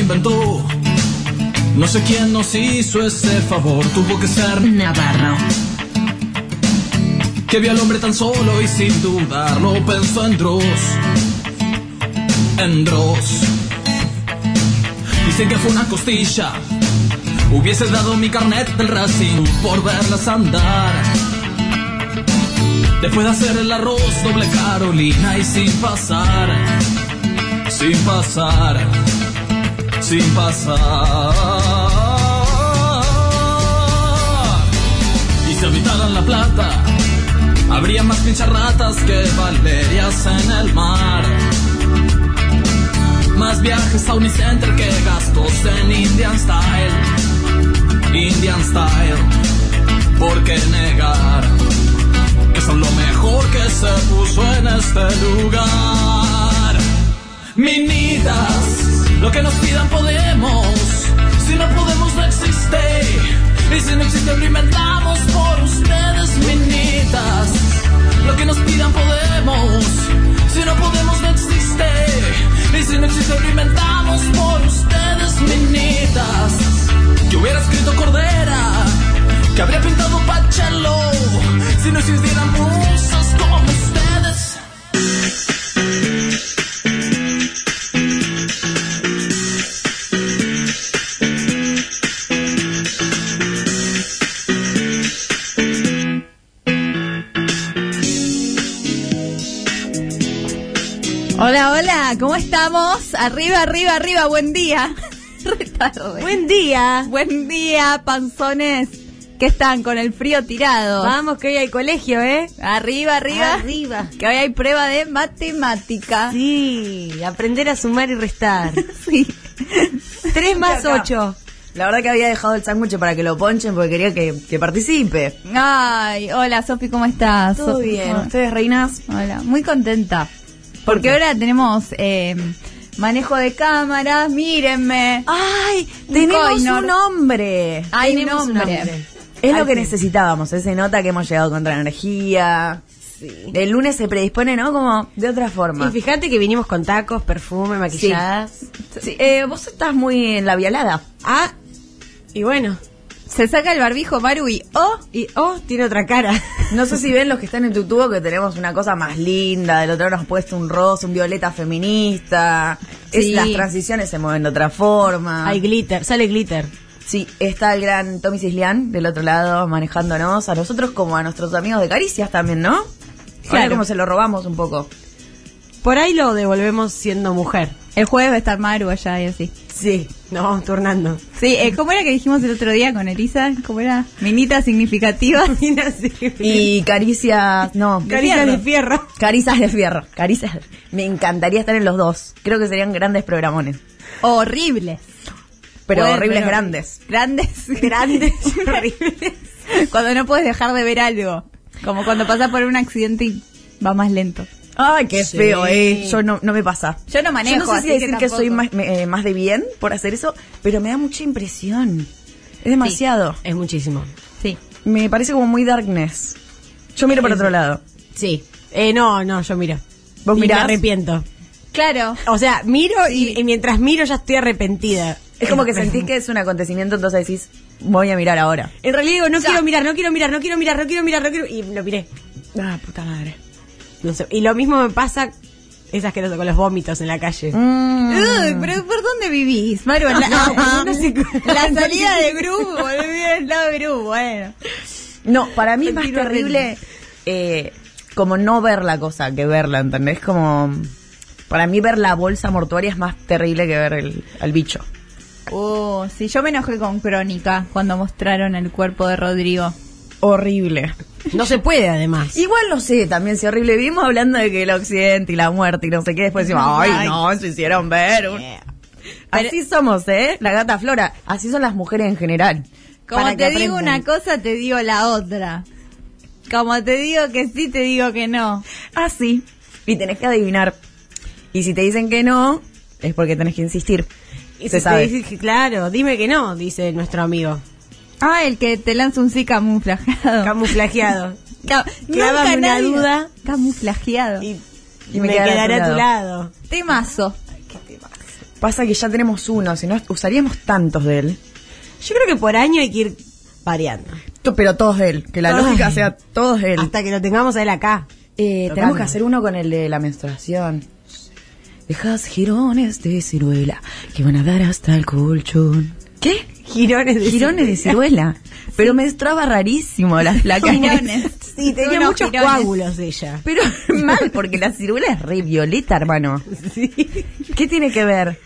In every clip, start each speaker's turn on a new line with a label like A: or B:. A: inventó. No sé quién nos hizo ese favor, tuvo que ser
B: Navarro.
A: que vio al hombre tan solo y sin dudarlo pensó en Dross. En Dross. Dicen que fue una costilla. Hubiese dado mi carnet del Racing por verlas andar. Después de hacer el arroz doble Carolina y sin pasar. Sin pasar. Sin pasar. Y si habitaran La Plata, habría más pincharratas que valerias en el mar. Más viajes a Unicenter que gastos en Indian Style. Indian Style, ¿por qué negar? Que son lo mejor que se puso en este lugar. Minitas, lo que nos pidan podemos. Si no podemos, no existe. Y si no existe, lo inventamos por ustedes, minitas. Lo que nos pidan podemos. Si no podemos, no existe. Y si no existe, lo inventamos por ustedes, minitas. Yo hubiera escrito Cordera, que habría pintado Pachelo. Si no existieran musas como ustedes.
C: Hola, hola, ¿cómo estamos? Arriba, arriba, arriba, buen día. Re tarde.
B: Buen día.
C: Buen día, panzones. ¿Qué están? Con el frío tirado.
B: Vamos que hoy hay colegio, ¿eh?
C: Arriba, arriba.
B: Arriba.
C: Que hoy hay prueba de matemática.
B: Sí, aprender a sumar y restar.
C: Sí.
B: 3 más
D: acá.
B: 8.
D: La verdad que había dejado el sándwich para que lo ponchen porque quería que, que participe.
C: Ay, hola, Sofi, ¿cómo estás?
D: Todo
C: So-
D: bien.
C: Hola.
D: ¿Ustedes, reinas?
C: Hola, muy contenta. Porque ahora tenemos eh, manejo de cámaras, mírenme.
B: Ah.
D: ¡Ay!
C: Un
D: ¡Tenemos
C: coinor.
D: un hombre!
C: Hay
B: tenemos un
C: nombre.
B: nombre.
D: Es
C: Ay,
D: lo que
C: sí.
D: necesitábamos. ¿eh? Se nota que hemos llegado con la energía. El lunes se predispone, ¿no? Como de otra
B: Y
D: forma.
B: fíjate que vinimos con tacos, perfume, maquilladas.
D: Sí, eh, vos estás muy en la violada.
B: Ah, y bueno.
C: Se saca el barbijo, Maru, y oh,
B: Y oh, tiene otra cara.
D: No sé si ven los que están en tu tubo que tenemos una cosa más linda. Del otro lado nos has puesto un rosa, un violeta feminista. Es-
C: Sí.
D: las transiciones se mueven de otra forma.
B: Hay glitter, sale glitter.
D: Sí, está el gran Tommy Cislián del otro lado manejándonos, a nosotros como a nuestros amigos de Caricias también, ¿no?
B: Claro.
D: Claro, como se lo robamos un poco.
B: Por ahí lo devolvemos siendo mujer.
C: el jueves va a estar Maru allá y así.
B: Sí, nos vamos turnando.
C: Sí, eh, ¿cómo era que dijimos el otro día con Elisa? ¿Cómo era? Minitas significativas.
B: Mira, sí.
D: Y Caricias, no,
B: Caricias de fierro.
D: Caricias de Fierro, Caricias. de- Me encantaría estar en los dos. Creo que serían grandes programones,
C: Horribles.
D: pero
C: Pueden,
D: horribles
C: pero-
D: grandes.
C: Grandes. Grandes. horribles. Cuando no puedes dejar de ver algo. Como cuando pasas por un accidente y va más lento.
D: Ay, qué feo, eh. Yo no, no me pasa.
C: Yo no manejo,
D: Yo no sé
C: así
D: si
C: que
D: decir que,
C: tampoco.
D: soy más, me- eh, más de bien por hacer eso, pero me da mucha impresión. Es demasiado.
B: Es muchísimo.
C: Sí.
D: Me parece como muy darkness. Yo miro para otro lado.
B: Sí. Eh, no, no, yo miro.
D: ¿Vos
B: y
D: mirás?
B: me arrepiento.
C: Claro.
B: O sea, miro y, y mientras miro ya estoy arrepentida.
D: Es como que sentís que es un acontecimiento, entonces decís, voy a mirar ahora.
B: En realidad digo, no quiero mirar, no quiero mirar, no quiero mirar, no quiero mirar, no quiero... Y lo miré.
D: Ah, puta madre.
B: No sé. Y lo mismo me pasa, es asqueroso, con los vómitos en la calle.
D: Mm.
C: Uy, pero ¿por dónde vivís, Maru? La,
B: No, no sé.
C: la salida de grupo, volví al lado de grupo, bueno.
D: No, para mí es más
C: Sentir horrible.
D: terrible eh, como no ver la cosa que verla, ¿entendés? Como... Para mí ver la bolsa mortuaria es más terrible que ver el, al bicho.
C: Oh, sí, yo me enojé con Crónica cuando mostraron el cuerpo de Rodrigo.
D: Horrible.
B: No se puede, además.
D: Igual no sé, también si horrible. Vivimos hablando de que el occidente y la muerte y no sé qué. Después decimos, ay, no, se hicieron ver. un-". Así somos, ¿eh? La gata flora. Así son las mujeres en general.
C: Como
D: Para que
C: te digo
D: aprendan.
C: una cosa, te digo la otra. Como te digo que sí, te digo que no.
D: así Ah, y tenés que adivinar. Y si te dicen que no, es porque tenés que insistir.
B: Y
D: se
B: si
D: sabe.
B: te dices que, claro, dime que no, dice nuestro amigo.
C: Ah, el que te lanza un sí camuflajeado.
B: Camuflajeado.
C: Ca-
B: Clávame una duda.
C: Camuflajeado.
B: Y,
D: Y
B: me,
D: me
B: quedaré
D: quedaré a
B: a
D: tu
B: tu lado.
C: Temazo.
D: Pasa que ya tenemos uno, si no usaríamos tantos de él.
B: Yo creo que por año hay que ir variando.
D: To- Pero todos de él, que la
B: Todos de
D: lógica
B: él.
D: sea todos de él.
B: Hasta que lo tengamos a él acá.
D: Eh,
B: Tocando.
D: tenemos que hacer uno con el de la menstruación. Dejas girones de ciruela que van a dar hasta el colchón. ¿Qué?
B: Girones de
D: Girones de ciruela. Pero menstruaba rarísimo las placas.
C: Girones.
B: Sí, tenía
C: Unos
B: muchos
C: girones.
B: coágulos ella.
D: Pero mal, porque la ciruela es re violeta, hermano. ¿Qué tiene que ver?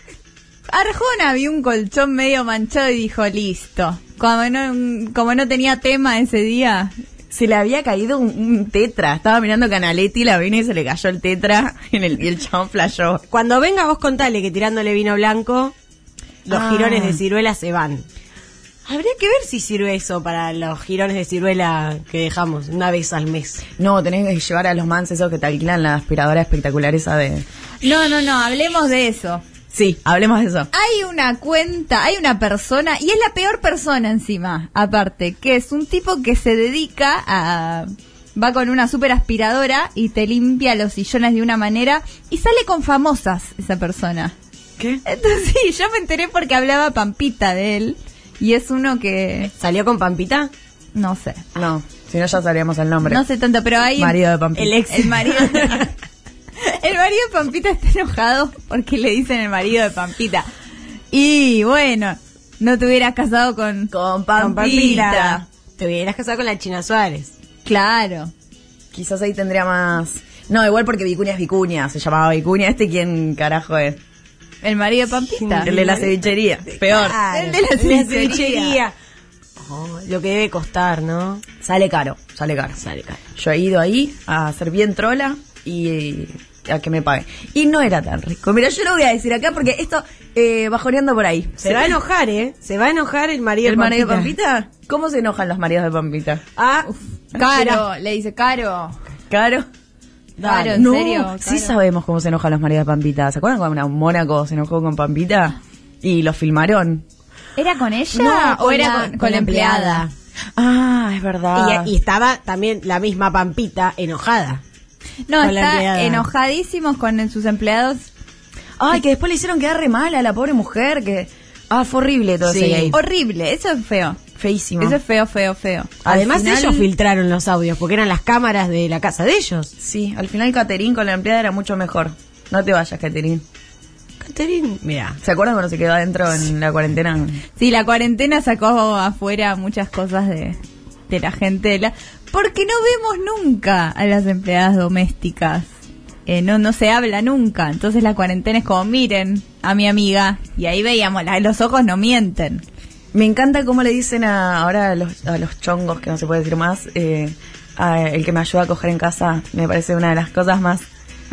C: Arjona vio un colchón medio manchado y dijo, listo. Como no, mm, como no tenía tema ese día,
D: Se le había caído un, un tetra. Estaba mirando Canaletti, la vino y se le cayó el tetra en el, y el chabón flayó.
B: Cuando venga vos contale que tirándole vino blanco, los
D: Ah.
B: girones de ciruela se van. Habría que ver si sirve eso para los girones de ciruela que dejamos una vez al mes.
D: No, tenés que llevar a los mans esos que te alquilan la aspiradora espectacular esa de...
C: No, no, no, hablemos de eso.
D: Sí, hablemos de eso.
C: Hay una cuenta, hay una persona, y es la peor persona encima, aparte, que es un tipo que se dedica a... Va con una super aspiradora y te limpia los sillones de una manera y sale con famosas esa persona.
D: ¿Qué?
C: Entonces, sí, yo me enteré porque hablaba Pampita de él y es uno que...
B: ¿Salió con Pampita?
C: No sé.
D: No, si no ya sabríamos el nombre.
C: No sé tanto, pero hay...
D: Marido de Pampita.
C: El ex. El marido. el marido de Pampita está enojado porque le dicen el marido de Pampita. Y bueno, no te hubieras casado con...
D: Con
B: Con
C: Pampita.
B: Te hubieras casado con la China Suárez.
C: Claro.
D: Quizás ahí tendría más... No, igual porque Vicuña es Vicuña, se llamaba Vicuña. ¿Este quién carajo es?
C: El marido de Pampita.
D: El de la cevichería. Peor.
B: Claro.
C: El de la cevichería.
B: Oh, lo que debe costar, ¿no?
D: Sale caro, sale caro.
B: Sale caro.
D: Yo he ido ahí a hacer bien trola y a que me pague. Y no era tan rico. Mira, yo lo voy a decir acá porque esto, eh, bajoneando por ahí.
B: Se va a enojar, ¿eh? Se va a enojar el marido
D: ¿El
B: de
D: marido de
B: Pampita.
D: Pampita? ¿Cómo se enojan los maridos de Pampita?
B: Ah,
C: Caro, le dice Caro.
D: Caro.
C: Caro,
B: Dale.
C: ¿en
D: no,
C: serio?
D: sí
C: Caro.
D: sabemos cómo se enojan los maridos de Pampita. ¿Se acuerdan cuando una Mónaco se enojó con Pampita? Y lo filmaron.
C: ¿Era con ella
B: No,
C: o
B: con
C: era
B: la-
C: con, con la empleada?
D: Ah, es verdad.
B: Y, y estaba también la misma Pampita enojada.
C: No,
B: Con la
C: está
B: empleada.
C: enojadísimos con sus empleados.
D: Ay, que después le hicieron quedar re mal a la pobre mujer que... Ah, fue horrible todo
B: Sí. Ah.
D: ese gay.
C: Horrible, eso es feo.
D: Feísimo.
C: Eso es feo, feo, feo.
D: Al
B: Además
D: final-
B: ellos filtraron los audios porque eran las cámaras de la casa de ellos.
D: Sí, al final Caterín con la empleada era mucho mejor. No te vayas, Caterín.
B: Caterín, mira.
D: ¿Se acuerdan cuando se quedó adentro en la cuarentena?
C: Sí, la cuarentena sacó afuera muchas cosas de, de la gente. de la- porque no vemos nunca a las empleadas domésticas. Eh, no, no se habla nunca. Entonces la cuarentena es como, miren a mi amiga. Y ahí veíamos, la- los ojos no mienten.
D: Me encanta cómo le dicen a, ahora a los, a los chongos, que no se puede decir más, eh, a el que me ayuda a coger en casa. Me parece una de las cosas más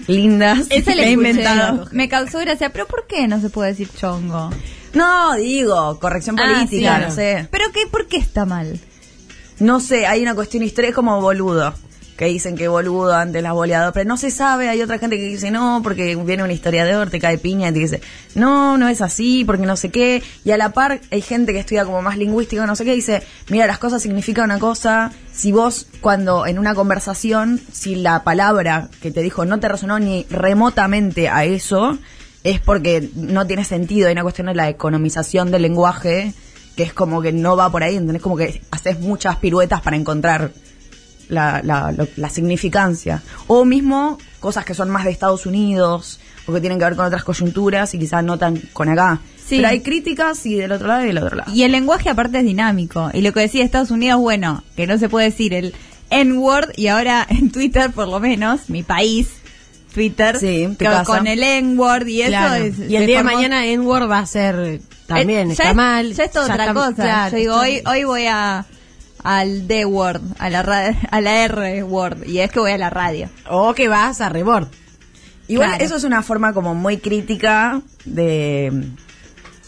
D: lindas
C: Ese
D: que
C: le
D: he
C: escuché.
D: inventado.
C: Me causó gracia. ¿Pero por qué no se puede decir chongo?
D: No, digo, corrección
C: Ah, sí,
D: política,
C: claro.
D: no sé.
C: ¿Pero qué, por qué está mal?
D: No sé, hay una cuestión histórica como boludo. Que dicen que boludo antes las boleadoras, pero no se sabe. Hay otra gente que dice no, porque viene un historiador, te cae piña y te dice no, no es así, porque no sé qué. Y a la par hay gente que estudia como más lingüístico, no sé qué, dice mira, las cosas significan una cosa. Si vos, cuando en una conversación, si la palabra que te dijo no te resonó ni remotamente a eso, es porque no tiene sentido. Hay una cuestión de la economización del lenguaje que es como que no va por ahí, ¿entendés? Como que haces muchas piruetas para encontrar la, la, lo- la significancia. O mismo cosas que son más de Estados Unidos o que tienen que ver con otras coyunturas y quizás no tan con acá.
C: Sí.
D: Pero hay críticas y del otro lado y del otro lado.
C: Y el lenguaje aparte es dinámico. Y lo que decía Estados Unidos, bueno, que no se puede decir el N-word y ahora en Twitter, por lo menos, mi país, Twitter,
D: Sí, ¿qué
C: con,
D: pasa?
C: con el N-word y
B: Claro.
C: eso es...
B: y el
C: se
B: día de
C: formó-
B: mañana N-Word va a ser eh, también,
C: Eh, ya
B: está
C: es-
B: mal.
C: Ya es toda otra
B: está-
C: cosa.
B: claro,
C: Yo digo,
B: está-
C: hoy, hoy voy a al D-word, a la, ra- a la R-word, y es que voy a la radio.
B: O que vas a Rebord.
D: Igual
C: Claro.
D: eso es una forma como muy crítica de,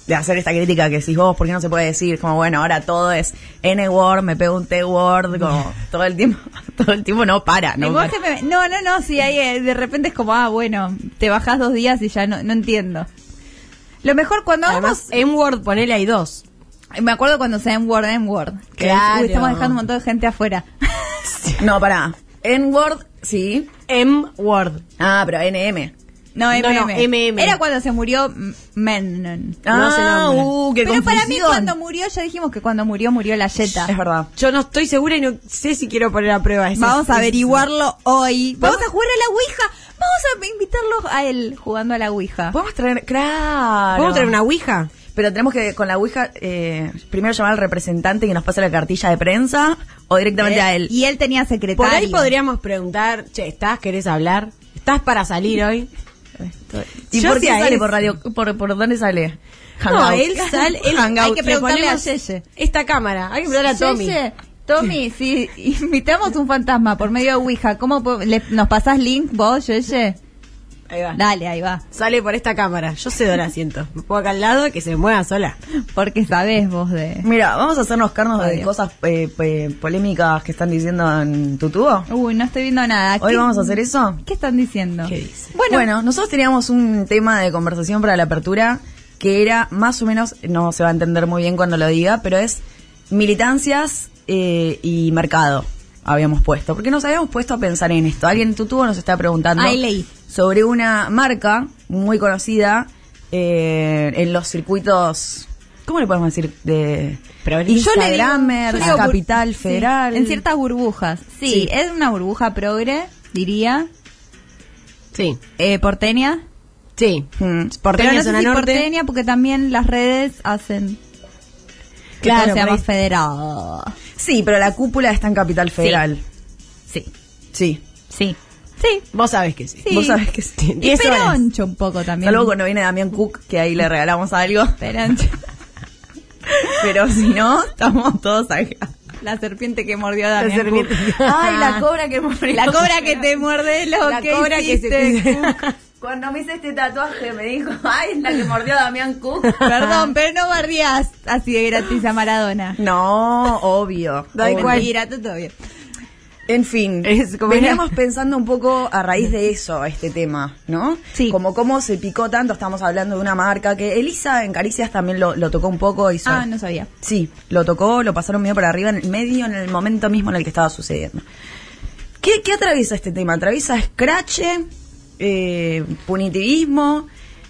D: de hacer esta crítica que decís vos, ¿por qué no se puede decir? Como bueno, ahora todo es N-word, me pego un T-word, como todo el tiempo, todo el tiempo no para. No para.
C: Lenguaje feme- No, no, no, sí, ahí eh, de repente es como, ah, bueno, te bajás dos días y ya no, no entiendo. Lo mejor cuando
B: Además, N-Word, ponele ahí dos.
C: vamos, me acuerdo cuando sea en Word, en Word, que
B: Claro.
C: uy, estamos dejando un montón de gente afuera.
D: No, pará. N-word, sí.
B: M-Word.
D: Ah, pero NM.
C: No,
B: No,
C: MM.
B: no, MM.
C: Era cuando se murió M- Menon.
B: No se
D: Ah,
B: nombra.
D: uh, qué
C: Pero para mí
D: confusión.
C: cuando murió, ya dijimos que cuando murió, murió la Jetta.
D: Es verdad.
B: Yo no estoy segura y no sé si quiero poner a prueba eso.
C: Vamos a averiguarlo hoy. Vamos a jugar a la Ouija. Vamos a invitarlo a él jugando a la Ouija.
D: Podemos traer, claro.
B: ¿Puedo traer una ouija?
D: Pero tenemos que, con la Ouija, eh, primero llamar al representante que nos pase la cartilla de prensa o directamente
B: Eh,
D: a él.
C: Eh, Y él tenía
B: Por
C: secretario.
B: ahí podríamos preguntar, che, ¿estás? ¿Querés hablar? ¿Estás para salir hoy?
D: ¿Y
B: Yo
D: por qué
B: hacía
D: sale
B: eso.
D: por radio? ¿Por, por dónde sale?
B: No,
D: Hangout.
B: él sale, él
C: Hangout.
B: hay que
C: Le
B: preguntarle a
C: ponemos Yeye.
B: Esta cámara, hay que preguntarle a Tommy.
C: Yeye, Tommy, si invitamos un fantasma por medio de Ouija, ¿cómo po- le- nos pasás link vos, Yeye?
B: Ahí va.
C: Dale, ahí va.
B: Sale por esta cámara. Yo cedo el asiento. Me pongo acá al lado y que se mueva sola.
C: Porque sabés vos de...
D: Mira, vamos a hacernos carnos de
C: Obvio.
D: cosas eh, pe- polémicas que están diciendo en tu tubo.
C: Uy, no estoy viendo nada.
D: Hoy
C: ¿Qué-
D: vamos a hacer eso.
C: ¿Qué están diciendo?
B: ¿Qué dice?
D: Bueno, nosotros teníamos un tema de conversación para la apertura que era más o menos, no se va a entender muy bien cuando lo diga, pero es militancias eh, y mercado habíamos puesto, porque nos habíamos puesto a pensar en esto. Alguien en tu tubo nos está preguntando
C: Ahí leí.
D: sobre una marca muy conocida eh, en los circuitos, ¿cómo le podemos decir? De
B: Progres.
C: Yo le digo-
D: Instagramer,
C: yo digo bur-
D: Capital
C: sí,
D: Federal.
C: en ciertas burbujas. Sí,
D: Sí.
C: es una burbuja progre, diría.
B: Sí,
C: Eh, porteña.
B: sí.
D: Mm.
B: Porteña,
C: Pero no sé
B: zona
C: si
B: norte.
C: porteña porque también las redes hacen que
D: Claro,
C: todo sea
D: por
C: más
D: ahí-
C: federado.
D: Sí, pero la cúpula está en Capital Federal.
C: Sí,
D: Sí.
C: sí, sí.
B: Vos sabés que sí.
C: Sí.
D: Vos sabés que sí.
C: Y
B: Diez horas.
C: peroncho un poco también.
D: Salvo cuando viene Damián Cook, que ahí le regalamos algo.
C: Peroncho.
D: Pero si no, estamos todos acá.
C: La serpiente que mordió a Damián
B: serpiente.
C: Cook.
D: Ay, la cobra que mordió.
C: La cobra que te muerde lo
B: La
C: que
B: cobra que se
C: hiciste.
B: te-
C: Cook.
D: Cuando me hice este tatuaje me dijo, ay, la que mordió a Damián Cook.
C: Perdón, pero no barrías así de gratis a Maradona.
D: No, obvio.
B: Da
D: obvio.
B: igual.
C: Mentira, todo bien.
D: En fin,
B: Es como
D: veníamos
B: era.
D: pensando un poco a raíz de eso, este tema, ¿no?
C: Sí.
D: Como cómo se picó tanto, estamos hablando de una marca que Elisa en Caricias también lo, lo tocó un poco. Hizo,
C: Ah, no sabía.
D: Sí, lo tocó, lo pasaron medio para arriba en el medio, en el momento mismo en el que estaba sucediendo. ¿Qué, qué atraviesa este tema? Atraviesa escrache, eh, punitivismo,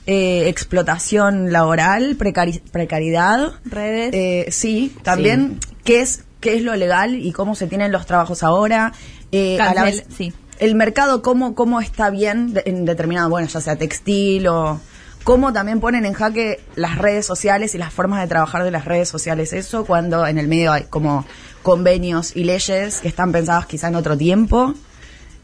D: eh, explotación laboral, precari- precariedad.
C: Redes.
D: Eh, sí, también qué es qué es lo legal y cómo se tienen los trabajos ahora. Eh, a la
C: Cancel,
D: vez,
C: sí.
D: El mercado, cómo, cómo está bien de- en determinado, bueno, ya sea textil o cómo también ponen en jaque las redes sociales y las formas de trabajar de las redes sociales. Eso cuando en el medio hay como convenios y leyes que están pensadas quizá en otro tiempo.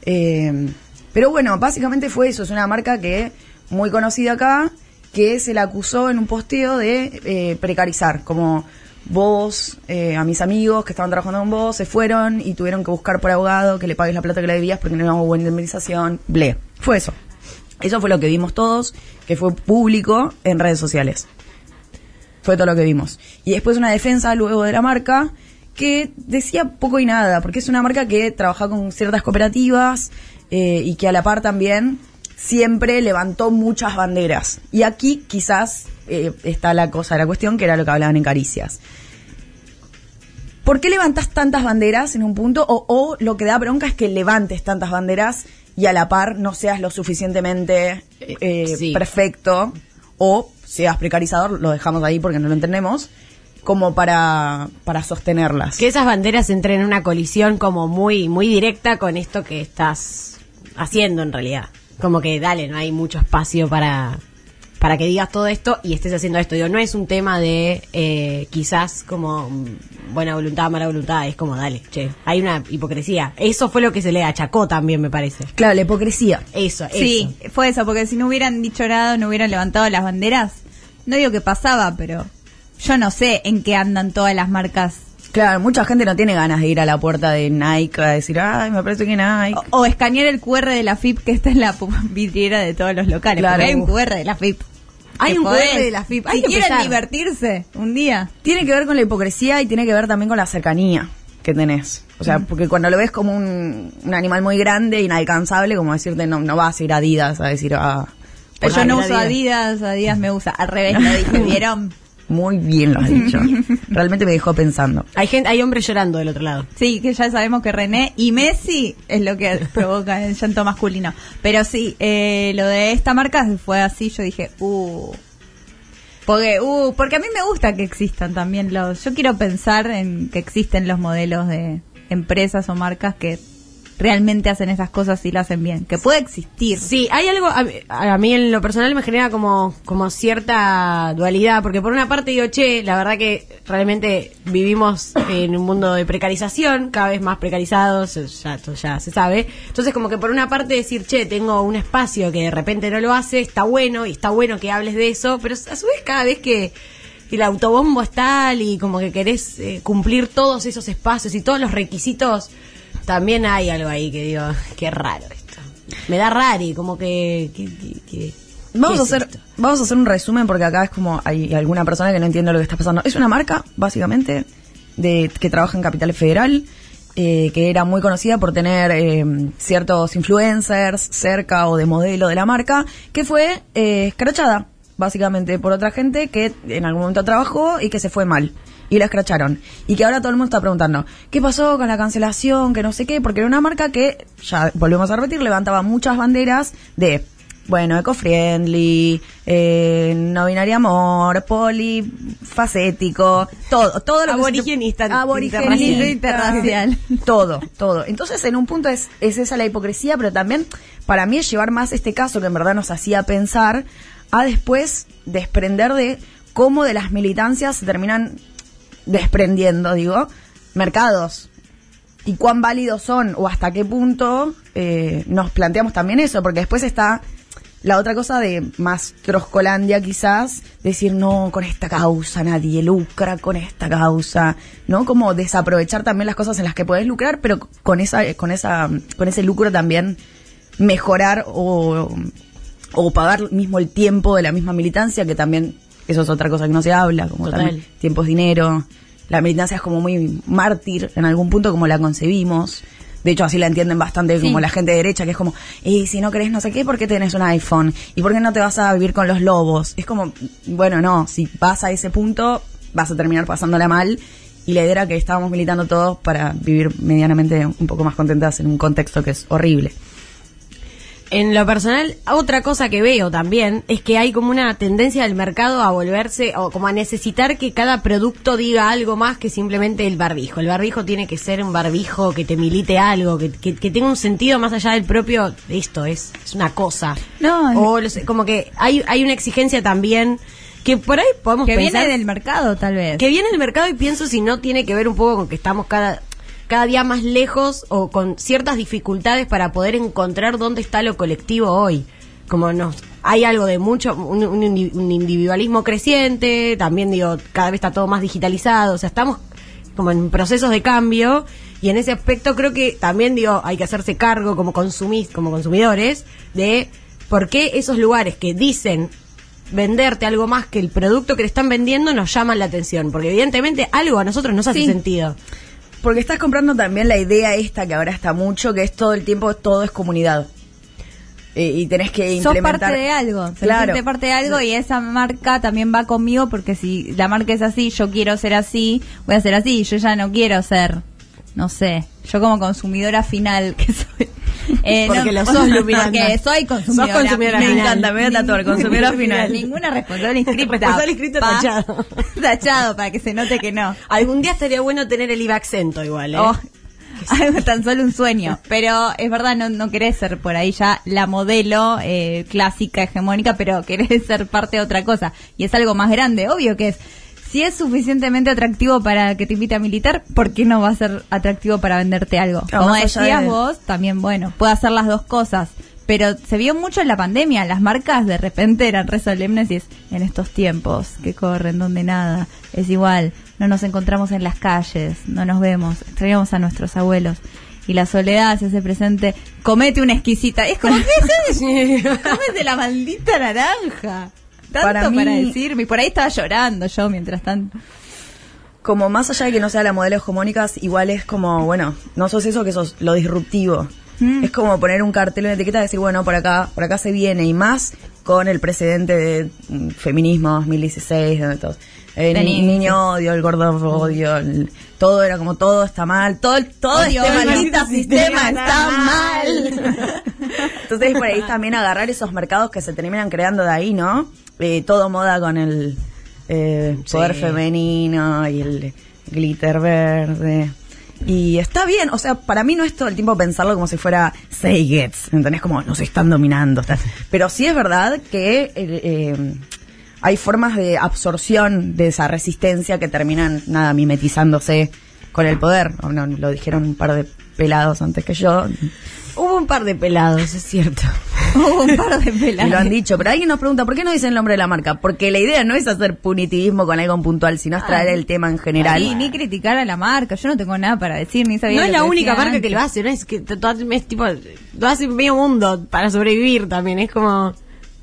D: Eh, pero bueno, básicamente fue eso. Es una marca que muy conocida acá, que se la acusó en un posteo de eh, precarizar, como vos, eh, a mis amigos que estaban trabajando con vos, se fueron y tuvieron que buscar por abogado que le pagues la plata que le debías porque no hubo buena indemnización. Ble, fue eso. Eso fue lo que vimos todos, que fue público en redes sociales. Fue todo lo que vimos. Y después una defensa luego de la marca que decía poco y nada, porque es una marca que trabaja con ciertas cooperativas eh, y que a la par también siempre levantó muchas banderas. Y aquí quizás eh, está la cosa de la cuestión, que era lo que hablaban en Caricias. ¿Por qué levantas tantas banderas en un punto? O, o lo que da bronca es que levantes tantas banderas y a la par no seas lo suficientemente eh,
B: Sí.
D: perfecto o seas precarizador, lo dejamos ahí porque no lo entendemos, como para, para sostenerlas.
B: Que esas banderas entren en una colisión como muy, muy directa con esto que estás haciendo en realidad. Como que dale, no hay mucho espacio para, para que digas todo esto y estés haciendo esto. Digo, no es un tema de eh, quizás como mm, buena voluntad, mala voluntad, es como dale, che, hay una hipocresía. Eso fue lo que se le achacó también, me parece.
D: Claro, la hipocresía.
B: Eso, eso.
C: Sí, fue eso, porque si no hubieran dicho nada, no hubieran levantado las banderas. No digo que pasaba, pero yo no sé en qué andan todas las marcas.
D: Claro, mucha gente no tiene ganas de ir a la puerta de Nike a decir, ay, me parece que Nike.
C: O, o escanear el QR de la FIP que está en la pu- vidriera de todos los locales.
D: Claro.
C: porque hay un QR de la FIP.
B: Hay
C: Que
B: un
C: podés.
B: QR de la FIP, hay
C: Si
B: que
C: quieren
B: empezar.
C: divertirse un día.
D: Tiene que ver con la hipocresía y tiene que ver también con la cercanía que tenés. O sea, porque cuando lo ves como un, un animal muy grande, inalcanzable, como decirte, no, no vas a ir a Adidas a decir, ah.
C: Pero yo no
D: ojalá
C: uso
D: Adidas.
C: Adidas, Adidas me usa. Al revés lo dije, ¿vieron?
D: Muy bien lo has dicho. Realmente me dejó pensando.
B: Hay gente, hay hombres llorando del otro lado.
C: Sí, que ya sabemos que René y Messi es lo que provoca el llanto masculino. Pero sí, eh, lo de esta marca fue así, yo dije, uh. Porque, uh, porque a mí me gusta que existan también los... Yo quiero pensar en que existen los modelos de empresas o marcas que realmente hacen esas cosas y lo hacen bien. Que puede existir.
B: Sí, hay algo, a, a mí en lo personal me genera como, como cierta dualidad, porque por una parte digo, che, la verdad que realmente vivimos en un mundo de precarización, cada vez más precarizados, eh, ya, esto ya se sabe. Entonces como que por una parte decir, che, tengo un espacio que de repente no lo hace, está bueno, y está bueno que hables de eso, pero a su vez cada vez que el autobombo es tal y como que querés eh, cumplir todos esos espacios y todos los requisitos, también hay algo ahí que digo, qué raro esto. Me da rari, como que... que- que- que-
D: Vamos
B: ¿qué
D: a
B: es
D: hacer,
B: esto?
D: vamos a hacer un resumen porque acá es como hay alguna persona que no entiende lo que está pasando. Es una marca, básicamente, de que trabaja en Capital Federal, eh, que era muy conocida por tener eh, ciertos influencers cerca o de modelo de la marca, que fue eh, escrachada, básicamente, por otra gente que en algún momento trabajó y que se fue mal. Y la escracharon. Y que ahora todo el mundo está preguntando, ¿qué pasó con la cancelación? Que no sé qué, porque era una marca que, ya volvemos a repetir, levantaba muchas banderas de bueno, eco-friendly, eh, no binario amor, polifacético, todo, todo lo que se te-
B: Aborigenista,
D: aborigenista,
C: interracial.
D: todo, todo. Entonces, en un punto es, es esa la hipocresía, pero también para mí es llevar más este caso que en verdad nos hacía pensar a después desprender de cómo de las militancias se terminan desprendiendo, digo, mercados y cuán válidos son o hasta qué punto eh, nos planteamos también eso, porque después está la otra cosa de más troscolandia quizás, decir no, con esta causa nadie lucra, con esta causa, ¿no? Como desaprovechar también las cosas en las que podés lucrar, pero con esa, con esa, con ese lucro también mejorar o, o pagar mismo el tiempo de la misma militancia, que también eso es otra cosa que no se habla, como
B: Total.
D: también tiempo es dinero. La militancia es como muy mártir en algún punto, como la concebimos. De hecho, así la entienden bastante como la gente de derecha, que es como, y si no querés no sé qué, ¿por qué tenés un iPhone? ¿Y por qué no te vas a vivir con los lobos? Es como, bueno, no, si vas a ese punto, vas a terminar pasándola mal. Y la idea era que estábamos militando todos para vivir medianamente un poco más contentas en un contexto que es horrible.
B: En lo personal, otra cosa que veo también es que hay como una tendencia del mercado a volverse o como a necesitar que cada producto diga algo más que simplemente el barbijo. El barbijo tiene que ser un barbijo que te milite algo, que, que- que tenga un sentido más allá del propio. Esto es, es una cosa.
C: No, es-
B: o los- como que hay, hay una exigencia también que por ahí podemos
C: Que
B: pensar
C: viene del mercado, tal vez.
B: que viene el mercado y pienso si no tiene que ver un poco con que estamos cada cada día más lejos o con ciertas dificultades para poder encontrar dónde está lo colectivo hoy. Como nos hay algo de mucho un, un indi- un individualismo creciente, también digo, cada vez está todo más digitalizado, o sea, estamos como en procesos de cambio y en ese aspecto creo que también digo, hay que hacerse cargo como consumis, como consumidores de por qué esos lugares que dicen venderte algo más que el producto que le están vendiendo nos llaman la atención, porque evidentemente algo a nosotros nos hace
D: Sí.
B: sentido.
D: Porque estás comprando también la idea esta que ahora está mucho, que es todo el tiempo, todo es comunidad. Eh, y tenés que
C: Sos
D: implementar...
C: parte de algo, se
D: Claro.
C: siente parte de algo y esa marca también va conmigo porque si la marca es así, yo quiero ser así, voy a ser así, yo ya no quiero ser, no sé, yo como consumidora final que soy. eh,
B: Porque lo sos, Lu Miranda.
C: Porque soy consumidora,
B: Sos consumidora
D: Me
B: final.
D: encanta, me voy a tatuar, consumidora final.
C: Ninguna responsable inscrita.
B: Responsable inscrita
C: pa.
B: tachado.
C: Tachado, para que se note que no.
B: Algún día estaría bueno tener el IVA acento igual, ¿eh?
C: Oh, algo tan solo un sueño. Pero es verdad, no, no querés ser por ahí ya la modelo eh, clásica, hegemónica, pero querés ser parte de otra cosa. Y es algo más grande, obvio que es. Si es suficientemente atractivo para que te invite a militar, ¿por qué no va a ser atractivo para venderte algo?
D: Claro,
C: Como
D: más allá
C: decías
D: de-
C: vos, también, bueno, puede hacer las dos cosas. Pero se vio mucho en la pandemia, las marcas de repente eran re solemnes y es en estos tiempos que corren donde nada, es igual, no nos encontramos en las calles, no nos vemos, extrañamos a nuestros abuelos. Y la soledad se hace presente, comete una exquisita. Es como que
B: Sí.
C: de la maldita naranja. Tanto
D: Para
C: para,
D: mí-
C: decirme, y por ahí estaba llorando yo mientras tanto.
D: como más allá de que no sea la modelo hegemónica, igual es como, bueno, no sos eso que sos lo
C: Mm.
D: disruptivo. Es como poner un cartel en etiqueta y decir, bueno, por acá, por acá se viene y más con el precedente de mm, feminismo 2016, donde todos, eh, ni-
C: Feminismo.
D: niño odio, el gordo odio, el- todo era como todo está mal, todo, el- todo
C: Odio,
D: este
C: odio,
D: maldito
C: maldito
D: sistema
C: sistema
D: está
C: está
D: mal. Entonces por ahí también agarrar esos mercados que se terminan creando de ahí, ¿no? Eh, todo moda con el eh, poder femenino y el glitter verde. Y está bien, o sea, para mí no es todo el tiempo pensarlo como si fuera say gets, ¿entendés? Como nos están dominando. estás- Pero sí es verdad que eh, eh, hay formas de absorción de esa resistencia que terminan, nada, mimetizándose con el poder. O no, lo dijeron un par de pelados antes que yo.
B: Hubo un par de pelados, es cierto.
C: Hubo un par de
D: Y lo han
C: peladas.
D: dicho, pero alguien nos pregunta, ¿por qué no dicen el nombre de la marca? Porque la idea no es hacer punitivismo con algo en puntual, sino es traer el tema en general.
C: Ni, ni criticar a la marca, yo no tengo nada para decir, ni sabía
B: No es
C: lo
B: la
C: que
B: única
C: decía
B: marca que
C: antes.
B: lo hace, ¿no? Es que to- to- es tipo, lo hace medio mundo para sobrevivir también. Es como,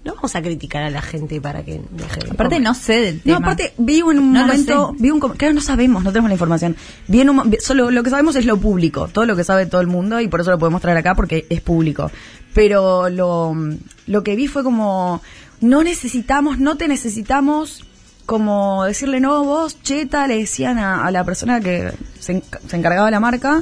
B: no vamos a criticar a la gente para que deje de
C: Aparte
B: comer.
C: no sé del
D: No,
C: tema.
D: aparte, vi un
C: No lo
D: momento,
C: sé.
D: vi un, com- claro, no sabemos, no tenemos la información. Vi en un mo- vi- solo lo que sabemos es lo público, todo lo que sabe todo el mundo y por eso lo podemos traer acá porque es público. Pero lo, lo que vi fue como, no necesitamos, no te necesitamos, como decirle, no, vos, cheta, le decían a, a la persona que se, enc- se encargaba de la marca.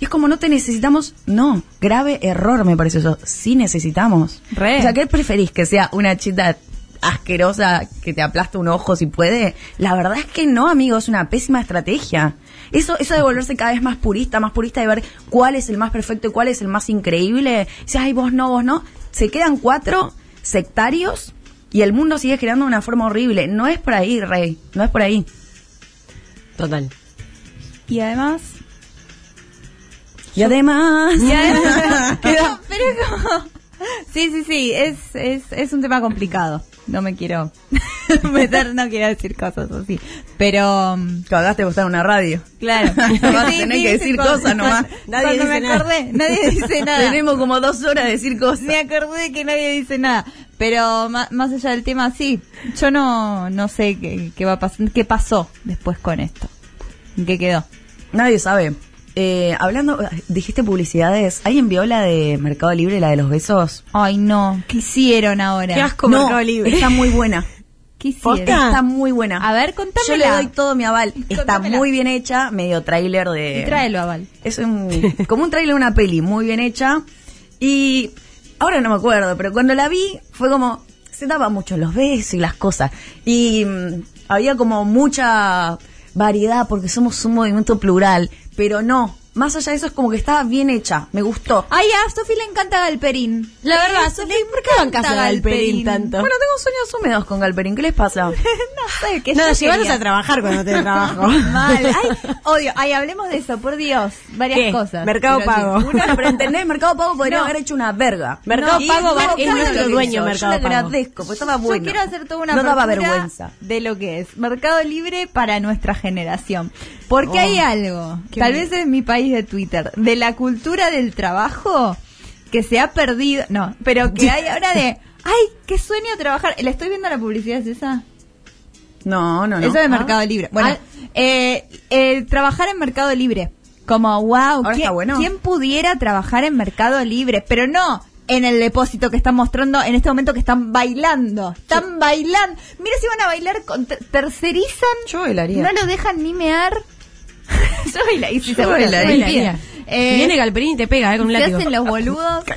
D: Y es como, no te necesitamos, no, grave error me parece eso, sí necesitamos.
C: Re.
D: O sea, ¿qué preferís? ¿Que sea una chita asquerosa que te aplasta un ojo si puede? La verdad es que no, amigo, es una pésima estrategia. Eso, eso de volverse cada vez más purista, más purista, de ver cuál es el más perfecto y cuál es el más increíble. Si, ay, vos no, vos no. Se quedan cuatro sectarios y el mundo sigue girando de una forma horrible. No es por ahí, Rey, no es por ahí.
B: Total.
C: Y además...
D: Y además...
C: Y además No, pero es como- Sí, sí, sí, es, es, es un tema complicado. No me quiero meter, no quiero decir cosas así. Pero... mm,
D: Cagaste vos estar en una radio.
C: Claro.
D: Vas a
C: Sí,
D: tener
C: sí,
D: que
C: sí,
D: decir
C: cuando-
D: cosas nomás.
C: Nadie
B: Nadie
C: me
B: dice nada.
C: acordé, nadie dice nada.
D: Tenemos como dos horas de decir cosas.
C: Me acordé que nadie dice nada. Pero ma- más allá del tema, sí. Yo no, no sé qué, qué va a pasar, qué pasó después con esto. ¿En ¿Qué quedó?
D: Nadie sabe. Eh, hablando, dijiste publicidades. ¿Alguien vio la de Mercado Libre, la de los besos?
C: Ay, no. ¿Qué hicieron ahora?
B: Qué asco. Con Mercado Libre.
D: Está muy buena.
C: ¿Qué hicieron?
B: ¿Posta?
D: Está muy buena.
C: A ver, contámela.
D: Yo le doy todo mi aval. Está
C: Contámela.
D: muy bien hecha, medio tráiler de.
C: Y tráelo, Aval.
D: Es un, como un trailer de una peli muy bien hecha. Y ahora no me acuerdo, pero cuando la vi fue como, se daba mucho los besos y las cosas. Y mm, había como mucha variedad porque somos un movimiento plural, pero no. Más allá de eso es como que estaba bien hecha, me gustó.
C: Ay, a Sofi le encanta Galperín. Ah, La verdad, Sofi, ¿por qué
B: bancas a Galperín tanto?
D: Bueno, tengo sueños húmedos con Galperín, ¿qué les pasa?
C: no sé, que
B: No,
C: yo
B: llevanos
C: quería.
B: a trabajar cuando te trabajo.
C: Mal. Ay, odio. Ay, hablemos de eso, por Dios. Varias
B: ¿Qué?
C: cosas.
B: Mercado
C: Quiero decir,
B: Pago.
D: Uno, pero entendés, Mercado Pago podría
C: No.
D: haber hecho una verga.
B: Mercado
D: Y
B: Pago va-
D: Mercado
B: es
D: Pago
B: nuestro
D: lo que
B: dueño,
D: hizo.
B: Mercado
D: Yo le
B: Pago.
D: agradezco, porque estaba bueno.
C: Yo quiero hacer toda una
D: No daba
C: apertura
D: vergüenza.
C: de lo que es Mercado Libre para nuestra generación. Porque hay
D: Oh,
C: algo,
B: qué
C: tal
B: bien.
C: vez es mi país de Twitter, de la cultura del trabajo que se ha perdido, no, pero que hay ahora de, ay, qué sueño trabajar. ¿La estoy viendo la publicidad de esa?
D: No, no, Ah. no.
C: Eso de Mercado Libre. Bueno, eh, eh, trabajar en Mercado Libre. Como, wow,
D: Ahora
C: ¿quién,
D: está bueno.
C: quién pudiera trabajar en Mercado Libre? Pero no en el depósito que están mostrando en este momento que están bailando. Están bailando. Mira si van a bailar, con, ter- tercerizan.
D: Yo bailaría.
C: No lo dejan ni mear. Yo bailaría. y sí,
D: Yo
C: seguro,
D: bailaría.
C: muy bien. Eh,
B: Viene Galperín y te pega, eh, con un
C: se
B: látigo.
C: hacen los boludos. Eh,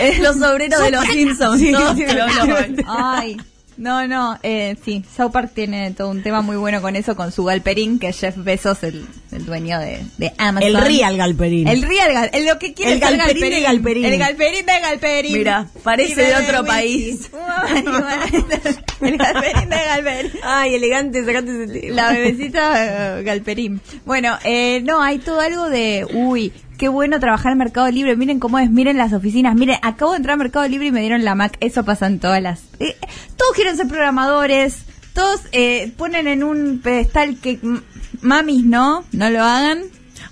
D: Es los obreros de los Simpsons. todos los- los-
C: Ay, no, no, eh, sí, South Park tiene todo un tema muy bueno con eso, con su galperín, que es Jeff Bezos, el, el dueño de, de Amazon.
B: El real Galperín.
C: El real, gal- el lo que quiere
B: El
C: ser
B: galperín de galperín.
C: El galperín de galperín.
D: Mira, parece
C: Y bebe
D: de otro
C: whisky.
D: país.
C: el galperín de galperín.
B: Ay, elegante, sacate ese tema.
C: La bebecita eh, Galperín. Bueno, eh, no, hay todo algo de, uy, qué bueno trabajar en Mercado Libre, miren cómo es, miren las oficinas, miren, acabo de entrar a Mercado Libre y me dieron la Mac, eso pasa en todas las... eh, todos quieren ser programadores, todos eh, ponen en un pedestal que... mm, Mamis, no, no lo hagan.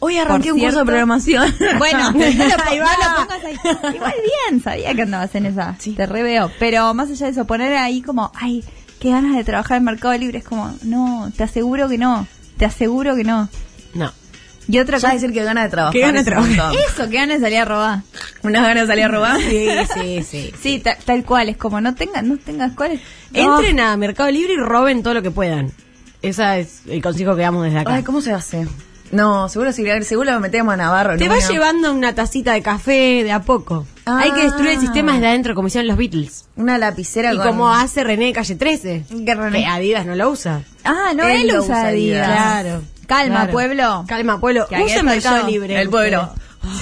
D: Hoy arranqué
C: Por
D: un curso de
C: cierto.
D: programación.
C: Bueno, no lo,
B: Ahí va.
C: no lo pongas ahí. Igual bien, sabía que andabas en esa.
D: Sí.
C: Te reveo. Pero más allá de eso, poner ahí como, ay, qué ganas de trabajar en Mercado Libre. Es como, no, te aseguro que no. Te aseguro que no.
B: No.
C: Y otra
D: Ya
C: cosa.
D: decir que gana de trabajar.
B: Que gana de
D: es un
B: trabajar.
D: montón.
C: Eso, que ganas de salir a robar.
D: Unas ganas de salir a
C: Ah.
D: robar.
B: Sí, sí, sí.
C: Sí, ta- tal cual, es como no tengas, no tengas cuáles.
B: Entren a Mercado Libre y roben todo lo que puedan. Ese es el consejo que damos desde acá.
D: Ay, ¿cómo se hace? No, seguro si seguro lo metemos a Navarro.
B: Te
D: ¿no?
B: va
D: Una-
B: llevando una tacita de café de a poco.
D: Ah.
B: Hay que destruir el sistema desde adentro, como hicieron los Beatles.
D: Una lapicera
B: Y
D: con-
B: como hace René de Calle 13.
C: Que René-
B: Que Adidas no lo usa.
C: Ah, no,
D: Él
C: él,
D: lo
C: usa
D: usa
C: Adidas.
D: Adidas.
C: Calma,
B: Claro.
C: pueblo.
B: Calma, pueblo.
C: Que aquí
B: Usen
C: estoy
B: Mercado
C: yo.
B: Libre.
D: El pueblo.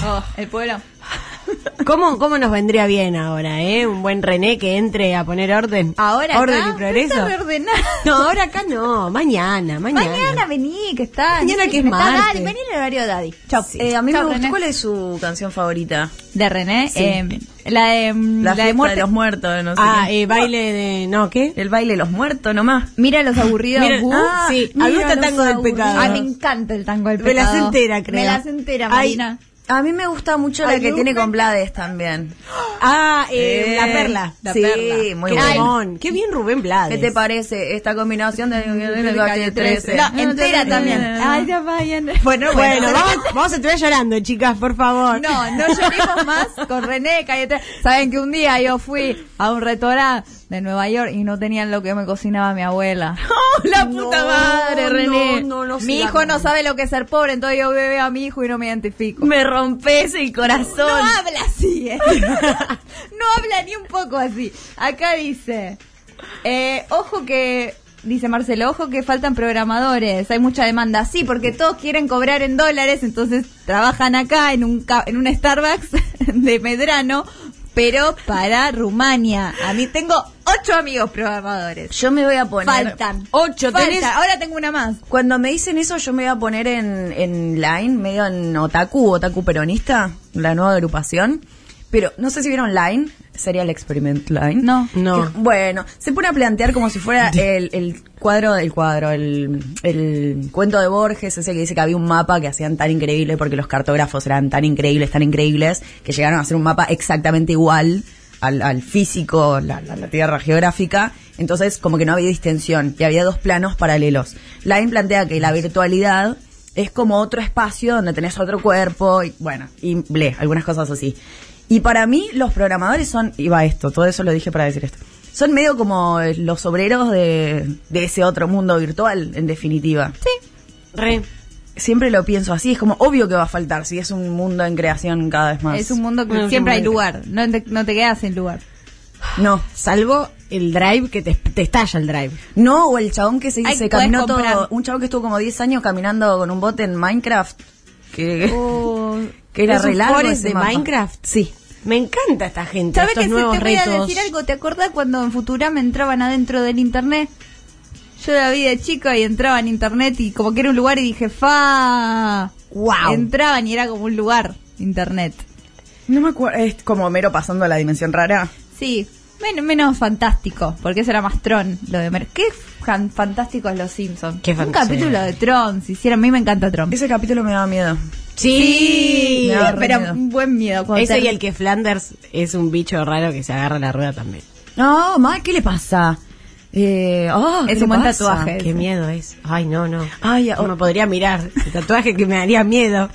C: Oh, el pueblo.
B: ¿Cómo, ¿Cómo nos vendría bien ahora, eh? Un buen René que entre a poner orden.
C: Ahora
B: Orden
C: acá,
B: y progreso.
C: está reordenado.
B: No, ahora acá no. Mañana, mañana.
C: Mañana vení, que está.
B: Mañana que es
C: está
B: martes.
C: Daddy, Vení el horario Daddy. Chau.
D: Eh, a mí
C: Chau,
D: me
C: René.
D: gustó. ¿Cuál es su canción favorita?
C: De René, eh, la de, mm,
D: La,
C: la de
D: fiesta
C: muerte.
D: de los muertos, no sé.
B: Ah,
D: qué.
B: eh, baile de... No, ¿qué?
D: El baile de los muertos nomás.
C: Mira los aburridos.
B: Mira-
C: Gus.
B: ah, sí, a mí me
C: Mira
B: gusta
C: los
B: Tango del
C: aburridos.
B: Pecado.
C: Ay, me encanta el tango del
B: Me la
C: pecado.
B: sé entera, creo.
C: Me la sé entera,
B: Ay.
C: Marina.
D: A mí me gusta mucho
B: Ay,
D: la que
B: me
D: tiene
B: gusta.
D: con Blades también.
B: Ah, eh, La Perla.
D: La
C: La
D: sí,
C: Perla.
D: muy
B: Qué
D: buena.
B: temón. Qué bien Rubén Blades.
D: ¿Qué te parece esta combinación
C: Mm,
D: de de calle 13?
C: No, entera también.
D: Ah,
C: Ay, ya vayan. Bueno,
B: Bueno, vamos, vamos a terminar llorando, chicas, por favor.
C: No, no lloremos más con René Calle 13. Saben que un día yo fui a un restaurante de Nueva York y no tenían lo que me cocinaba mi abuela. ¡Oh, la puta
B: No,
C: madre, René!
B: no, no, no,
C: mi
B: sí,
C: hijo
B: la-
C: no sabe lo que es ser pobre, entonces yo veo a mi hijo y no me identifico.
D: Me rompes el
C: No
D: corazón.
C: habla así, ¿eh? No habla ni un poco así. Acá dice, eh, ojo que, dice Marcelo, ojo que faltan programadores, hay mucha demanda. Sí, porque todos quieren cobrar en dólares, entonces trabajan acá en un, ca- en un Starbucks de Medrano, pero para Rumania. A mí tengo ocho amigos programadores.
D: Yo me voy a poner.
C: Faltan.
B: Ocho,
C: Falta.
B: tenés-
C: Ahora tengo una más.
D: Cuando me dicen eso, yo me voy a poner en, en line, medio en otaku, otaku peronista, la nueva agrupación. Pero no sé si vieron line, sería el experiment line.
C: No.
B: No.
D: Que- bueno, se pone a plantear como si fuera el, el cuadro del cuadro, el, el cuento de Borges, ese que dice que había un mapa que hacían tan increíble porque los cartógrafos eran tan increíbles, tan increíbles, que llegaron a hacer un mapa exactamente igual al, al físico, la, la- la tierra geográfica. Entonces, como que no había distensión y había dos planos paralelos. Line plantea que la virtualidad es como otro espacio donde tenés otro cuerpo y bueno, y ble, algunas cosas así. Y para mí los programadores son, iba esto, todo eso lo dije para decir esto, son medio como eh, los obreros de, de ese otro mundo virtual, en definitiva. Sí.
B: Re.
D: Siempre lo pienso así, es como obvio que va a faltar, si es un mundo en creación cada vez más.
C: Es un mundo que
B: Bueno,
C: siempre hay
B: sí,
C: lugar, no te, no te quedas sin lugar.
D: No.
B: Salvo el drive que te, te estalla el drive.
D: No, o el chabón que se,
C: Ay,
D: se
C: podés
D: caminó todo,
C: comprar.
D: un chabón que estuvo como 10 años caminando con un bote en Minecraft, que,
C: Uh,
B: Oh.
D: que era
B: ¿Es un
D: re largo
B: forest
D: ese
B: de
D: mapa.
B: Minecraft?
D: Sí.
B: Me encanta esta gente.
C: ¿Sabes
B: estos
C: que si te
B: nuevos
C: voy a
B: retos.
C: decir algo? ¿Te acordás cuando en Futurama entraban adentro del internet? Yo la vi de chica y entraba en internet y como que era un lugar y dije, fa.
B: Guau.
C: Entraban y era como un lugar, internet.
D: No me acuerdo, es como Homero pasando a la dimensión rara.
C: Sí, men- menos fantástico, porque eso era más Tron, lo de Mer. Qué fan- fantásticos los Simpsons.
B: Qué
C: un
B: fan-
C: capítulo
B: sí.
C: de Tron, si hicieron, a mí me encanta Tron.
D: Ese capítulo me daba miedo.
B: Sí.
D: Sí. me da re
C: pero
D: miedo.
C: un buen miedo. cuando
B: Ese
C: te-
B: y el que Flanders es un bicho raro que se agarra la rueda también.
D: No, ma, ¿qué le pasa? Eh, ah,
C: Es
D: ¿qué
C: un
D: le
C: buen
D: pasa?
C: tatuaje.
B: Qué miedo es. Ay, no, no.
D: Ay,
B: no
D: oh.
B: me podría mirar. El tatuaje que me daría miedo.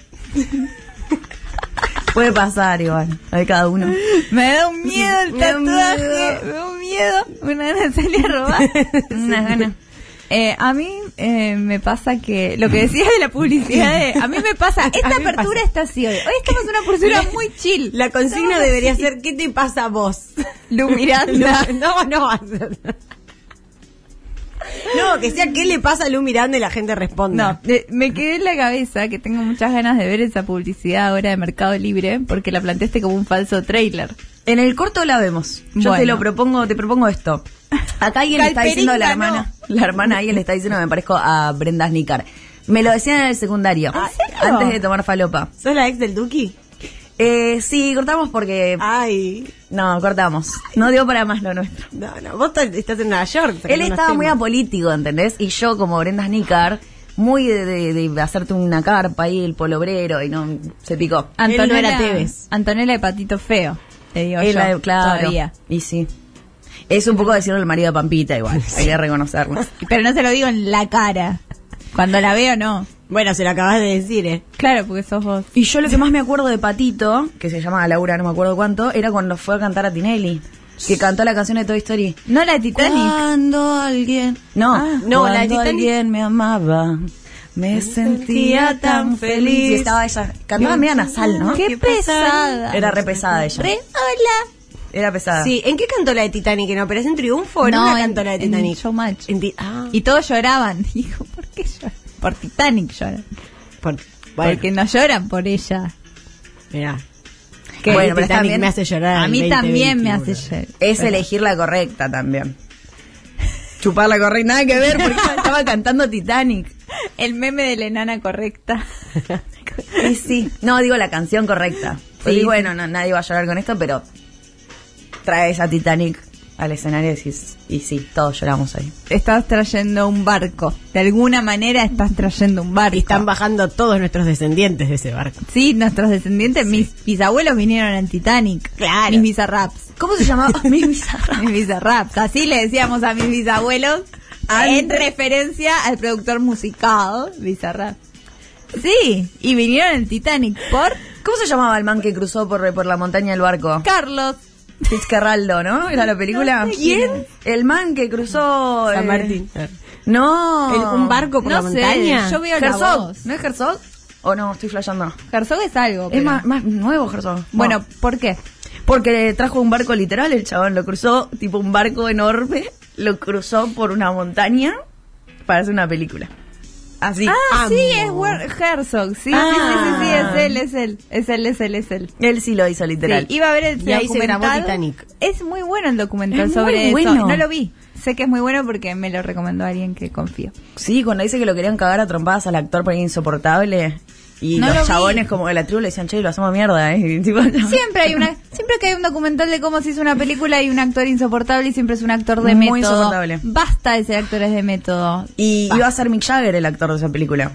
D: Puede pasar igual, a cada uno.
C: Me da un miedo el
D: Me da
C: tatuaje,
D: un miedo.
C: me da un miedo. Una gana de salir a robar. Una gana. Eh, a mí eh, me pasa que lo que decías de la publicidad, eh, a mí me pasa, esta
B: mí me
C: apertura
B: pasa.
C: está así hoy. Hoy estamos en una apertura muy chill.
B: La consigna
C: Estamos
B: debería
C: así.
B: ser: ¿Qué te pasa a vos?
C: Lu Miranda.
B: No, no. No, que sea qué le pasa a Lu Miranda y la gente responda.
C: No, de- Eh, me quedé en la cabeza que tengo muchas ganas de ver esa publicidad ahora de Mercado Libre porque la planteaste como un falso trailer.
D: En el corto la vemos. Yo te
C: Bueno.
D: lo propongo, te propongo esto. Acá alguien le está diciendo a la
C: Calperinca,
D: hermana, la hermana alguien le está diciendo que me parezco a Brenda Snicar. Me lo decían en el secundario,
C: serio?
D: antes de tomar falopa.
B: ¿Sos la ex del Duki?
D: Eh, sí, cortamos porque
B: Ay.
D: no, cortamos. No dio para más lo nuestro.
B: No, no. Vos t- estás en Nueva York.
D: Él
B: sacando unos
D: estaba muy
B: temas.
D: apolítico, ¿entendés? Y yo, como Brenda Snicker, muy de, de- de hacerte una carpa ahí, el polobrero, y no se picó.
B: Él no
C: Antonella
B: era Tevez.
C: Antonella de Patito Feo, te digo
D: Él,
C: yo,
D: eh, claro.
C: todavía.
D: Y sí. Es un poco decirlo al marido de Pampita, igual. Hay que reconocerlo.
C: Pero no se lo digo en la cara. Cuando la veo, no.
B: Bueno, se lo acabas de decir, ¿eh?
C: Claro, porque sos vos.
D: Y yo lo que más me acuerdo de Patito, que se llamaba Laura, no me acuerdo cuánto, era cuando fue a cantar a Tinelli, que cantó la canción de Toy Story.
C: No la Titanic.
D: Cuando alguien. No,
B: Ah,
D: no,
B: no,
D: cuando
B: la de Titanic.
D: alguien me amaba. Me sentía tan feliz. Y estaba ella. Cantaba media nasal, ¿no?
C: Qué pesada.
D: Era re pesada ella.
C: Re, hola.
D: Era pesada.
B: Sí, ¿en qué cantó la de Titanic? ¿No? ¿Pero es en Triunfo o no,
C: No,
B: la cantó
C: en-
B: la de
C: en
B: Titanic?
C: Showmatch.
B: En ti- ah,
C: Y todos lloraban. Dijo, ¿por qué lloran? Por Titanic lloran.
B: por- bueno,
C: Porque no lloran por ella.
B: mirá.
D: Que
B: bueno,
D: el
B: pero
D: Titanic
B: también
D: me
B: me
D: hace
B: hace llorar.
C: A mí también me hace llorar.
D: Es elegir la correcta también. Chupar la correcta, nada que ver, porque estaba cantando Titanic.
C: El meme de la enana correcta.
D: Y sí, no, digo la canción correcta. Pues
C: Sí,
D: digo, bueno, no, nadie va a llorar con esto, pero traes a Titanic al escenario y, decís, y sí, todos lloramos ahí.
C: Estás trayendo un barco. De alguna manera estás trayendo un barco.
B: Y están bajando todos nuestros descendientes de ese barco.
C: Sí, nuestros descendientes, mis bisabuelos vinieron al Titanic.
B: Claro.
C: Mis bisarraps.
D: ¿Cómo se llamaba? Mi bizarra.
C: Mis bisarraps. Así le decíamos a mis bisabuelos en
D: Antes.
C: referencia al productor musical, bisarrap. Sí, y vinieron al Titanic por
D: ¿Cómo se llamaba el man que cruzó por, por la montaña el barco?
C: Carlos.
D: Fitzcarraldo, ¿no? ¿Era la película?
C: No sé quién es.
D: El man que cruzó... eh,
B: San Martín.
D: No.
B: El- un barco por
C: No
B: la
C: sé,
B: montaña.
C: yo veo la
D: Herzog.
C: voz.
D: ¿No es Herzog? ¿O no? Estoy flasheando.
C: Herzog es algo.
D: Es
C: pero-
D: más, más nuevo Herzog.
C: Bueno,
D: No.
C: ¿por qué?
D: Porque trajo un barco literal el chabón, lo cruzó, tipo un barco enorme, lo cruzó por una montaña para hacer una película. Así.
C: Ah, sí,
B: Amo.
C: es Wer- Herzog. Sí,
D: Ah.
C: sí, sí, sí, es él, es él. Es él, es él, es él.
D: Él sí lo hizo literal.
C: Sí, iba a ver el
B: Y ahí se grabó
C: documental.
B: Titanic.
C: Es muy bueno el documental
D: Es muy
C: sobre
D: bueno.
C: eso. No lo vi. Sé que es muy bueno porque me lo recomendó alguien que confío.
D: Sí, cuando dice que lo querían cagar a trompadas al actor porque era insoportable. Y
C: No lo
D: los
C: vi.
D: chabones como de la tribu le decían, che, lo hacemos mierda, ¿eh? Y tipo, no.
C: Siempre hay una, siempre que hay un documental de cómo se hizo una película hay un actor insoportable y siempre es un actor de
D: Muy
C: método.
D: insoportable.
C: Basta de ser actores de método.
D: Y iba a ser Mick Jagger el actor de esa película.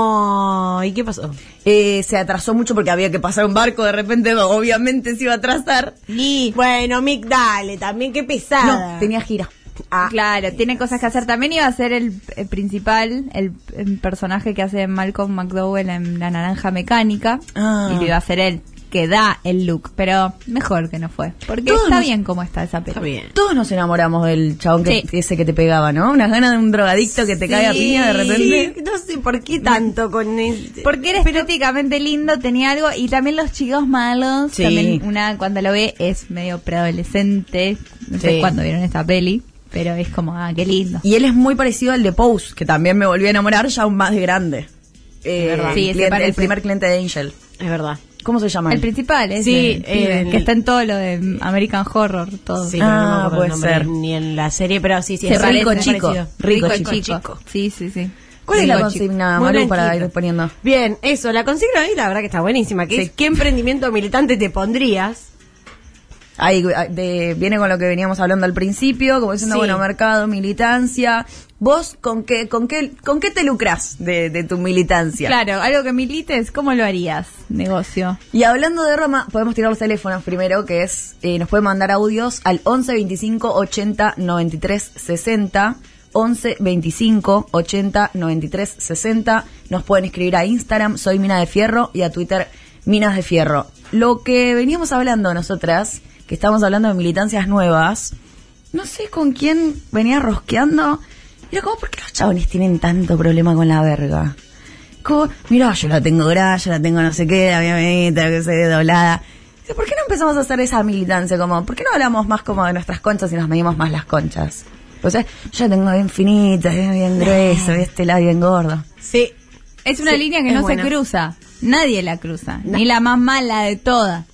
B: No, ¿y qué pasó?
D: Eh, se atrasó mucho porque había que pasar un barco de repente, obviamente se iba a atrasar.
C: Y
B: Bueno, Mick, dale, también qué pesada.
D: No, tenía gira.
B: Ah,
C: claro, tiene cosas que hacer. También iba a ser el, eh, principal, el, el personaje que hace Malcolm McDowell en La Naranja Mecánica.
D: Ah.
C: Y lo iba a ser él, que da el look. Pero mejor que no fue. Porque
D: Todos
C: está
D: nos-
C: bien como está esa película.
B: está bien.
D: Todos nos enamoramos del chabón que,
C: Sí.
D: ese que te pegaba, ¿no? Unas ganas de un drogadicto que te caiga a piña de repente.
B: Sí, no sé por qué tanto con el...
C: Porque era estéticamente lindo, tenía algo. Y también los chicos malos.
D: Sí.
C: También una cuando lo ve es medio preadolescente. No sé
D: Sí.
C: cuándo vieron esta peli. Pero es como, ah, qué lindo.
D: Y él es muy parecido al de Pose, que también me volvió a enamorar ya aún más de grande. Eh,
C: verdad.
D: cliente-
C: Sí, ese parece.
D: el primer cliente de Angel.
B: Es verdad.
D: ¿Cómo se llama?
C: El principal es
B: Sí,
C: el pibe,
B: el-
C: que está en todo lo de American Horror, todo.
B: Sí,
D: Ah,
B: pero no me acuerdo
D: puede
B: el nombre
D: ser.
B: ni en la serie, pero sí, sí.
C: Se
B: es
C: parece,
B: rico
C: me
B: chico.
D: pareció.
C: Rico,
D: Rico
C: chico.
D: chico.
C: Sí, sí, sí.
D: ¿Cuál es la
C: Rico chico.
D: consigna,
B: Muy
D: Maru, para
B: blanquito.
D: ir poniendo?
B: Bien, eso, la consigna de hoy la verdad que está buenísima, que
D: Sí.
B: es ¿qué emprendimiento militante te pondrías?
D: Ahí ah, de- viene con lo que veníamos hablando al principio, como diciendo,
B: Sí.
D: bueno, mercado, militancia. ¿Vos con qué, con qué, con qué te lucras de, de tu militancia?
C: Claro, algo que milites, ¿cómo lo harías? Negocio.
D: Y hablando de Roma, podemos tirar los teléfonos primero, que es, eh, nos pueden mandar audios al 11 25 80 93 60. 11 25 80 93 60. Nos pueden escribir a Instagram, soy Mina de Fierro, y a Twitter, Minas de Fierro. Lo que veníamos hablando nosotras, que estamos hablando de militancias nuevas, no sé con quién venía rosqueando. Mira, como, ¿por qué los chabones tienen tanto problema con la verga? Como, mirá, yo la tengo grande, yo la tengo no sé qué, la mía amiguita, que sé, doblada. Dice, ¿Por qué no empezamos a hacer esa militancia? Como, ¿por qué no hablamos más como de nuestras conchas y nos medimos más las conchas? O sea, yo la tengo bien finita, bien, bien gruesa, de este lado bien gordo.
B: Sí.
C: Es una
B: Sí,
C: línea que
B: es
C: no
B: buena.
C: se cruza. Nadie la cruza.
B: No.
C: Ni la más mala de todas.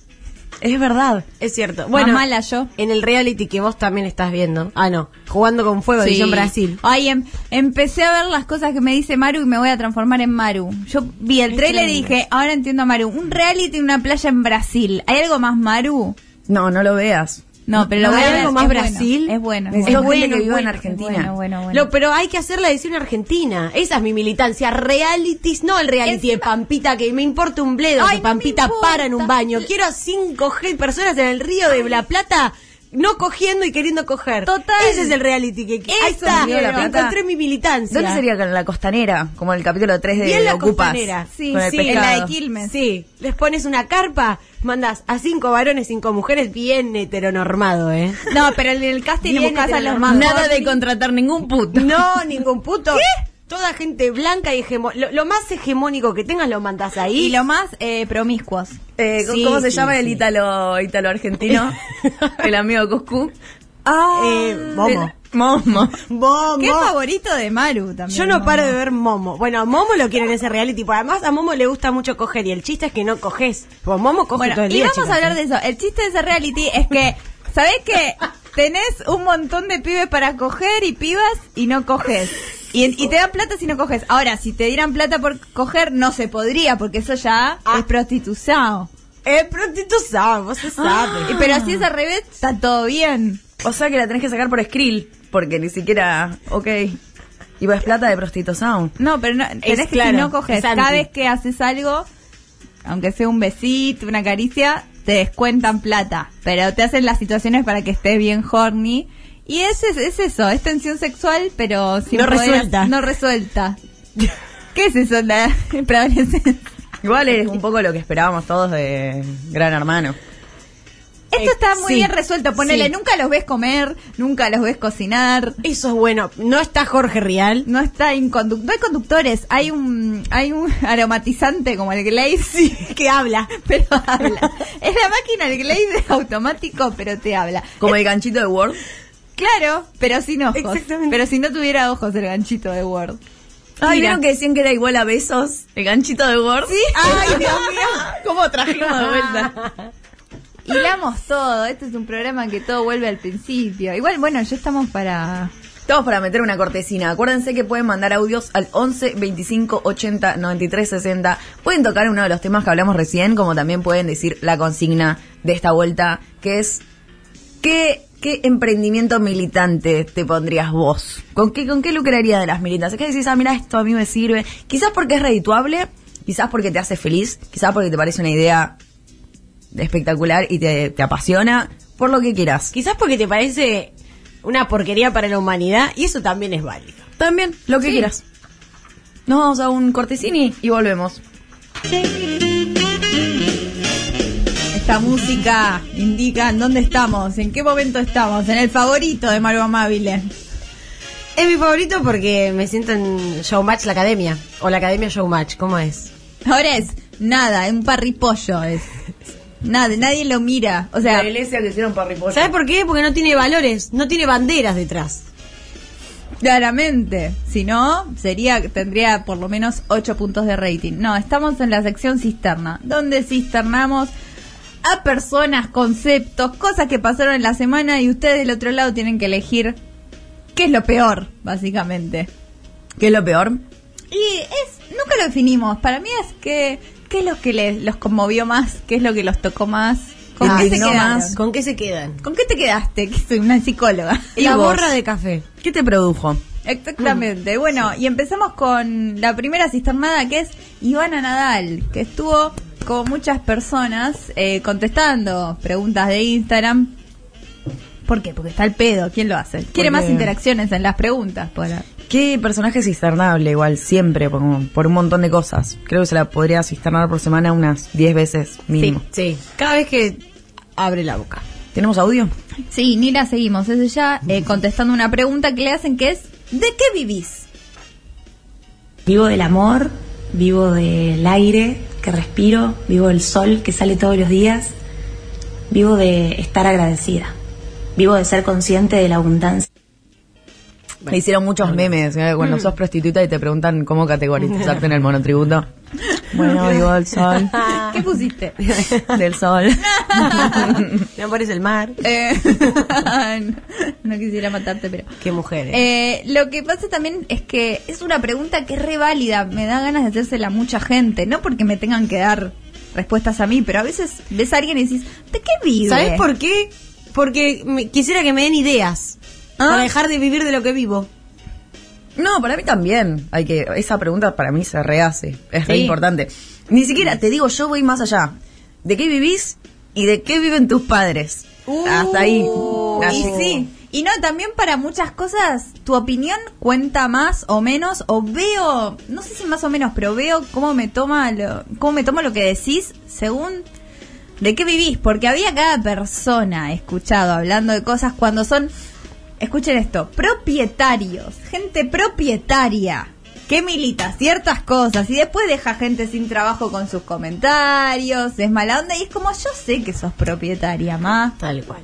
D: Es verdad.
B: Es cierto. Bueno,
C: mala yo.
B: en el reality que vos también estás viendo. Ah, no. Jugando con fuego,
C: Sí.
B: edición Brasil.
C: Ay, em- empecé a ver las cosas que me dice Maru y me voy a transformar en Maru. Yo vi el trailer y dije, ahora entiendo a Maru. Un reality en una playa en Brasil. ¿Hay algo más Maru?
D: No, no lo veas.
C: No, pero
B: No,
C: lo voy
B: ¿hay
C: a ver.
B: algo
C: Es
B: más
C: bueno,
B: Brasil?
C: Es bueno. es
D: Es
C: bueno.
D: gente que
B: bueno,
D: vive en
B: bueno,
D: Argentina.
C: Bueno, bueno, bueno.
B: Lo- pero hay que hacer la edición argentina. Esa es mi militancia. Realities, no el reality de Pampita, que me importa un bledo
C: Ay, no
B: que
C: me
B: Pampita
C: importa.
B: para en un baño. Quiero a 5G personas en el río de La Plata no cogiendo y queriendo coger.
C: Total.
B: Ese es el reality que
C: Eso
B: Ahí está.
C: quiero, la plata.
B: Encontré mi militancia.
D: ¿Dónde sería con la costanera? Como el capítulo 3 de
B: Bien la
D: Ocupas.
B: costanera.
C: Sí,
D: con el
C: sí,
D: pescado.
C: en la de Quilmes.
B: Sí, les pones una carpa, mandas a cinco varones, cinco mujeres, bien heteronormado, ¿eh?
C: No, pero en el casting
B: Bien
C: buscas a los más.
B: heteronormado.
E: Nada de contratar ningún puto.
B: No, ningún puto. Toda gente blanca y hegemónica. Lo, lo más hegemónico que tengas lo mandas ahí.
C: Y lo más eh, promiscuos.
D: Eh, ¿cómo-
B: Sí,
D: ¿Cómo se
B: sí,
D: llama el
B: sí.
D: ítalo ítalo argentino? el amigo Coscu.
B: Eh, Momo.
D: Momo.
B: Momo.
C: Ah. Qué favorito de Maru también.
B: Yo no
C: Momo.
B: paro de ver Momo. Bueno, a Momo lo quieren en ese reality. porque Además, a Momo le gusta mucho coger. Y el chiste es que no coges. Porque Momo coge
C: Bueno,
B: todo el
C: y
B: día.
C: vamos
B: chicas,
C: a hablar
B: ¿eh?
C: de eso. El chiste de ese reality es que, ¿sabés que Tenés un montón de pibes para coger y pibas y no coges. Y, en- y te dan plata si no coges. Ahora, si te dieran plata por coger, no se podría, porque eso ya
B: Ah.
C: es prostitución.
B: Eh, prontito sabes, vos se sabes.
C: Y- Pero si es al revés, está todo bien.
D: O sea que la tenés que sacar por Skrill, porque ni siquiera. Ok. Y es plata de Prostito Sound.
C: No, pero no, tenés que
B: claro,
C: si no coges.
B: es anti.
C: Cada vez que haces algo, aunque sea un besito, una caricia, te descuentan plata. Pero te hacen las situaciones para que estés bien horny. Y ese es, es eso, es tensión sexual, pero sin
B: No
C: poder-
B: resuelta.
C: No resuelta. ¿Qué es eso? La preadolescencia?
D: Igual es un poco lo que esperábamos todos de Gran Hermano.
C: Esto está muy
B: sí,
C: bien resuelto. Ponele,
B: sí.
C: nunca los ves comer, nunca los ves cocinar.
B: Eso es bueno. No está Jorge Rial.
C: No está inconduc- no hay conductores, hay un hay un aromatizante como el Glaze.
B: que habla.
C: pero habla. Es la máquina, el Glade automático, pero te habla.
D: Como el ganchito de Word.
C: Claro, pero sin ojos.
B: Exactamente.
C: Pero si no tuviera ojos el ganchito de Word.
D: Ay,
C: Ah, Mira.
D: ¿vieron que decían que era igual a besos? El ganchito de Word. Sí.
C: Ay, Dios mío, cómo trajimos de
B: Ah.
C: vuelta. Hilamos todo, este es un programa que todo vuelve al principio. Igual, bueno, ya estamos para...
D: Todos para meter una cortesina. Acuérdense que pueden mandar audios al 11 25 80 93 60. Pueden tocar uno de los temas que hablamos recién, como también pueden decir la consigna de esta vuelta, que es ¿qué, qué emprendimiento militante te pondrías vos? ¿Con qué, con qué lucraría de las militancias? ¿Qué decís? Ah, mira, esto a mí me sirve. Quizás porque es redituable, quizás porque te hace feliz, quizás porque te parece una idea espectacular y te, te apasiona, por lo que quieras.
B: Quizás porque te parece una porquería para la humanidad. Y eso también es válido.
D: También, lo que quieras. Nos vamos a un cortesini y volvemos.
C: Esta música indica en dónde estamos, en qué momento estamos, en el favorito de Maru Amabile.
B: Es mi favorito porque me siento en Showmatch la Academia. O la Academia Showmatch, ¿cómo es?
C: Ahora es nada, un parripollo es. Nada, nadie lo mira. O sea,
D: iglesia que hicieron parripollo.
B: ¿Sabes por qué? Porque no tiene valores, no tiene banderas detrás.
C: Claramente, si no, sería tendría por lo menos 8 puntos de rating. No, estamos en la sección cisterna, donde cisternamos a personas, conceptos, cosas que pasaron en la semana y ustedes del otro lado tienen que elegir qué es lo peor, básicamente.
D: ¿Qué es lo peor?
C: Y es nunca lo definimos, para mí es que qué es lo que les, los conmovió más, qué es lo que los tocó más, con
D: Ah,
C: qué se
D: no
C: quedaron.
D: más.
B: ¿Con qué se quedan?
C: ¿Con qué te quedaste? Que soy una psicóloga.
D: Y
B: la
D: vos.
B: borra de café.
D: ¿Qué te produjo?
C: Exactamente. Bueno, y empezamos con la primera cisternada que es Ivana Nadal, que estuvo como muchas personas eh, contestando preguntas de Instagram. ¿Por qué? Porque está el pedo. ¿Quién lo hace? Quiere más
D: Porque-
C: interacciones en las preguntas. Por...
D: Qué personaje cisternable, igual, siempre, por, por un montón de cosas. Creo que se la podría cisternar por semana unas 10 veces mínimo.
B: Sí. Cada vez que abre la boca.
D: ¿Tenemos audio?
C: Sí, ni la seguimos. Es ella eh, contestando una pregunta que le hacen que es ¿De qué vivís?
F: Vivo del amor, vivo del aire que respiro, vivo del sol que sale todos los días, vivo de estar agradecida, vivo de ser consciente de la abundancia.
D: Me hicieron muchos memes. ¿eh?
B: Mm.
D: Cuando sos prostituta y te preguntan cómo categorizarte en el monotributo. Bueno, vivo del sol.
C: ¿Qué pusiste?
D: del sol.
B: Me aparece el mar.
C: Eh, no, no quisiera matarte, pero...
B: Qué mujeres.
C: Eh, lo que pasa también es que es una pregunta que es re válida. Me da ganas de hacérsela a mucha gente. No porque me tengan que dar respuestas a mí, pero a veces ves a alguien y decís, ¿de qué vive?
B: ¿Sabes por qué? Porque me- quisiera que me den ideas.
C: Ah.
B: Para dejar de vivir de lo que vivo.
D: No, para mí también. Hay que esa pregunta para mí se rehace. Es re importante. Ni siquiera te digo, yo voy más allá. ¿De qué vivís y de qué viven tus padres? Hasta ahí. casi.
C: Uh, Y sí. Y no, también para muchas cosas, tu opinión cuenta más o menos, o veo, no sé si más o menos, pero veo cómo me toma lo, cómo me toma lo que decís según de qué vivís, porque había cada persona escuchado hablando de cosas cuando son, escuchen esto, propietarios, gente propietaria que milita ciertas cosas y después deja gente sin trabajo con sus comentarios, es mala onda y es como yo sé que sos propietaria más.
B: Tal cual.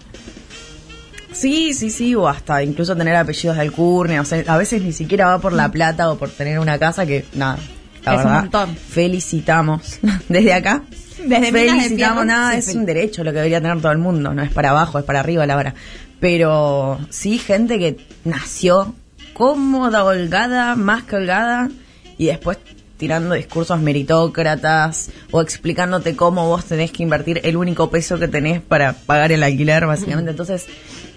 D: Sí, sí, sí, o hasta incluso tener apellidos de alcurnia. O sea, a veces ni siquiera va por la plata o por tener una casa que, nada, la
C: Mm. Es un
D: verdad,
C: montón.
D: felicitamos desde acá.
C: Desde Minas de
D: felicitamos,
C: Pierro,
D: nada,
C: se
D: es
C: fel-
D: un derecho lo que debería tener todo el mundo, no es para abajo, es para arriba la hora. Pero sí, gente que nació cómoda, holgada, más que holgada, y después tirando discursos meritócratas o explicándote cómo vos tenés que invertir el único peso que tenés para pagar el alquiler, básicamente. Entonces,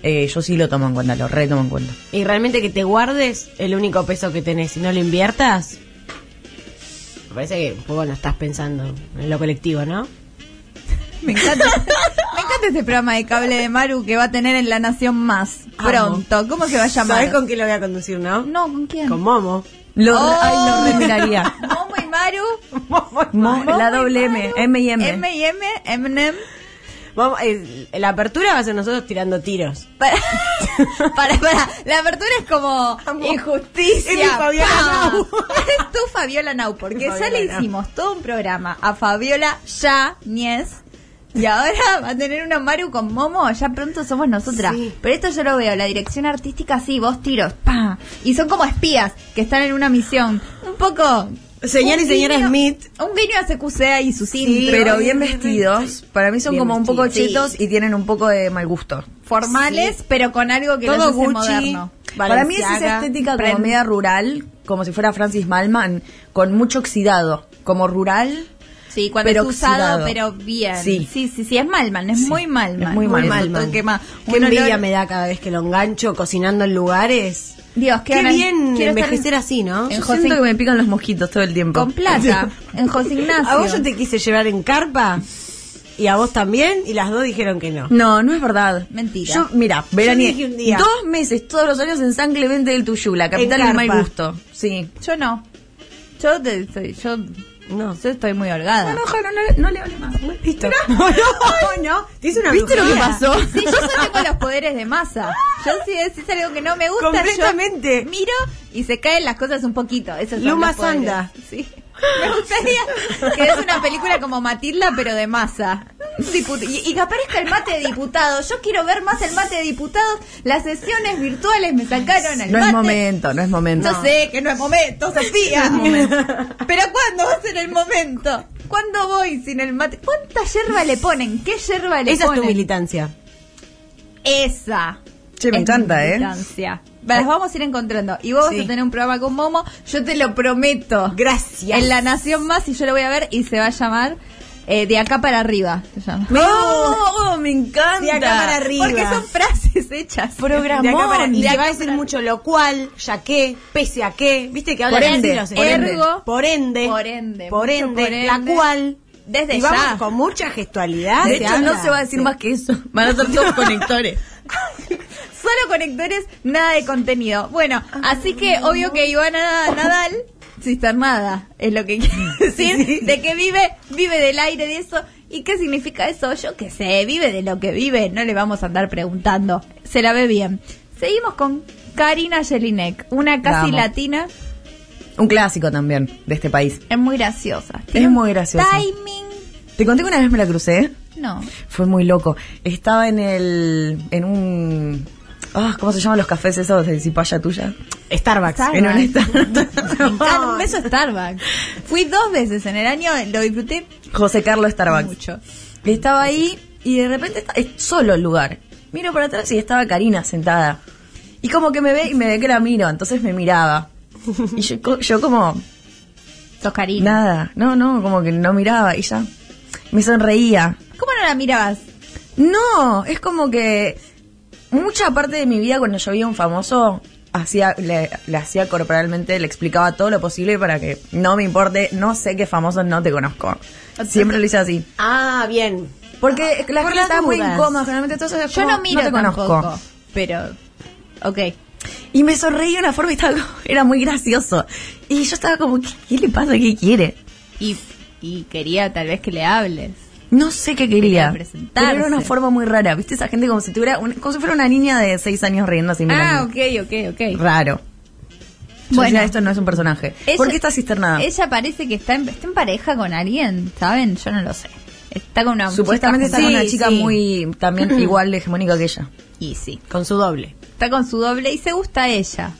D: eh, yo sí lo tomo en cuenta, lo retomo en cuenta.
B: Y realmente que te guardes el único peso que tenés y no lo inviertas, me parece que un poco no estás pensando en lo colectivo, ¿no?
C: Me encanta, me encanta este programa de cable de Maru que va a tener en La Nación Más pronto. ¿Cómo se va a llamar?
B: ¿Sabés con quién lo voy a conducir, no?
C: No, ¿con quién?
B: Con Momo.
D: Lo,
C: Oh.
D: Ay, lo remiraría.
C: Momo y Maru.
D: Mo-
C: Momo
D: la
C: y
D: doble M,
C: Maru.
D: M y M.
C: M y M, M&M.
B: Momo, eh, la apertura va a ser nosotros tirando tiros.
C: Para, para, para. La apertura es como injusticia.
B: Es mi Fabiola
C: pa.
B: Nau.
C: Es tu Fabiola Nau, porque
B: Fabiola
C: ya le
B: Nau.
C: hicimos todo un programa a Fabiola ya, Ñez. Y ahora va a tener una Maru con Momo, ya pronto somos nosotras.
B: Sí.
C: Pero esto yo lo veo, la dirección artística sí, vos tiros, pa. Y son como espías que están en una misión. Un poco...
B: Señor y
C: un
B: señora
C: guiño-
B: Smith.
C: Un guiño a CQC y su cinto.
D: Sí, pero bien vestidos. Para mí son
B: Bien
D: como un poco
B: vestidos.
D: chetos y tienen un poco de mal gusto.
C: Formales, pero con algo que los
B: Todo
C: hace
B: Gucci.
C: moderno.
D: Para mí es esa estética como media rural, como si fuera Francis Malman, con mucho oxidado, como rural.
C: Sí, cuando
D: pero
C: es usado,
D: oxidado.
C: pero bien. Sí.
D: Sí.
C: sí, sí, es Malman, es muy Malman.
D: es muy
C: Bueno,
D: Malman.
C: un toque más.
B: Qué
C: Un olor-
B: envidia me da cada vez que lo engancho cocinando en lugares.
C: Dios, qué,
B: Qué
C: ganas-
B: bien
C: quiero estar
B: envejecer
C: en-
B: así, ¿no?
C: en
D: Yo
C: José-
D: siento que me pican los mosquitos todo el tiempo.
C: Con plata, en José Ignacio.
B: A vos yo te quise llevar en carpa y a vos también y las dos dijeron que no.
D: No, no es verdad.
C: Mentira.
D: Yo, mira,
B: Yo dije un
D: veranié
B: día.
D: dos meses todos los años en San Clemente del Tuyú, la capital
B: En
D: del mal
B: carpa.
D: gusto. Sí.
C: Yo no. Yo, te- soy- yo,
B: No.
C: yo estoy muy holgada.
D: Ojalá no, no le hable más.
B: ¿Viste? No, no, no. Te hice una
D: ¿Viste lo que
B: brujería.
D: pasó?
C: Sí, yo solo tengo los poderes de masa. Yo si decís algo que no me gusta, yo
B: Completamente.
C: miro y se caen las cosas un poquito. Eso es
B: Luma Sanda.
C: Sí. Me gustaría que es una película como Matilda, pero de masa. Diput- Y, y que aparezca el mate de diputados. Yo quiero ver más el mate de diputados. Las sesiones virtuales me sacaron al
D: No
C: mate.
D: es momento, no es momento.
C: Yo sé que no es momento, Sofía. Pero ¿cuándo va a ser el momento? ¿Cuándo voy sin el mate? ¿Cuánta hierba le ponen? ¿Qué hierba le
B: Esa es
C: ponen?
B: tu militancia.
C: Esa.
D: Che, me
C: es
D: encanta,
C: mi
D: ¿eh?
C: militancia. Las vamos a ir encontrando. Y vos vas a tener un programa con Momo, yo te lo prometo.
B: Gracias.
C: En La Nación Más, y yo lo voy a ver, y se va a llamar eh, De acá para arriba. Se llama.
D: ¡Oh! Me encanta.
B: De acá para arriba.
C: Porque son frases hechas.
B: De acá para-
D: Programón.
B: y te va a decir mucho lo cual, ya que, pese a que. ¿Viste que habla
D: Por ende,
B: así los
C: por ende.
B: ergo, por ende,
C: Por ende,
B: por
C: mucho
B: ende,
C: por
B: la
C: ende.
B: cual.
C: Desde
B: y vamos
C: ya.
B: con mucha
C: Ah,
B: gestualidad.
D: De
B: se
D: hecho, no
B: habla.
D: se va a decir más que eso. Van a ser todos conectores.
C: Solo conectores, nada de contenido. Bueno, así que obvio que Ivana Nadal, cisternada, es lo que quiere decir, de que vive, vive del aire de eso. ¿Y qué significa eso? Yo qué sé, vive de lo que vive, no le vamos a andar preguntando. Se la ve bien. Seguimos con Karina Jelinek, una casi
D: Vamos.
C: latina,
D: Un clásico también de este país.
C: es muy graciosa.
D: Es
C: un
D: muy graciosa.
C: Timing,
D: Te conté que una vez me la crucé.
C: no.
D: Fue muy loco. Estaba en el. en un. ah, ¿Cómo se llaman los cafés esos de Cipaya tuya?
B: Starbucks.
C: Starbucks.
D: En un
C: Me encanta, un
D: Starbucks.
C: beso a Starbucks. Fui dos veces en el año, lo disfruté
D: José Carlos Starbucks.
C: mucho.
D: Estaba ahí y de repente está- es solo el lugar. Miro para atrás y estaba Karina sentada. Y como que me ve y me ve que la miro, entonces me miraba. Y yo, co- yo como,
C: Sos Karina.
D: nada, no, no, como que no miraba. Y ya me sonreía.
C: ¿Cómo no la mirabas?
D: No, es como que mucha parte de mi vida cuando yo veía a un famoso hacía le, le hacía corporalmente, le explicaba todo lo posible para que no me importe, no sé qué famoso no te conozco. Siempre lo hice así.
B: Ah, bien.
D: Porque la
B: Por
D: gente
B: las
D: está muy
C: Ah,
B: dudas.
D: incómoda, generalmente entonces es
C: Yo
D: como,
C: no miro
D: te
C: tampoco.
D: conozco.
C: pero. Ok.
D: Y me sonreí de una forma y estaba como- era muy gracioso. Y yo estaba como, ¿qué, qué le pasa? ¿Qué quiere?
C: Y, y quería tal vez que le hables.
D: No sé qué quería.
C: Quería presentarse.
D: Pero era una forma muy rara. ¿Viste esa gente como si tuviera un- como si fuera una niña de seis años riendo así
C: Ah,
D: mirando?
C: ok, ok, ok.
D: Raro. Yo
C: Bueno.
D: decía, esto no es un personaje.
C: Ella-
D: ¿Por qué está cisternada?
C: Ella parece que está en, está en pareja con alguien, ¿saben? Yo no lo sé. Está con una
D: Supuestamente
C: chica
D: está con
C: junta-
D: una chica
C: Sí,
D: muy también igual de hegemónica que ella.
C: Y sí.
B: Con su doble.
C: Está con su doble y se gusta a ella.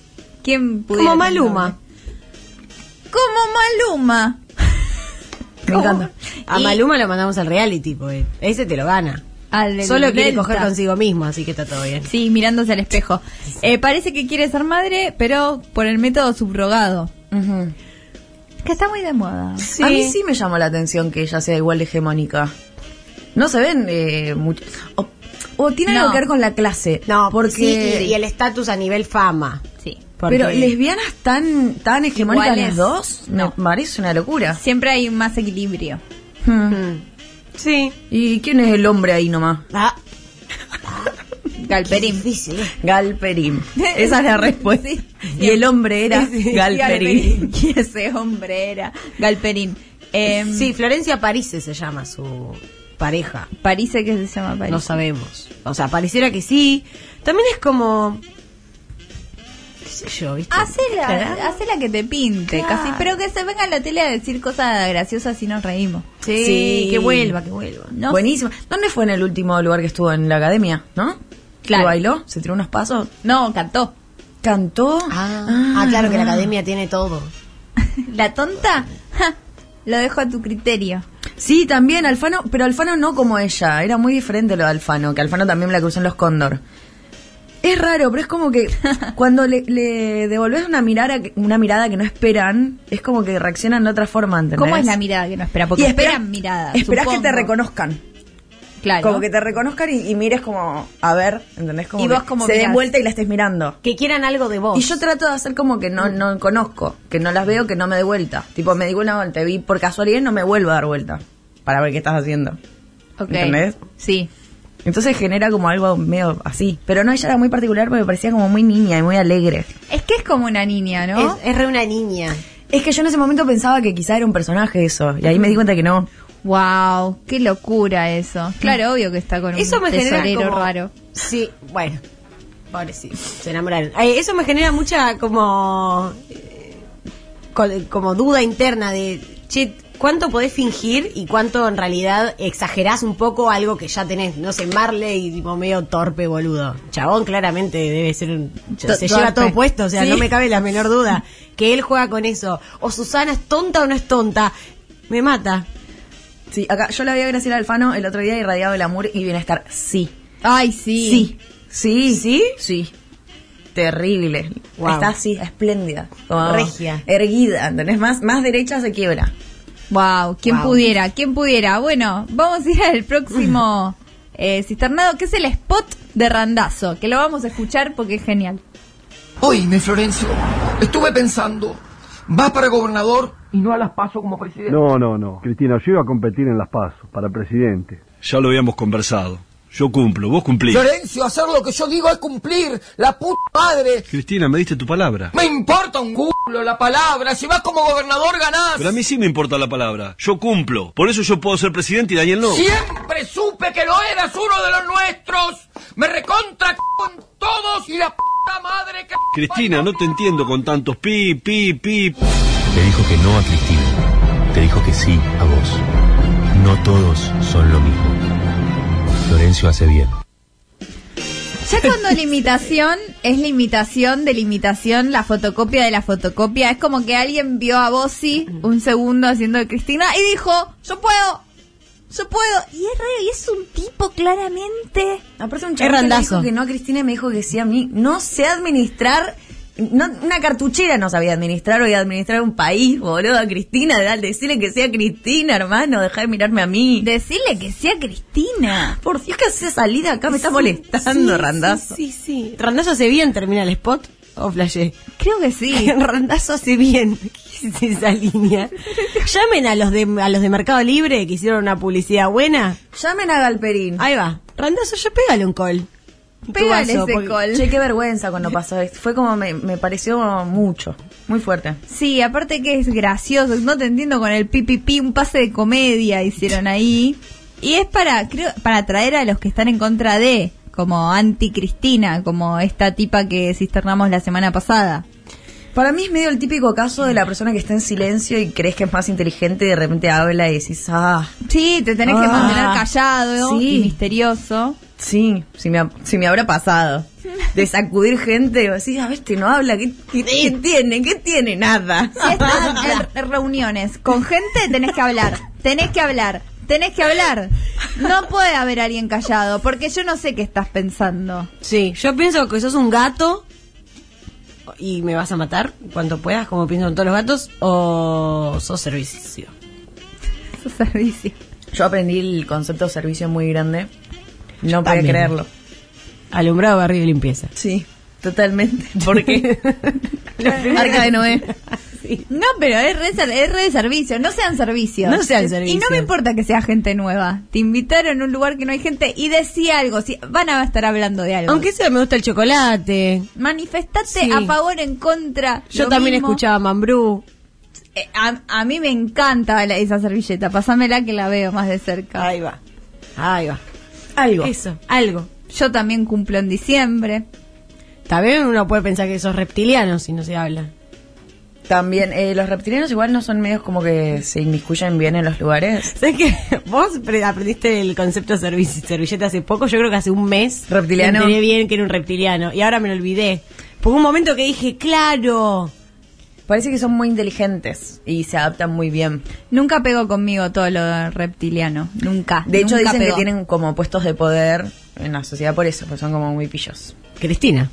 C: ¿Quién pudiera
B: Como
C: tener
B: Maluma.
C: doble? Como Maluma.
D: Me encanta.
B: A
C: Y-
B: Maluma lo mandamos al reality, pues. Ese te lo gana.
C: Al del
B: Solo quiere
C: Delta.
B: coger consigo mismo, así que está todo bien.
C: Sí, mirándose al espejo. Eh, parece que quiere ser madre, pero por el método subrogado.
D: Ujú.
C: Que está muy de moda.
D: A mí sí me llamó la atención que ella sea igual de hegemónica. No se ven eh, mucho. O, o tiene algo
C: No.
D: que ver con la clase.
B: No,
D: porque.
B: porque... y el estatus a nivel fama.
C: Sí.
B: Porque-
D: Pero lesbianas tan, tan hegemónicas
C: Iguales.
D: las dos,
C: No.
D: me parece una locura.
C: Siempre hay más equilibrio.
D: Hmm.
B: Mm. Sí.
D: ¿Y quién es el hombre ahí nomás?
B: Ah,
C: Galperín.
B: difícil. eh.
D: Galperín. Esa es la respuesta.
C: Sí.
D: Y el hombre era
C: Sí,
D: Galperín.
C: Y ese hombre era Galperín. Em,
B: sí, Florencia Parise se llama su pareja.
C: Parece que se llama París.
B: No sabemos. O sea, pareciera que sí. También es como. ¿Qué sé yo, viste?
D: Ah,
C: Hace la, hace la que te pinte, casi. Pero que se venga a la tele a decir cosas graciosas y nos reímos.
B: Sí, que vuelva, que vuelva.
C: No
D: Buenísimo. ¿Dónde fue en el último lugar que estuvo en la academia? ¿No?
C: Claro.
D: ¿Que bailó? ¿Se tiró unos pasos?
C: No, cantó.
D: ¿Cantó?
B: Ah, ah, claro que la academia tiene todo.
C: La tonta, ja, lo dejo a tu criterio.
D: Sí, también Alfano, pero Alfano no como ella, era muy diferente lo de Alfano, que Alfano también la cruzó en los Cóndor. Es raro, pero es como que cuando le, le devolves una mirada, que- una mirada que no esperan, es como que reaccionan de otra forma, ¿entendés?
C: ¿Cómo es la mirada que no espera? Porque
D: Y espera-
C: esperan miradas.
D: Esperás
C: supongo.
D: que te reconozcan.
C: Claro.
D: Como que te reconozcan y, y mires como, a ver, ¿entendés? Como
C: Y
D: que
C: vos como
D: se den
C: mirás.
D: vuelta y la estés mirando.
B: Que quieran algo de vos.
D: Y yo trato de hacer como que no, no conozco, que no las veo, que no me dé vuelta. Tipo, me digo una vuelta, te vi por casualidad y no me vuelvo a dar vuelta para ver qué estás haciendo.
C: Ok.
D: ¿Entendés?
C: Sí.
D: Entonces genera como algo medio así. Pero no, ella era muy particular porque parecía como muy niña y muy alegre.
C: Es que es como una niña, ¿no?
B: es, es re una niña.
D: Es que yo en ese momento pensaba que quizá era un personaje eso. Y ahí me di cuenta que no.
C: Wow, qué locura eso. Claro, obvio que está con un
B: Eso me genera
C: tesorero
B: como-
C: raro.
B: Sí, bueno. Pobre sí, se enamoraron. Ay, eso me genera mucha como eh, col- como duda interna de, che, ¿cuánto podés fingir y cuánto en realidad exagerás un poco algo que ya tenés? No sé, Marley y tipo medio torpe, boludo. Chabón claramente debe ser un...
C: To-
B: se lleva
C: torpe.
B: todo puesto, o sea,
C: Sí.
B: no me cabe la menor duda que él juega con eso. O Susana es tonta o no es tonta. Me mata.
D: Sí, acá yo la vi a Graciela Alfano el otro día irradiado el amor y bienestar. Sí.
C: Ay, sí.
D: Sí. Sí. ¿Sí? Sí. Terrible.
B: Guau.
D: Está así, espléndida. Como
B: Regia.
D: Erguida, ¿entendés? Más, más derecha se quiebra.
C: Wow, quién
B: Guau.
C: pudiera, quién pudiera. Bueno, vamos a ir al próximo eh, cisternado, que es el spot de Randazo, que lo vamos a escuchar porque es genial.
G: Oíme, Florencio, estuve pensando, vas para gobernador y no a las paso como presidente.
H: No, no, no. Cristina, yo iba a competir en las PASO para presidente.
I: Ya lo habíamos conversado. Yo cumplo, vos cumplís.
G: Florencio, hacer lo que yo digo es cumplir, la puta madre.
I: Cristina, me diste tu palabra.
G: Me importa un culo la palabra, si vas como gobernador ganás.
I: Pero a mí sí me importa la palabra. Yo cumplo. Por eso yo puedo ser presidente y Daniel no.
G: Siempre supe que lo eras uno de los nuestros. Me recontra con todos y la puta madre que...
I: Cristina, no te entiendo con tantos pi, pi, pi.
J: Te dijo que no a Cristina. Te dijo que sí a vos. No todos son lo mismo. Florencio hace bien.
C: Ya cuando la imitación es la imitación de la imitación, la fotocopia de la fotocopia, es como que alguien vio a Bossi un segundo haciendo de Cristina y dijo, yo puedo, yo puedo. Y es re- y es un tipo claramente.
D: Aparte un chaval
B: Es
D: que le
B: randazo.
D: dijo que no a Cristina y me dijo que sí a mí. No sé administrar... no- una cartuchera no sabía administrar hoy administrar un país, boludo. A Cristina, dale, decirle que sea Cristina, hermano. Deja de mirarme a mí.
C: Decirle que sea Cristina.
D: Por Dios, que hace salida acá. Me está molestando,
B: Sí,
D: randazo.
B: Sí, sí, sí. Randazo hace bien termina el spot o flashé.
C: Creo que sí.
B: Randazo hace bien. ¿Qué es esa línea? Llamen a los de a los de Mercado Libre que hicieron una publicidad buena.
D: Llamen a Galperín.
B: Ahí va. Randazo, ya pégale un call.
C: Pégale ese col.
D: Che, qué vergüenza cuando pasó esto. Fue como, me, me pareció mucho, muy fuerte.
C: Sí, aparte que es gracioso. No te entiendo con el pipipi, un pase de comedia hicieron ahí. Y es para, creo, para atraer a los que están en contra de, como anti-Cristina, como esta tipa que cisternamos la semana pasada.
D: Para mí es medio el típico caso de la persona que está en silencio y crees que es más inteligente y de repente habla y decís, ah.
C: Sí, te tenés que
D: Ah.
C: mantener callado
D: Sí.
C: y misterioso.
D: Sí, si me, ha- si me habrá pasado. De sacudir gente y decís, a ver, este no habla, ¿qué, qué- qué tiene? ¿Qué tiene? Nada.
C: Si estás en re- reuniones con gente, tenés que hablar. Tenés que hablar. Tenés que hablar. No puede haber alguien callado, porque yo no sé qué estás pensando.
B: Sí, yo pienso que sos un gato y me vas a matar cuanto puedas, como piensan todos los gatos, o sos servicio.
C: Sos servicio.
D: Yo aprendí el concepto de servicio muy grande. No podía
B: También.
D: creerlo.
B: Alumbrado, barrio y limpieza.
D: Sí, totalmente. Porque Arca de Noé.
C: No, pero es re, ser- es re de servicio. No sean servicios.
B: No
C: Y
B: sean
C: no
B: servicios.
C: me importa que sea gente nueva. Te invitaron a un lugar que no hay gente y decía algo. Si van a estar hablando de algo.
B: Aunque sea me gusta el chocolate.
C: manifestate
B: Sí.
C: a favor, en contra.
B: Yo
C: lo
B: también
C: mismo.
B: escuchaba Mambrú.
C: Eh, a, a mí me encanta la- esa servilleta. Pásamela que la veo más de cerca.
B: Ahí va. Ahí va.
D: Algo.
B: Eso, algo.
C: Yo también cumplo en diciembre.
B: También uno puede pensar que sos reptiliano si no se habla.
D: También, eh, los reptilianos igual no son medios como que se inmiscuyen bien en los lugares.
B: ¿Sabes que Vos pre- aprendiste el concepto de servi- servilleta hace poco, yo creo que hace un mes.
D: Reptiliano.
B: Me enteré bien que era un reptiliano y ahora me lo olvidé. Por un momento que dije, claro.
D: Parece que son muy inteligentes y se adaptan muy bien.
C: Nunca pego conmigo todo lo reptiliano. Nunca.
B: Ah,
D: De hecho,
C: Nunca
D: dicen
C: pegó.
D: que tienen como puestos de poder en la sociedad por eso, porque son como muy pillos.
B: Cristina.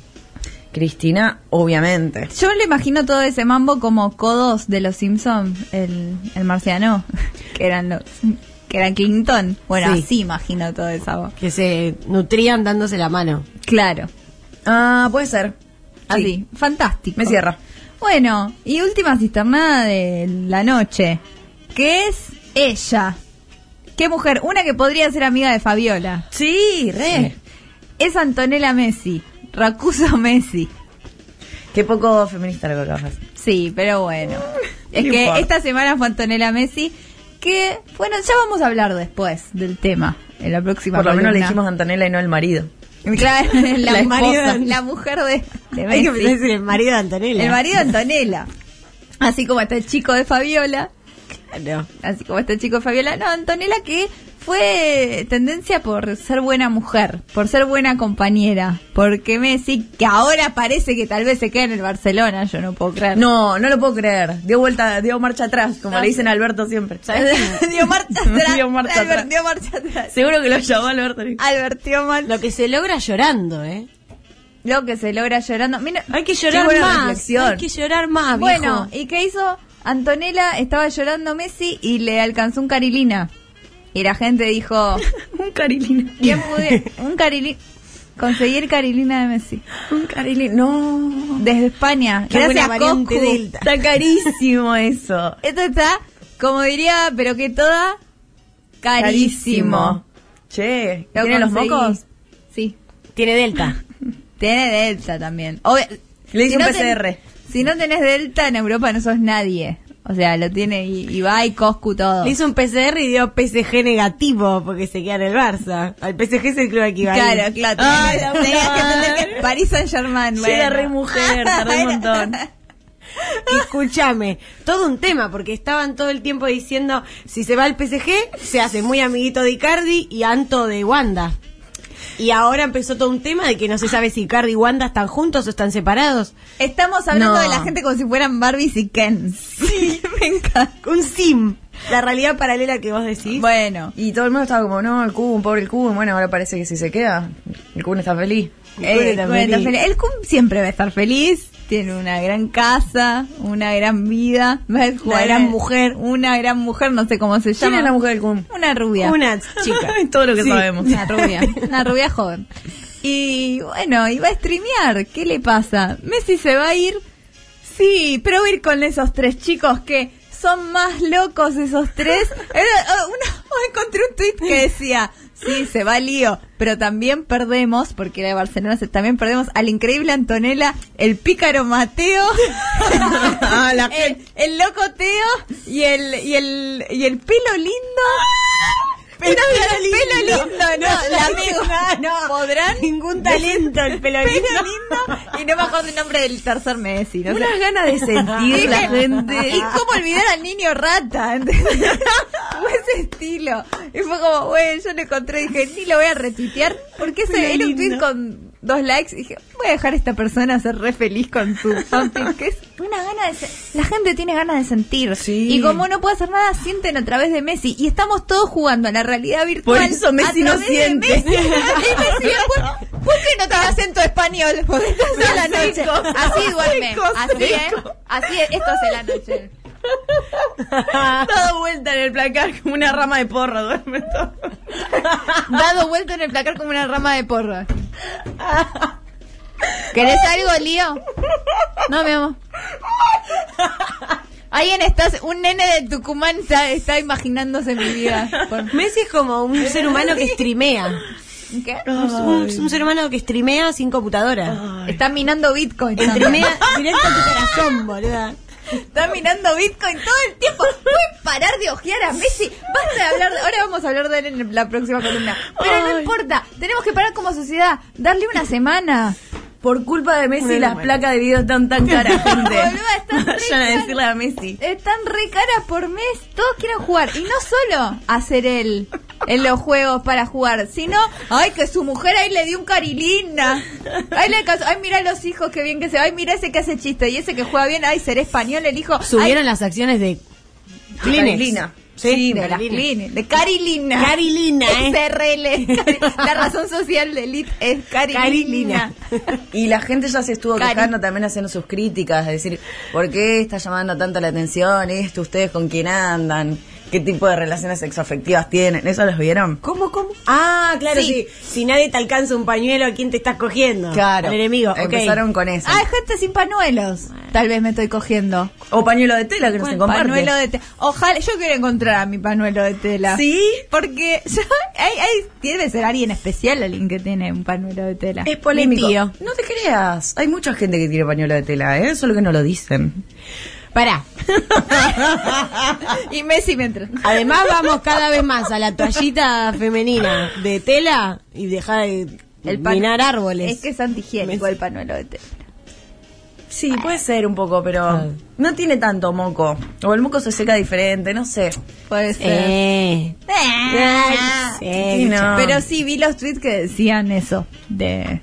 D: Cristina, obviamente.
C: Yo le imagino todo ese mambo como codos de los Simpson, el, el marciano, que eran los que eran Clinton. Bueno,
B: Sí.
C: así imagino todo eso.
B: Que se nutrían dándose la mano.
C: Claro,
D: Ah, puede ser.
C: así,
D: Sí.
C: fantástico.
D: Me cierra.
C: Bueno, y última cisternada de la noche, que es ella. Qué mujer, una que podría ser amiga de Fabiola.
D: Sí, re.
C: Es Antonella Messi, Racuso Messi.
D: Qué poco feminista lo que acabas.
C: Sí, pero bueno. Es
D: Mm, No
C: que
D: importa.
C: esta semana fue Antonella Messi, que, bueno, ya vamos a hablar después del tema, en la próxima
D: Por lo menos le dijimos
C: columna.
D: a Antonella y no al marido.
C: Claro, la,
D: La
C: esposa,
D: esposa.
C: la mujer de, de
B: Hay que
C: Messi.
B: pensar en el marido de Antonella.
C: El marido de Antonella. Así como está el chico de Fabiola,
B: Claro.
C: así como está el chico de Fabiola. No, Antonella que fue tendencia por ser buena mujer, por ser buena compañera. Porque Messi, que ahora parece que tal vez se queda en el Barcelona, yo no puedo creer.
D: No, no lo puedo creer. Dio vuelta, dio marcha atrás, como
C: No.
D: le dicen a Alberto siempre.
C: dio marcha atrás.
D: Dio marcha
C: Albert
D: atrás.
C: dio marcha atrás.
D: Seguro que lo llamó Alberto. y-
C: Albert dio marcha.
B: Lo que se logra llorando, ¿eh.
C: Lo que se logra llorando. Mira,
B: Hay que llorar
D: Qué buena
B: más.
D: reflexión.
B: Hay que llorar más,
C: bueno,
B: viejo.
C: ¿y qué hizo? Antonella estaba llorando Messi y le alcanzó un carilina. Y la gente dijo,
D: Un carilina.
C: ¿quién pude? Un carilina. Conseguí el carilina de Messi.
D: Un carilina. No.
C: Desde España.
B: Qué buena
C: Gracias,
B: variante
C: Coscu.
B: delta.
D: Está carísimo eso.
C: Esto está, como diría, pero que toda, carísimo.
D: Carísimo. Che,
C: Lo
D: ¿tiene los
C: conseguí.
D: mocos?
C: Sí.
B: Tiene delta.
C: Tiene delta también. Obvia-
D: Le hice un
C: ten-
D: PCR.
C: si no tenés delta en Europa no sos nadie. O sea, lo tiene I- Ibai, Coscu,
D: Oh.
C: todo.
B: Le hizo un PCR y dio PSG negativo porque se queda en el Barça. Al PSG es el club al que iba a ir.
C: Claro, claro.
D: Ah,
C: tenías- tenías que entender que París Saint Germain.
D: Che, era re mujer, tardé un montón.
B: Y Escúchame, todo un tema, porque estaban todo el tiempo diciendo, si se va al PSG, se hace muy amiguito de Icardi y Anto de Wanda. Y ahora empezó todo un tema de que no se sabe si Icardi y Wanda están juntos o están separados.
C: Estamos hablando
D: No.
C: de la gente como si fueran Barbies y Ken. Sí, me encanta.
B: Un sim, la realidad paralela que vos decís.
C: Bueno,
D: Y todo el mundo estaba como, no, el Kun, pobre el Kun. Bueno, ahora parece que si se queda, el Kun está feliz.
B: El Kun
C: eh,
B: está
C: Kun está
B: feliz.
C: feliz. El Kun siempre va a estar feliz. Tiene una gran casa, una gran vida. Va a jugar
B: gran
C: en-
B: mujer.
C: Una gran mujer, no sé cómo se
D: ¿Quién
C: llama.
D: es la mujer del Kun?
C: Una rubia.
B: Una chica.
D: Todo lo que
B: Sí.
D: sabemos.
C: Una rubia, una rubia joven. Y bueno, iba a streamear. ¿Qué le pasa? Messi se va a ir. Sí, pero va a ir con esos tres chicos que oh, son más locos esos tres. Era, ah, una- encontré un tweet que decía, Sí, se va el lío. Pero también perdemos, porque era de Barcelona, se- también perdemos al increíble Antonella, el pícaro Mateo, el, el loco Teo y el, y el, y el pelo lindo. Pero el pelo lindo, no, la amiga, no, podrán ningún
B: talento el pelo lindo.
C: lindo y no me acuerdo el nombre del tercer Messi, no sé.
E: Unas ganas de sentir la
C: Dije,
E: gente.
C: Y cómo olvidar al niño rata, ¿entendés? Fue ese estilo. Y fue como, bueno, yo lo encontré y dije, ni lo voy a retuitear. Porque ese era un tweet con dos likes. Y dije, voy a dejar a esta persona ser re feliz con su fanfic. Que es una gana de se- La gente tiene ganas de sentir. Y como no puede hacer nada, sienten a través de Messi. Y estamos todos jugando a la realidad virtual.
D: Por eso Messi
C: a
D: no
C: través de
D: siente.
C: Messi. Y Messi después, ¿Por qué no te acento español? Porque estás a la noche. Así duerme. Así, ¿eh? Así es. Esto es en la noche.
E: Dado vuelta en el placar como una rama de porra, duerme todo.
C: Dado vuelta en el placar como una rama de porra. ¿Querés algo, Lío? No, mi amor. Alguien está, un nene de Tucumán está, está imaginándose mi vida. Por-
B: Messi es como un ser humano que streamea.
C: ¿Qué?
B: Es un, es un ser humano que streamea sin computadora.
C: Está minando Bitcoin. también.
B: Streamea directo a tu corazón, boluda.
C: Está minando Bitcoin todo el tiempo. Pueden parar de ojear a Messi. Basta de hablar. de- ahora vamos a hablar de él en la próxima columna. Pero no importa. Tenemos que parar como sociedad. Darle una semana.
D: Por culpa de Messi, las placas de video están tan caras, gente.
C: Boluda, están re
D: Vayan a
C: caras.
D: decirle a Messi.
C: Están re caras por mes. Todos quieren jugar. Y no solo hacer él en los juegos para jugar, sino, ay, que su mujer ahí le dio un carilina. Ay, le casó. Ay, mira los hijos, qué bien que se va. Ay, mira ese que hace chiste. Y ese que juega bien, ay, seré español, el hijo. Ay,
B: Subieron las acciones de Kleenex.
D: Carilina.
B: Sí,
C: de las Kleenex, de Carilina.
B: Carilina, eh.
C: SRL. La razón social de Elite es Carilina.
B: Carilina.
D: Y la gente ya se estuvo
C: Cari.
D: quejando también haciendo sus críticas, de decir, ¿por qué está llamando tanto la atención esto? ¿Ustedes con quién andan? ¿Qué tipo de relaciones sexoafectivas tienen? ¿Eso los vieron?
B: ¿Cómo, cómo? Ah, claro,
D: Sí.
B: sí. Si nadie te alcanza un pañuelo, ¿a quién te estás cogiendo?
D: Claro.
B: Al Ah, enemigo. ok.
D: Empezaron con eso.
C: Hay gente sin panuelos. Tal vez me estoy cogiendo.
D: O pañuelo de tela que no se
C: Bueno,
D: comparte.
C: panuelo de tela. Ojalá, yo quiero encontrar a mi panuelo de tela.
D: ¿Sí?
C: Porque yo, hay, hay- debe ser alguien especial alguien que tiene un panuelo de tela.
D: Es polémico.
B: Mi tío.
D: No te creas. Hay mucha gente que tiene pañuelo de tela, ¿eh? Solo que no lo dicen.
B: Pará.
C: y Messi mientras.
B: Además vamos cada vez más a la toallita femenina de tela y dejar de
C: pan-
B: minar árboles.
C: Es que es antihigiénico
B: Messi.
C: el panuelo de tela.
D: Sí, puede ser un poco, pero no tiene tanto moco. O el moco se seca diferente, no sé.
C: Puede ser.
B: Eh. Ay, sí.
D: Y no.
C: Pero Ah, sí, vi los tweets que decían eso, de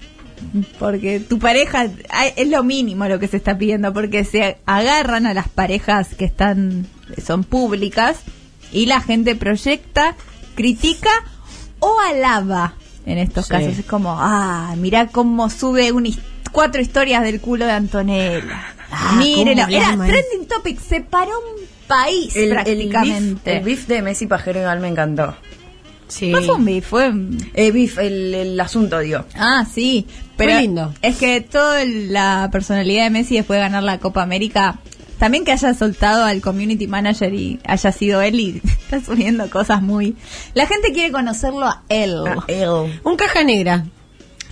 C: porque tu pareja ay, es lo mínimo lo que se está pidiendo, porque se agarran a las parejas que están son públicas y la gente proyecta, critica o alaba en estos
B: Sí.
C: casos. Es como, ah, mirá cómo sube un his- cuatro historias del culo de Antonella.
B: Ah,
C: Mírenlo.
B: cómo
C: Era
B: hablamos de eso.
C: trending topic, se paró un país
D: El, el, beef,
C: prácticamente.
D: el beef de Messi Pajero igual me encantó.
B: Sí.
C: No fue un beef, fue un-
D: Eh, beef, el, el asunto, digo.
C: Ah, sí. Pero
B: Muy lindo.
C: Es que toda la personalidad de Messi después de ganar la Copa América, también que haya soltado al community manager y haya sido él y está subiendo cosas muy... La gente quiere conocerlo a él.
D: Ah, él.
B: Un caja negra.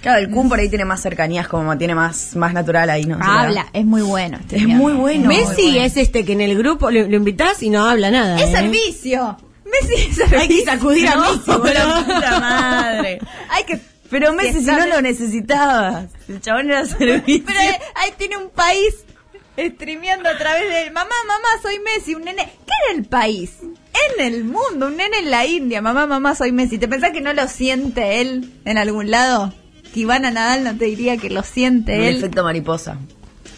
D: Claro, el Kun por ahí tiene más cercanías, como tiene más, más natural ahí, ¿no?
C: Habla, es muy bueno. este
D: Es
C: señor.
D: muy bueno.
B: Messi es este que en el grupo lo, lo invitás y no habla nada.
C: Es
B: ¿eh?
C: servicio. Messi es servicio.
B: Hay que sacudir a
D: No,
B: Messi, boludo.
D: la puta madre.
C: Hay que...
D: Pero Messi, si
C: está
D: no
C: Messi-
D: lo necesitabas, el chabón era servicio.
C: Pero eh, ahí tiene un país streameando a través de mamá, mamá, soy Messi, un nene. ¿Qué era el país? En el mundo, un nene en la India, mamá, mamá, soy Messi. ¿Te pensás que no lo siente él en algún lado? Que Ivana Nadal no te diría que lo siente
D: El
C: él.
D: efecto mariposa.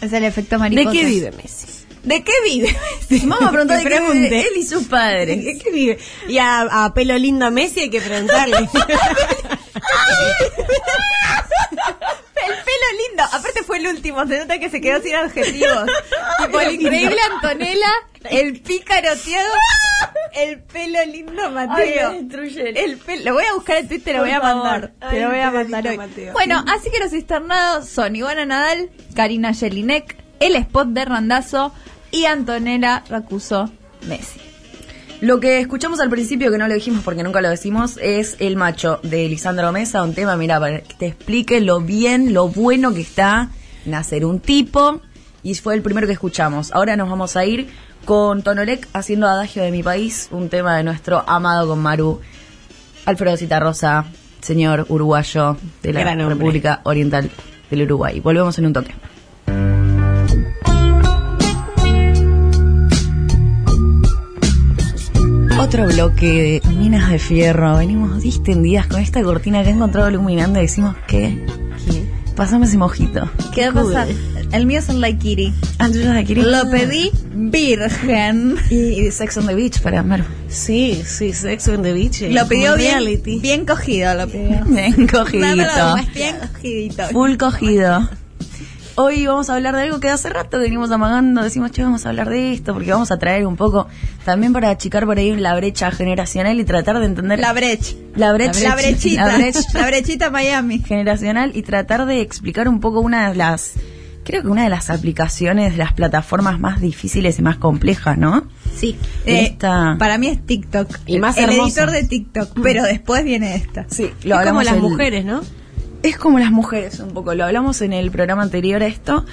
C: Es el efecto mariposa.
B: ¿De qué vive Messi?
C: ¿De qué vive Messi?
D: Vamos a preguntar
B: Que
D: de qué vive
B: pregunte.
D: él y sus padres.
B: ¿De qué vive? Y a, a pelo lindo a Messi hay que preguntarle.
C: El pelo lindo. Aparte fue el último, se nota que se quedó sin adjetivos. Tipo el increíble Antonella, el pícaro Tiago, el pelo lindo Mateo. el pelo. Lo voy a buscar en Twitter, lo voy a mandar. Te lo voy a mandar hoy. Bueno, así que los externados son Ivana Nadal, Karina Jelinek, el spot de Randazo y Antonella Racuso Messi.
D: Lo que escuchamos al principio, que no lo dijimos porque nunca lo decimos, es El Macho de Lisandro Mesa, un tema, mira, para que te explique lo bien, lo bueno que está nacer un tipo. Y fue el primero que escuchamos. Ahora nos vamos a ir con Tonolek haciendo Adagio de mi país, un tema de nuestro amado con Maru, Alfredo Citarrosa, señor uruguayo de la
B: Gran hombre.
D: República Oriental del Uruguay. Volvemos en un toque. Otro bloque de Minas de Fierro. Venimos distendidas con esta cortina que he encontrado iluminando y decimos que. Pásame ese mojito.
C: ¿Qué va a pasar? El mío es un Laikiri.
D: Ah, tú eres Laikiri.
C: Lo pedí virgen.
D: Y, Sex on the Beach para Maru.
K: Sí, sí, Sex on the Beach.
C: Lo
K: es
C: pidió
K: muy
C: bien,
K: reality.
C: bien cogido, lo pidió.
D: Bien cogidito.
C: Dámelo más bien cogidito.
D: Full cogido. Hoy vamos a hablar de algo que hace rato que venimos amagando. Decimos, che, vamos a hablar de esto porque vamos a traer un poco también para achicar por ahí la brecha generacional y tratar de entender.
C: La brecha.
D: La brecha.
C: La brechita.
D: La brecha.
C: La brechita Miami.
D: Generacional y tratar de explicar un poco una de las. Creo que una de las aplicaciones, de las plataformas más difíciles y más complejas, ¿no?
C: Sí. Eh,
D: De esta-
C: Para mí es TikTok.
D: Y más
C: El
D: hermosa.
C: editor de TikTok. Pero después viene esta.
D: Sí, lo hablamos el-
B: ¿no?
D: Es como las mujeres un poco, lo hablamos en el programa anterior a esto,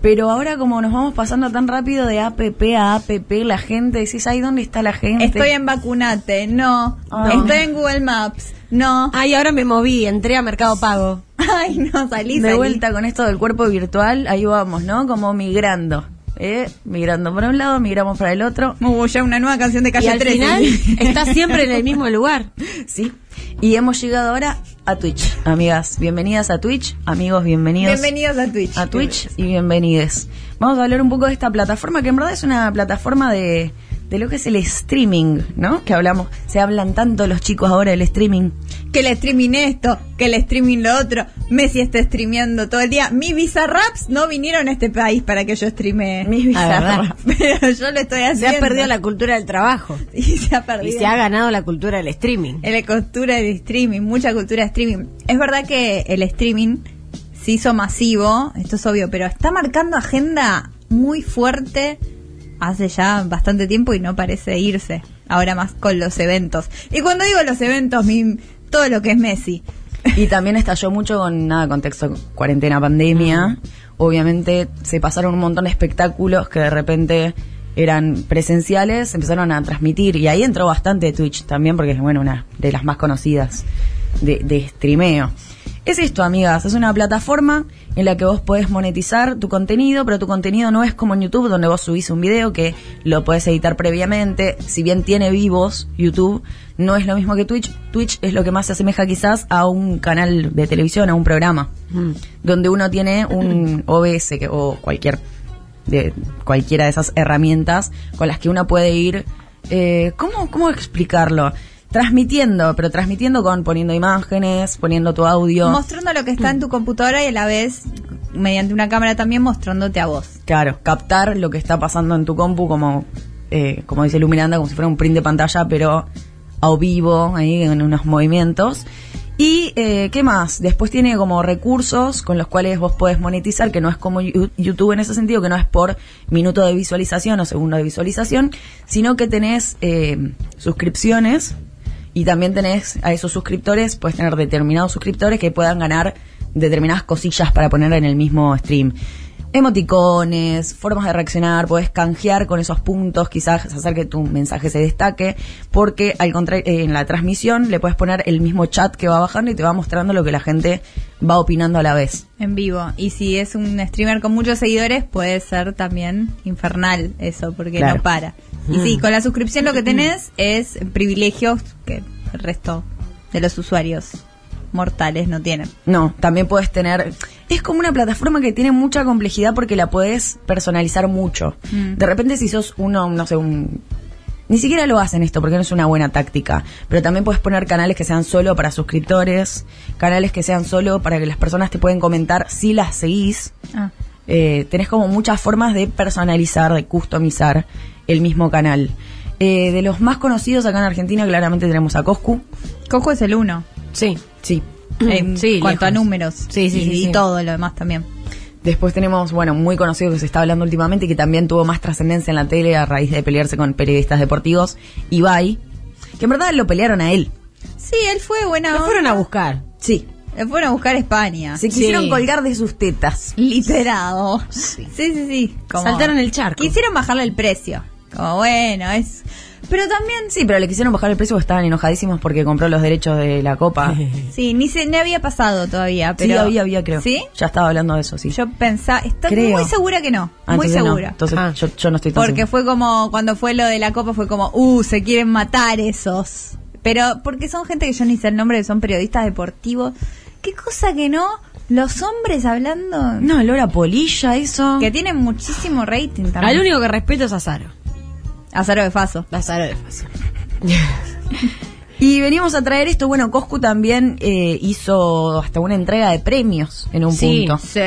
D: pero ahora como nos vamos pasando tan rápido de APP a APP, la gente decís, ay, ¿dónde está la gente?
C: Estoy en Vacunate. No. Estoy en Google Maps. No.
B: Ay, Ah, ahora me moví, entré a Mercado Pago.
C: Ay, no, salí,
D: Ah. De
C: salí.
D: vuelta con esto del cuerpo virtual, ahí vamos, ¿no? Como migrando. ¿eh? Migrando para un lado, migramos para el otro.
C: Hubo ya una nueva canción de
B: Y
C: Calle
B: al
C: 13.
B: final está siempre en el mismo lugar.
D: Sí. Y hemos llegado ahora a Twitch, amigas. Bienvenidas a Twitch, amigos, bienvenidos.
C: Bienvenidos a Twitch.
D: a Twitch y bienvenides. Vamos a hablar un poco de esta plataforma que en verdad es una plataforma de, de lo que es el streaming, ¿no? Que hablamos, se hablan tanto los chicos ahora del streaming.
C: Que el streaming esto, que el streaming lo otro. Messi está streameando todo el día. Mis Bizarraps no vinieron a este país para que yo streame. Mis
B: Bizarraps.
C: Pero yo lo estoy haciendo.
B: Se ha perdido la cultura del trabajo.
C: Y se ha perdido.
B: Y se ha ganado la cultura del streaming.
C: En la cultura del streaming, mucha cultura de streaming. Es verdad que el streaming se hizo masivo, esto es obvio, pero está marcando agenda muy fuerte hace ya bastante tiempo y no parece irse. Ahora más con los eventos. Y cuando digo los eventos, mi- todo lo que es Messi.
D: Y también estalló mucho con nada, contexto cuarentena, pandemia. Obviamente se pasaron un montón de espectáculos que de repente eran presenciales, empezaron a transmitir y ahí entró bastante Twitch también porque es bueno una de las más conocidas de, de streameo. Es esto, amigas, es una plataforma en la que vos podés monetizar tu contenido, pero tu contenido no es como en YouTube donde vos subís un video que lo podés editar previamente, si bien tiene vivos YouTube, no es lo mismo que Twitch. Twitch es lo que más se asemeja quizás a un canal de televisión, a un programa, donde uno tiene un OBS que- o cualquier de cualquiera de esas herramientas con las que uno puede ir, eh, ¿cómo, ¿cómo explicarlo? Transmitiendo, pero transmitiendo con poniendo imágenes, poniendo tu audio.
C: Mostrando lo que está en tu computadora y a la vez, mediante una cámara también, mostrándote a vos.
D: Claro, captar lo que está pasando en tu compu como, eh, como dice Luminanda, como si fuera un print de pantalla, pero a vivo, ahí en unos movimientos. Y, eh, ¿qué más? Después tiene como recursos con los cuales vos podés monetizar, que no es como Yu- YouTube en ese sentido, que no es por minuto de visualización o segundo de visualización, sino que tenés eh, suscripciones y también tenés a esos suscriptores, puedes tener determinados suscriptores que puedan ganar determinadas cosillas para poner en el mismo stream. Emoticones, formas de reaccionar, podés canjear con esos puntos, quizás hacer que tu mensaje se destaque, porque al contra- eh, en la transmisión le puedes poner el mismo chat que va bajando y te va mostrando lo que la gente va opinando a la vez.
C: En vivo. Y si es un streamer con muchos seguidores, puede ser también infernal eso, porque
D: Claro.
C: no para. Y sí, con la suscripción lo que tenés es privilegios que el resto de los usuarios mortales no tienen.
D: No, también puedes tener. Es como una plataforma que tiene mucha complejidad porque la puedes personalizar mucho.
C: Mm.
D: De repente, si sos uno, no sé, un. Ni siquiera lo hacen esto porque no es una buena táctica. Pero también puedes poner canales que sean solo para suscriptores, canales que sean solo para que las personas te pueden comentar si las seguís.
B: Ah.
D: Eh, tenés como muchas formas de personalizar, de customizar el mismo canal. Eh, de los más conocidos acá en Argentina, claramente tenemos a Coscu.
C: Coscu es el uno.
B: Sí.
D: Sí. Em,
C: En cuanto a números.
B: Sí,
C: Mm.
B: sí,
C: y,
B: sí,
C: y
B: sí.
C: todo lo demás también.
D: Después tenemos, bueno, muy conocido que se está hablando últimamente y que también tuvo más trascendencia en la tele a raíz de pelearse con periodistas deportivos, Ibai, que en verdad lo pelearon a él.
C: Sí, él fue buena.
B: Lo
C: onda.
B: fueron a buscar.
D: Sí.
C: Lo fueron a buscar a España.
D: Se quisieron colgar de sus tetas.
C: Literado. Sí, sí, sí. como-
B: Saltaron el charco.
C: Quisieron bajarle el precio. Como bueno, es.
D: Pero también, sí, pero le quisieron bajar el precio porque estaban enojadísimos porque compró los derechos de la copa.
C: Sí, ni se, ni había pasado todavía, pero.
D: Sí, había, había, creo.
C: ¿Sí?
D: Ya estaba hablando de eso, sí.
C: Yo pensaba, estoy
D: Creo.
C: muy segura que no.
D: Ah,
C: muy
D: entonces no.
C: segura.
D: Entonces yo, yo no estoy tan
C: Porque fue como, cuando fue lo de la copa, fue como, uh, se quieren matar esos. Pero porque son gente que yo ni sé el nombre, que son periodistas deportivos. ¿Qué cosa que no? Los hombres hablando.
D: No, el olor a polilla, eso.
C: Que tienen muchísimo rating también.
B: Al único que respeto es a Zaro.
C: A Zaro de Faso.
B: A Zaro de Faso.
D: Y venimos a traer esto. Bueno, Coscu también eh, hizo hasta una entrega de premios en un
C: Sí,
D: punto.
C: sí,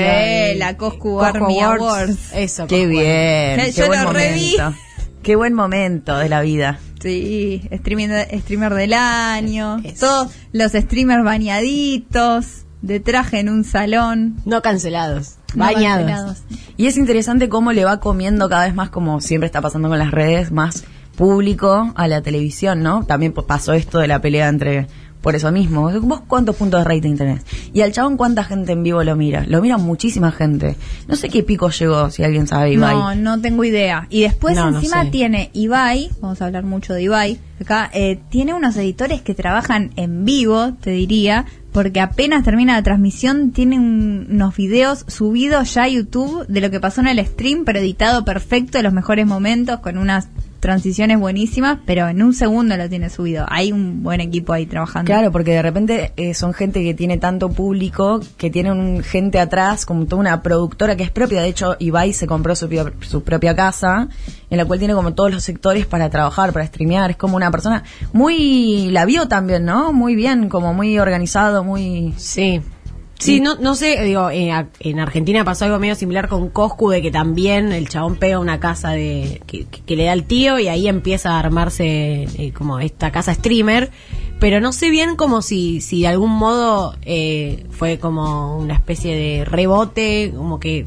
C: la Coscu Army Awards.
B: Eso,
D: Qué bien.
C: Eh,
D: qué
C: yo
D: buen
C: lo reví.
D: momento. Qué buen momento de la vida.
C: Sí, streamer, streamer del año. Todos los streamers bañaditos, de traje en un salón.
B: No cancelados.
C: No
B: Bañados.
C: cancelados.
D: Y es interesante cómo le va comiendo cada vez más, como siempre está pasando con las redes, más público a la televisión, ¿no? También pues, pasó esto de la pelea entre... Por eso mismo, ¿vos cuántos puntos de rating tenés? Y al chabón, ¿cuánta gente en vivo lo mira? Lo mira muchísima gente. No sé qué pico llegó, si alguien sabe, Ibai.
C: No, no tengo idea. Y después
D: No, no
C: encima
D: sé.
C: tiene Ibai, vamos a hablar mucho de Ibai, acá eh, tiene unos editores que trabajan en vivo, te diría, porque apenas termina la transmisión tiene un- unos videos subidos ya a YouTube de lo que pasó en el stream, pero editado perfecto, los mejores momentos, con unas transiciones buenísimas, pero en un segundo lo tiene subido. Hay un buen equipo ahí trabajando.
D: Claro, porque de repente eh, son gente que tiene tanto público, que tiene un, gente atrás, como toda una productora que es propia. De hecho, Ibai se compró su, pio- su propia casa, en la cual tiene como todos los sectores para trabajar, para streamear. Es como una persona muy... La vio también, ¿no? Muy bien, como muy organizado, muy...
B: Sí. Sí, no, no sé, digo, eh, a- en Argentina pasó algo medio similar con Coscu, de que también el chabón pega una casa de que, que- que le da el tío y ahí empieza a armarse eh, como esta casa streamer, pero no sé bien como si, si de algún modo eh, fue como una especie de rebote, como que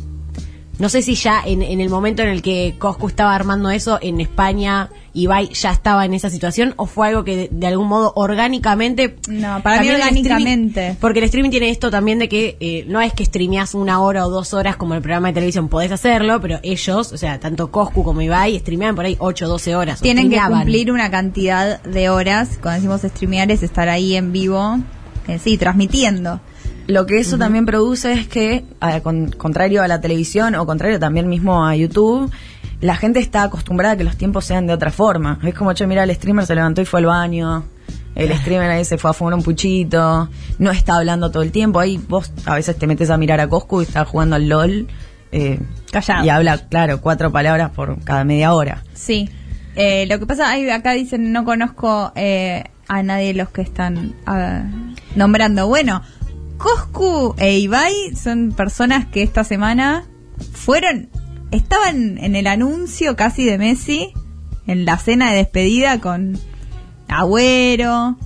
B: no sé si ya en, en el momento en el que Coscu estaba armando eso en España, Ibai ya estaba en esa situación o fue algo que de, de algún modo orgánicamente...
C: No, para mí
B: También el streaming-
C: orgánicamente.
B: porque el streaming tiene esto también de que eh, no es que streameas una hora o dos horas como el programa de televisión, podés hacerlo, pero ellos, o sea, tanto Coscu como Ibai, streamean por ahí 8 o 12 horas. o
C: Tienen que
B: streameaban.
C: cumplir una cantidad de horas, cuando decimos streamear es estar ahí en vivo, eh, sí, transmitiendo.
D: Lo que eso también produce es que, a- con- contrario a la televisión o contrario también mismo a YouTube, la gente está acostumbrada a que los tiempos sean de otra forma. Es como, che, mira, el streamer se levantó y fue al baño. El streamer ahí se fue a fumar un puchito. No está hablando todo el tiempo. Ahí vos a veces te metes a mirar a Coscu y está jugando al LOL. eh,
C: Callado.
D: Y habla, claro, cuatro palabras por cada media hora.
C: Sí. Eh, lo que pasa, ahí acá dicen, no conozco eh, a nadie de los que están ah, nombrando. Bueno, Coscu e Ibai son personas que esta semana fueron, estaban en el anuncio casi de Messi, en la cena de despedida con Agüero,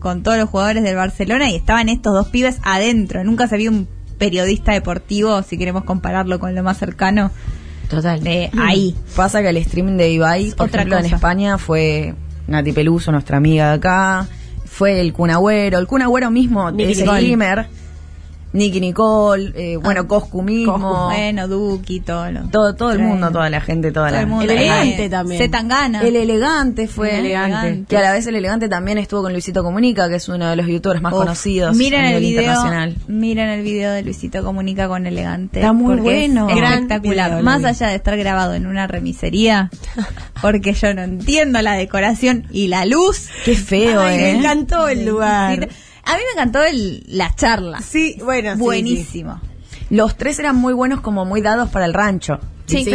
C: con todos los jugadores del Barcelona y estaban estos dos pibes adentro. Nunca se vio un periodista deportivo, si queremos compararlo con lo más cercano.
D: Total.
C: Eh, ahí.
D: Pasa que el streaming de Ibai, por
C: otra
D: ejemplo, en
C: cosa.
D: España fue Nati Peluso, nuestra amiga de acá. Fue el Kun Agüero. El Kun Agüero mismo
C: Nicky
D: es
C: Nicole. Ah,
D: streamer. Nicky Nicole, eh, bueno, Coscu mismo.
C: Coscu, bueno, Duki, todo lo-
D: Todo, todo el
C: Trae.
D: mundo, toda la gente, toda
C: Todo
D: la
C: el mundo.
D: la-
B: Elegante también.
C: Se tangana.
D: El elegante fue.
C: El Elegante.
D: Que a la vez el elegante también estuvo con Luisito Comunica, que es uno de los youtubers más
C: Uf,
D: conocidos
C: Miren el
D: a nivel
C: video.
D: internacional.
C: Miren el video de Luisito Comunica con Elegante.
D: Está muy
C: porque es
D: bueno. Gran
C: espectacular.
D: video, lo
C: Más
D: vi.
C: allá de estar grabado en una remisería, porque yo no entiendo la decoración y la luz.
D: Qué feo,
C: Ay,
D: ¿eh?
C: Me encantó el
B: lugar.
C: A mí me encantó el- la charla.
B: Sí, bueno, sí,
C: Buenísimo.
D: Los tres eran muy buenos, como muy dados para el rancho.
B: Sí,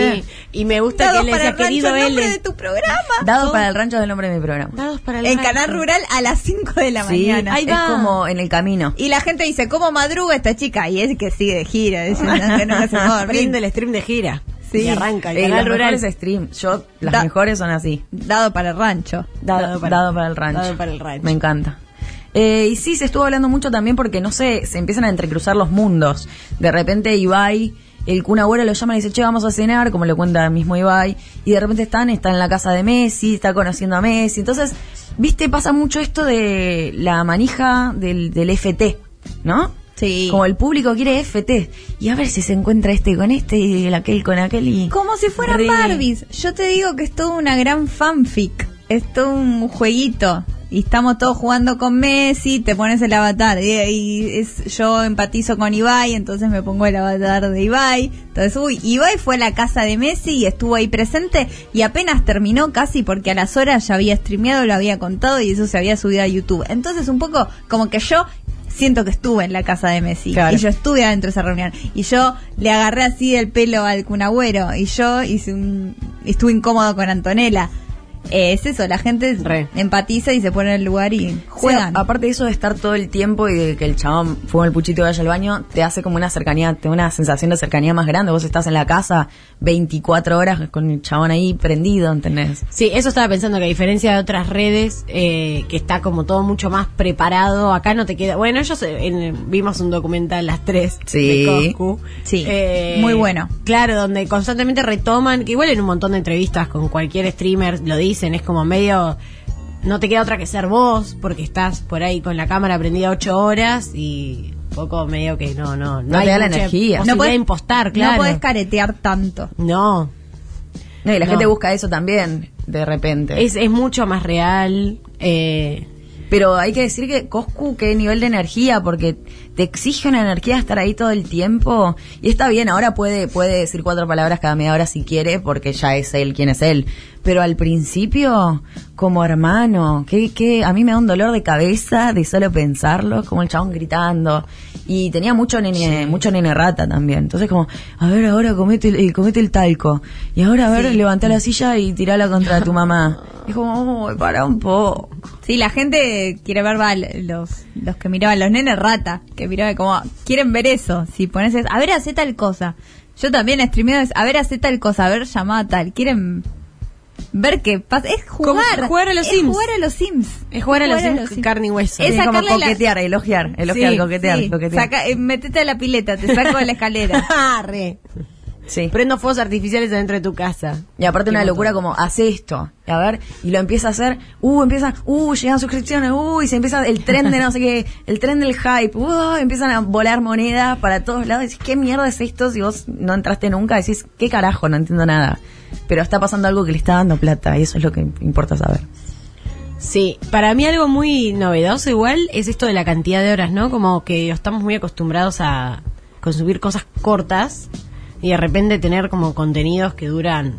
B: y me gusta
C: Dados
B: que le
C: para
B: decía
C: el rancho,
B: querido
C: el nombre
B: L.
C: de tu programa.
D: Dados para el rancho es el nombre de mi programa.
B: Dados para el
C: En
B: rancho.
C: Canal Rural a las 5 de la
D: Sí,
C: mañana.
D: es como en el camino.
C: Y la gente dice, ¿cómo madruga esta chica? Y es que sigue de gira. Es una- que nunca se va a dormir.
B: Prende el stream de gira.
C: Sí.
B: Y arranca el
D: Eh,
B: canal
D: los
B: rural.
D: mejores stream. Yo, las
C: Da-
D: mejores son así.
C: Dado para el rancho.
D: Dado, dado para, el rancho.
B: Dado para el rancho.
D: Me encanta. Eh, y sí, se estuvo hablando mucho también porque, no sé, se empiezan a entrecruzar los mundos. De repente Ibai el Kun Agüero lo llama y dice, che, vamos a cenar, como lo cuenta mismo Ibai, y de repente están, está en la casa de Messi, está conociendo a Messi, entonces, viste, pasa mucho esto de la manija del, del FT, ¿no? Sí. Como el público quiere FT, y a ver si se encuentra este con este y el aquel con aquel y...
C: Como si fueran
D: Re.
C: Barbies. Yo te digo que es toda una gran fanfic. Es todo un jueguito. Y estamos todos jugando con Messi, te pones el avatar. Y, y es, yo empatizo con Ibai, entonces me pongo el avatar de Ibai. Entonces, uy, Ibai fue a la casa de Messi y estuvo ahí presente. Y apenas terminó casi porque a las horas ya había streameado, lo había contado y eso se había subido a YouTube. Entonces, un poco como que yo siento que estuve en la casa de Messi
E: Claro.
C: y yo estuve adentro de esa reunión y yo le agarré así del pelo al cunagüero y yo hice un, estuve incómodo con Antonella. Eh, es eso, la gente empatiza y se pone en el lugar y juegan.
D: Sí, aparte de eso de estar todo el tiempo y de que el chabón fuma el puchito y vaya al baño, te hace como una cercanía, te da una sensación de cercanía más grande. Vos estás en la casa 24 horas con el chabón ahí prendido, ¿entendés?
B: Sí, eso estaba pensando que a diferencia de otras redes, eh, que está como todo mucho más preparado, acá no te queda. Bueno, ellos eh, en- vimos un documental las tres
D: Sí.
B: de Coscu.
C: Sí,
B: Eh,
C: muy bueno.
B: Claro, donde constantemente retoman, que igual en un montón de entrevistas con cualquier streamer lo dicen, es como medio. No te queda otra que ser vos, porque estás por ahí con la cámara prendida ocho horas y un poco medio que no, no, no,
D: No
B: hay
D: te da la
B: mucha
D: energía.
B: posibilidad
D: No podés-
B: de impostar, claro.
D: no podés
C: caretear tanto.
B: No.
D: No, y la
B: No.
D: gente busca eso también, de repente.
B: Es, es mucho más real. eh,
D: Pero hay que decir que Coscu, qué nivel de energía, porque te exige una energía estar ahí todo el tiempo. Y está bien, ahora puede, puede decir cuatro palabras cada media hora si quiere, porque ya es él quien es él. Pero al principio, como hermano, que, que a mí me da un dolor de cabeza de solo pensarlo, como el chabón gritando. Y tenía mucho nene, mucho nene rata también. Entonces como, a ver, ahora comete el, eh, comete el talco. Y ahora, a ver, levantá la silla y tirala contra tu mamá. Y es como, "Uy, pará un poco.
C: Sí, la gente quiere ver va, los, los que miraban, los nenes rata, que miraban como, quieren ver eso. Si pones, eso, a ver, hace tal cosa. Yo también streameo, es, a ver, hace tal cosa, a ver, llamada tal. Quieren ver qué pasa. Es jugar.
B: Como jugar a los
C: es
B: Sims.
C: jugar a los Sims.
B: Es jugar a los Sims con carne y hueso.
C: Es
B: Sí, como
C: sacarle la-
B: coquetear,
D: elogiar, elogiar, coquetear, coquetear.
C: Saca- eh, metete a la pileta, te saco de la escalera.
B: Ah, re.
D: Sí.
B: Prendo fuegos artificiales adentro de tu casa.
D: Y aparte una
B: Qué
D: locura
B: montón.
D: como, hace esto, y a ver, y lo empieza a hacer, uh, empieza, uh, llegan suscripciones, uh, y se empieza el tren de no sé qué, el tren del hype, uh, empiezan a volar monedas para todos lados, decís, ¿qué mierda es esto si vos no entraste nunca? Decís, ¿qué carajo? No entiendo nada. Pero está pasando algo que le está dando plata, y eso es lo que importa saber.
B: Sí, para mí algo muy novedoso igual es esto de la cantidad de horas, ¿no? Como que estamos muy acostumbrados a consumir cosas cortas y de repente tener como contenidos que duran.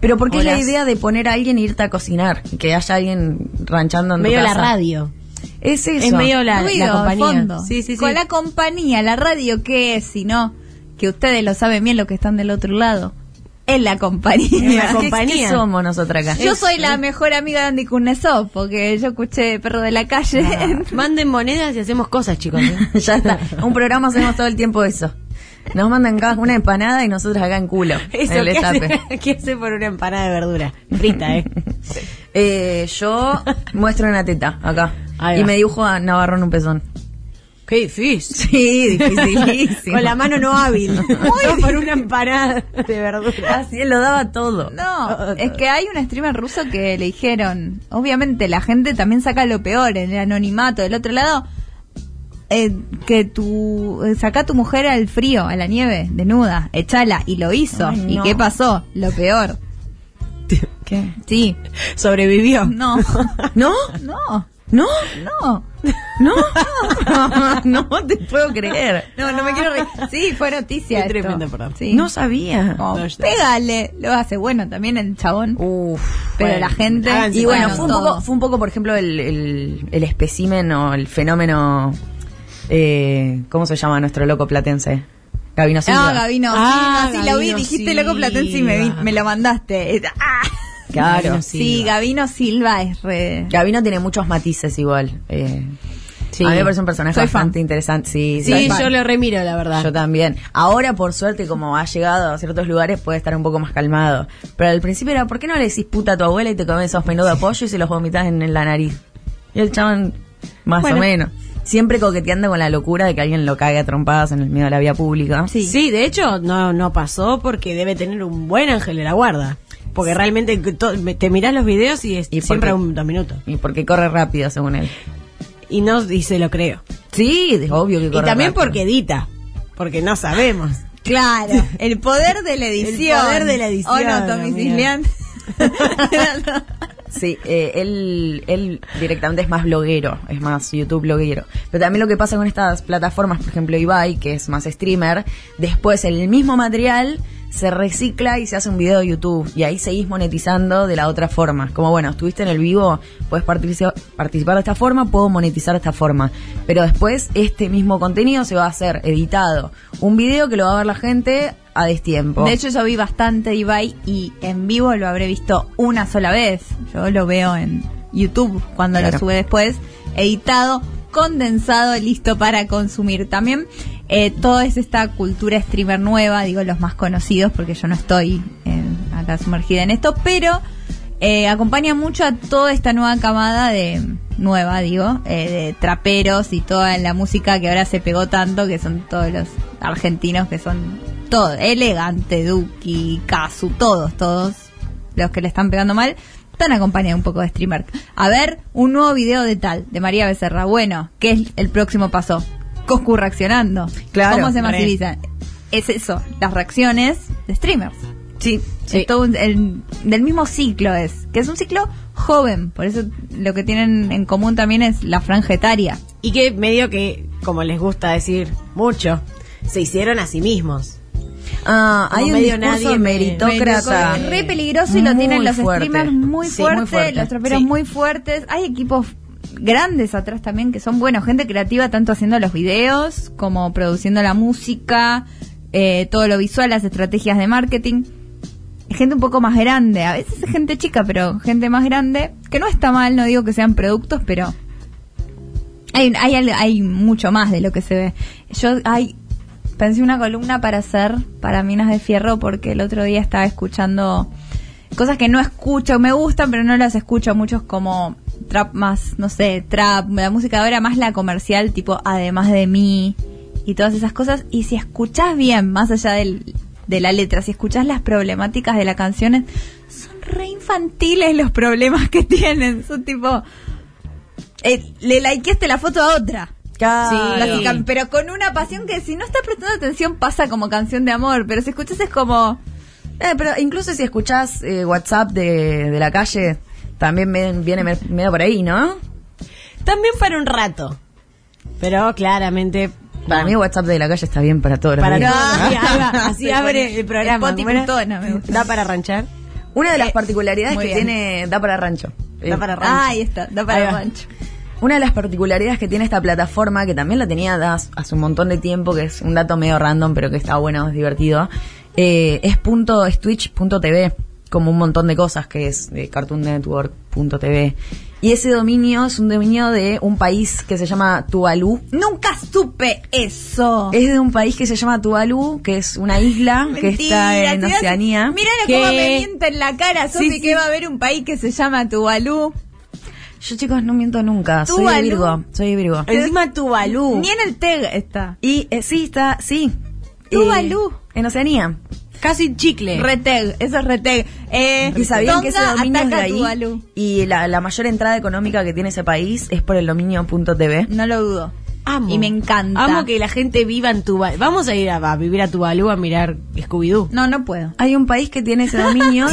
D: Pero porque es la
B: Horas.
D: idea de poner a alguien e irte a cocinar, y que haya alguien ranchando en tu
B: medio la
D: casa.
B: radio.
D: Es eso.
B: Es medio la,
C: Ruido,
B: la compañía.
C: fondo.
B: Sí, sí, sí.
C: Con la compañía, la radio, ¿qué es? Sino que ustedes lo saben bien los que están del otro lado. Es la compañía.
D: ¿Qué- qué somos nosotras acá?
C: Yo soy la mejor amiga de Andy Kuznetsov porque yo escuché Perro de la Calle.
B: Ah. Manden monedas y hacemos cosas, chicos. ¿eh?
D: ya está. Un programa hacemos todo el tiempo eso. Nos mandan cada una empanada y nosotros acá en culo.
B: Eso,
D: en el
B: ¿qué hace-
D: estape.
B: ¿qué hace por una empanada de verdura? Frita, ¿eh?
D: Eh, yo muestro una teta acá.
B: Ahí
D: Y
B: va.
D: me dibujo a Navarro en un pezón.
B: Qué difícil.
D: Sí, dificilísimo.
B: Con la mano no hábil. Todo por una empanada de verdura.
D: Así él lo daba todo.
C: No, es que hay un streamer ruso que le dijeron, obviamente la gente también saca lo peor en el anonimato del otro lado, eh, que tu eh, saca a tu mujer al frío, a la nieve, desnuda, echala y lo hizo.
E: Ay,
C: ¿Y
E: no.
C: qué pasó? Lo peor.
D: ¿Qué?
C: Sí.
B: ¿Sobrevivió?
C: No.
D: ¿No?
C: No.
D: ¿No?
C: No.
D: ¿No? no te puedo creer.
C: No, no me quiero reír. Sí, fue noticia.
B: Qué
C: esto.
B: tremendo, perdón.
C: Sí.
D: No sabía.
C: Como,
D: No, ya-
C: pégale. Lo hace bueno también el chabón. Pero
D: Bueno,
C: la gente.
D: Y bueno, fue un,
C: todo.
D: poco, fue un poco, por ejemplo, el, el, el espécimen o el fenómeno. eh, ¿Cómo se llama nuestro loco platense? Gabino Silva.
C: Ah, Gabino,
B: Ah,
C: sí, no, sí, lo vi,
B: Gabino
C: dijiste loco Platense y me, vi- me lo mandaste. Eh, ah.
D: Claro.
C: Gabino Sí,
D: Silva.
C: Gabino Silva es re...
D: Gabino tiene muchos matices igual. eh. A mí me parece un personaje
C: Soy fan.
D: bastante interesante. Sí, soy
B: Sí,
D: fan.
B: yo lo remiro, la verdad.
D: Yo también. Ahora, por suerte, como ha llegado a ciertos lugares, puede estar un poco más calmado. Pero al principio era, ¿por qué no le decís puta a tu abuela y te comes esos menudo de pollo y se los vomitas en, en la nariz? Y el chabón, más
C: Bueno.
D: o menos. siempre coqueteando con la locura de que alguien lo cague a trompadas en el medio de la vía pública.
B: Sí, de hecho no, no pasó porque debe tener un buen ángel de la guarda. Porque realmente to- te mirás los videos y es siempre
D: porque-
B: un dos minutos.
D: Y porque corre rápido, según él.
B: Y no y se lo creo.
D: Sí, de- obvio que
B: Y
D: corre
B: también
D: rápido.
B: porque edita. Porque no sabemos.
C: Claro, el poder de la edición.
B: El poder de la edición,
C: Oh, no, Tommy
B: amiga.
C: Cislián.
D: Sí, eh, él, él directamente es más bloguero, es más YouTube bloguero. Pero también lo que pasa con estas plataformas, por ejemplo Ibai, que es más streamer, después el mismo material se recicla y se hace un video de YouTube. Y ahí seguís monetizando de la otra forma. Como bueno, estuviste en el vivo, puedes partici- participar de esta forma, puedo monetizar de esta forma. Pero después este mismo contenido se va a hacer editado. Un video que lo va a ver la gente a destiempo.
C: De hecho, yo vi bastante Ibai y en vivo lo habré visto una sola vez. Yo lo veo en YouTube cuando
D: Claro.
C: lo sube después, editado, condensado, listo para consumir también. Eh, toda es esta cultura streamer nueva, digo los más conocidos porque yo no estoy eh, acá sumergida en esto, pero eh, acompaña mucho a toda esta nueva camada de nueva, digo, eh, de traperos y toda la música que ahora se pegó tanto, que son todos los argentinos que son todo, elegante, Duki, Casu, todos, todos los que le están pegando mal, están acompañados un poco de streamer. A ver, un nuevo video de tal, de María Becerra. Bueno, ¿qué es el próximo paso? Coscu reaccionando.
D: Claro,
C: ¿Cómo se
D: re.
C: masiviza? Es eso, las reacciones de streamers.
D: Sí,
C: Es todo un- el- del mismo ciclo es, que es un ciclo joven, por eso lo que tienen en común también es la franja etaria.
B: Y que medio que, como les gusta decir mucho, se hicieron a sí mismos.
D: Ah,
B: Como
D: hay un
B: medio
D: discurso
B: nadie me-
D: meritócrata.
B: medio-
C: Es re peligroso y lo
D: Muy
C: tienen los
D: fuerte.
C: streamers muy
D: Sí, muy
C: fuertes,
D: fuerte.
C: los troperos
D: Sí.
C: muy fuertes. Hay equipos grandes atrás también que son buenos, gente creativa tanto haciendo los videos como produciendo la música, eh, todo lo visual, las estrategias de marketing. Gente un poco más grande, a veces es gente chica, pero gente más grande, que no está mal, no digo que sean productos, pero hay, hay, algo- hay mucho más de lo que se ve. Yo hay, pensé una columna para hacer para Minas de Fierro porque el otro día estaba escuchando cosas que no escucho, me gustan, pero no las escucho. Muchos como trap más, no sé, trap, la música de ahora más la comercial, tipo Además de mí y todas esas cosas. Y si escuchás bien, más allá del- de la letra, si escuchás las problemáticas de las canciones, son re infantiles los problemas que tienen. Son tipo... eh, le likeaste la foto a otra. Básicamente, pero con una pasión que si no estás prestando atención pasa como canción de amor, pero si escuchas es como...
D: Eh, pero incluso si escuchás eh, WhatsApp de, de la calle, también ven- viene mer- medio por ahí, ¿no?
B: También para un rato. Pero claramente.
D: Para mí WhatsApp de la calle está bien para todos los
B: Para
D: días. ¿Ah?
B: todos los días, ahí va, así
C: Sí,
B: abre
C: bueno,
B: el programa.
C: Spotify
B: Bueno,
C: Tona, me gusta.
B: ¿Da para ranchar?
D: Una de las particularidades
C: muy
D: que
C: bien.
D: tiene Da para Rancho. Eh,
B: Eh, Da para rancho.
C: Ah, ahí está, da para
D: Ahí va.
C: rancho.
D: Una de las particularidades que tiene esta plataforma, que también la tenía da- hace un montón de tiempo, que es un dato medio random, pero que está bueno, es divertido, eh, es, punto, es twitch.tv, como un montón de cosas, que es eh, Cartoon Network.tv. Y ese dominio es un dominio de un país que se llama Tuvalu.
C: Nunca supe eso.
D: Es de un país que se llama Tuvalu, que es una isla que está en
C: te das-
D: Oceanía.
C: Mirá cómo me miente en la cara, Sofi, que va a haber un país que se llama Tuvalu.
D: Yo, chicos, no miento nunca. Soy de
C: Tuvalu.
D: Virgo. Soy de Virgo.
B: Encima Tuvalu.
C: Ni en el TEG está.
D: Y eh, sí, está, sí.
C: Tuvalu.
D: Eh, en Oceanía.
B: Casi chicle.
C: Reteg, eso es Reteg. Eh,
D: Y sabían que ese
C: Tonga
D: dominio es de
C: ataca
D: ahí.
C: Tuvalu.
D: Y la, la mayor entrada económica que tiene ese país es por el dominio.tv.
C: No lo dudo.
B: Amo.
C: Y me encanta.
B: Amo que la gente viva en Tuvalu. Vamos a ir a, a vivir a Tuvalu a mirar Scooby-Doo.
C: No, no puedo.
D: Hay un país que tiene ese dominio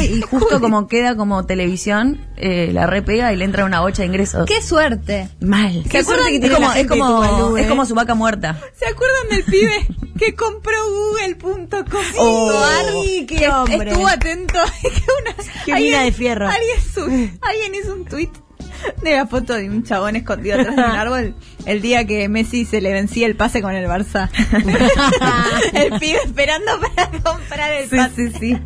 D: y justo como queda como televisión, eh, la repega y le entra una bocha de ingresos.
C: ¡Qué suerte!
D: Mal.
C: ¿Se acuerdan
D: Es
C: que tiene
D: como-
C: la
D: es
C: gente de
D: como,
C: Tuvalu,
D: es
C: eh?
D: como su vaca muerta.
C: ¿Se acuerdan del pibe que compró google.com?
B: Oh,
C: Ardi,
B: qué
C: que
B: hombre.
C: estuvo atento. que una,
B: Qué mina de fierro.
C: Alguien, sub- alguien hizo un tweet de la foto de un chabón escondido atrás de un árbol el día que Messi se le vencía el pase con el Barça. el pibe esperando para comprar el
D: Sí,
C: pase.
D: sí, sí.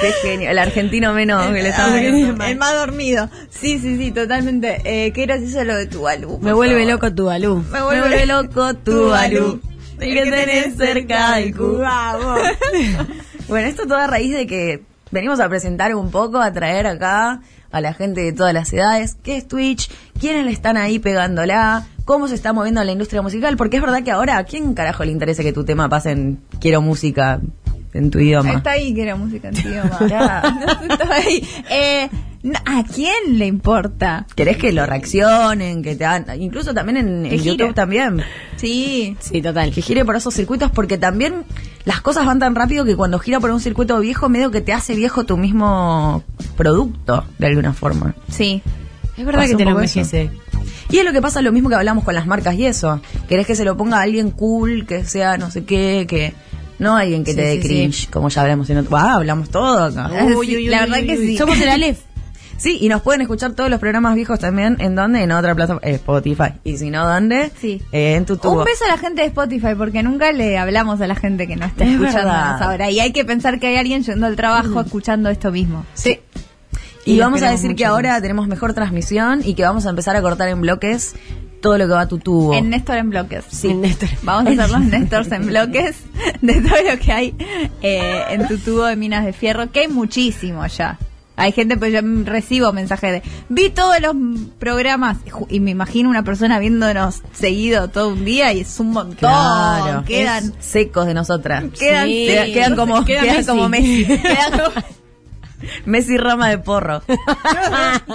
D: Qué genio. El argentino menos que le está
C: Ay,
D: muriendo.
C: el más dormido. Sí, sí, sí, totalmente. Eh, qué gracioso lo de tu álbum.
B: Me vuelve loco Tuvalu.
C: Me
D: Me
C: vuelve,
D: vuelve loco Tuvalu. El que tenés cerca del cu. Bueno, esto todo a raíz de que venimos a presentar un poco, a traer acá a la gente de todas las edades, qué es Twitch, quiénes le están ahí pegándola, cómo se está moviendo la industria musical, porque es verdad que ahora a quién carajo le interesa que tu tema pase en Quiero Música en tu idioma.
C: Está ahí que era música en tu idioma. No, está ahí. Eh, no, ¿A quién le importa?
D: ¿Querés que lo reaccionen? Que te hagan, incluso también en,
C: Que
D: en
C: gire.
D: YouTube también.
C: Sí.
B: Sí, total.
D: Que gire por esos circuitos porque también las cosas van tan rápido que cuando gira por un circuito viejo, medio que te hace viejo tu mismo producto, de alguna forma.
C: Sí.
B: Es verdad
D: Pasa
B: que
D: un
B: te lo
D: poco eso.
B: envejece.
D: Y es lo que pasa, lo mismo que hablamos con las marcas y eso. Querés que se lo ponga a alguien cool, que sea no sé qué, que... No alguien que
B: Sí,
D: te dé
B: sí, sí.
D: cringe, como ya hablamos en otro... Ah, hablamos todo acá.
B: Uy, uy, La uy, verdad uy, que uy. sí. Somos el Aleph.
D: Sí, y nos pueden escuchar todos los programas viejos también. ¿En dónde? En otra plataforma. eh, Spotify. Y si no, ¿dónde?
C: Sí.
D: Eh, en tu tubo.
C: Un beso a la gente de Spotify porque nunca le hablamos a la gente que no está
D: Es
C: escuchando
D: verdad.
C: ahora. Y hay que pensar que hay alguien yendo al trabajo escuchando esto mismo.
D: Sí. Y,
C: Y los
D: vamos a
C: queremos
D: decir que
C: mucho.
D: ahora tenemos mejor transmisión y que vamos a empezar a cortar en bloques todo lo que va a tu tubo.
C: En Néstor en bloques.
D: Sí. En
B: Néstor.
C: Vamos a hacer los Néstors en bloques de todo lo que hay eh, en tu tubo de minas de fierro, que hay muchísimo ya. Hay gente, pues yo mm, recibo mensajes de, vi todos los mm, programas ju- y me imagino una persona viéndonos seguido todo un día y es un montón.
D: Claro.
C: Quedan,
D: Es secos de nosotras.
C: quedan,
D: Sí.
C: quedan, quedan como,
D: Queda
C: quedan
D: Messi.
C: como Messi. Quedan como-
D: Messi rama de porro.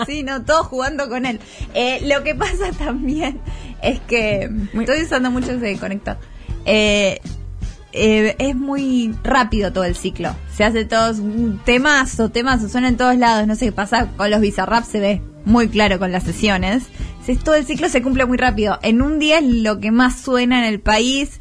C: sí, no, todos jugando con él. Eh, lo que pasa también es que estoy usando mucho ese conector. Eh, eh, es muy rápido todo el ciclo. Se hace todos un temazo, temazo, suena en todos lados. No sé qué pasa con los bizarrap, se ve muy claro con las sesiones. Se- todo el ciclo se cumple muy rápido. En un día es lo que más suena en el país.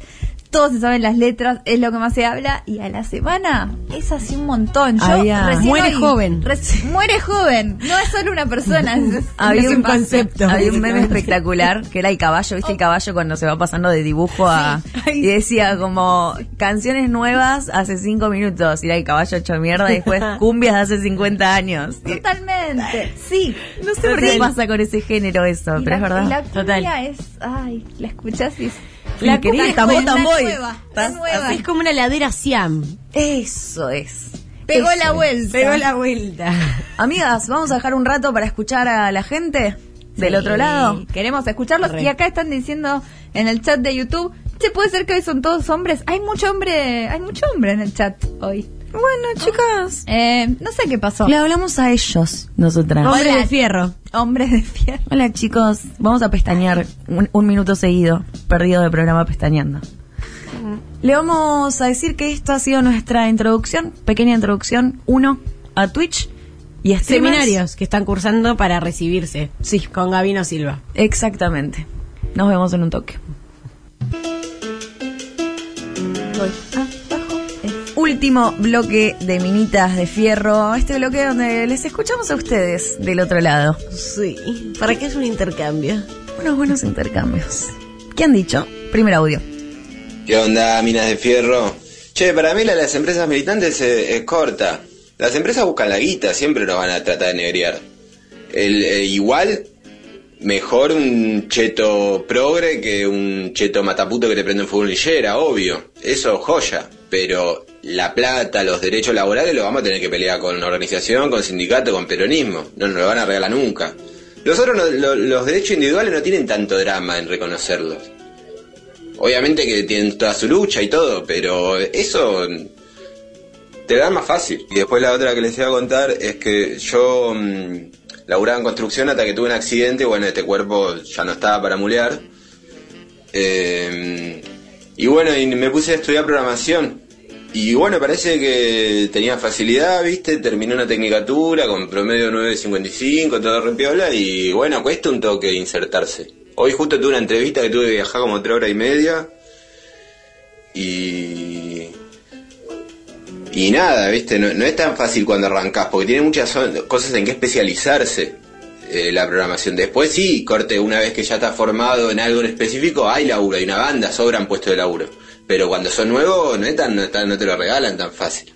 C: Todos se saben las letras, es lo que más se habla. Y a la semana es así un montón. Yo
B: Había-
C: recién
B: Muere
C: hoy-
B: joven.
C: reci- muere joven. No es solo una persona. es- es-
D: Había
C: es
D: un
C: pase.
D: concepto. Había un meme espectacular que era el caballo, ¿viste? El caballo cuando se va pasando de dibujo a. Y decía como canciones nuevas hace cinco minutos. Y era el caballo hecho mierda y después cumbias de hace 50 años. Y
C: Totalmente. Sí.
D: No sé por qué pasa con ese género eso,
C: Y la,
D: pero es verdad.
C: y la cumbia es. Ay, la escuchás y es.
D: La cumbia es
C: tan
D: como tan boy.
C: nueva. tan nueva.
B: Es como una ladera Siam.
D: Eso es.
C: Pegó
D: Eso
C: la
D: es.
C: vuelta.
B: Pegó la vuelta.
D: Amigas, vamos a dejar un rato para escuchar a la gente del
C: Sí,
D: otro lado.
C: Queremos escucharlos.
D: Re.
C: Y acá están diciendo en el chat de YouTube. Che, puede ser que hoy son todos hombres. Hay mucho hombre. Hay mucho hombre en el chat hoy.
D: Bueno, chicas.
C: Eh, no sé qué pasó.
D: Le hablamos a ellos, nosotras.
B: Hombre
C: Hola.
B: de fierro.
C: Hombre de fierro.
D: Hola chicos, vamos a pestañear un, un minuto seguido, perdido de programa pestañeando. Le vamos a decir que esto ha sido nuestra introducción, pequeña introducción, uno a Twitch y a streamers.
B: Seminarios que están cursando para recibirse. Sí. Con Gabino Silva.
D: Exactamente. Nos vemos en un toque. Último bloque de Minitas de Fierro, este bloque donde les escuchamos a ustedes del otro lado.
K: Sí. ¿Para qué es un intercambio?
D: Unos buenos intercambios. ¿Qué han dicho? Primer audio.
L: ¿Qué onda, minas de fierro? Che, para mí la de las empresas militantes es, es corta. Las empresas buscan la guita, siempre nos van a tratar de negrear. El, eh, igual, mejor un cheto progre que un cheto mataputo que te prende un fútbol lillera, obvio. Eso joya. Pero la plata, los derechos laborales los vamos a tener que pelear con organización, con sindicato, con peronismo. No nos lo van a regalar nunca. Los otros, no- lo- los derechos individuales no tienen tanto drama en reconocerlos. Obviamente que tienen toda su lucha y todo, pero eso te lo dan más fácil. Y después la otra que les iba a contar es que yo mm, laburaba en construcción hasta que tuve un accidente, bueno, este cuerpo ya no estaba para mulear. Eh, y bueno, y me puse a estudiar programación. Y bueno, parece que tenía facilidad, viste, terminé una tecnicatura con promedio 9.55, todo repiola, y bueno, cuesta un toque insertarse. Hoy justo tuve una entrevista que tuve que viajar como tres horas y media, y... Y nada, viste, no, no es tan fácil cuando arrancás, porque tiene muchas so- cosas en que especializarse eh, la programación. Después sí, corte, una vez que ya estás formado en algo en específico, hay laburo, hay una banda, sobran puestos de laburo. Pero cuando son nuevos, no, es tan- no, es tan- no te lo regalan tan fácil.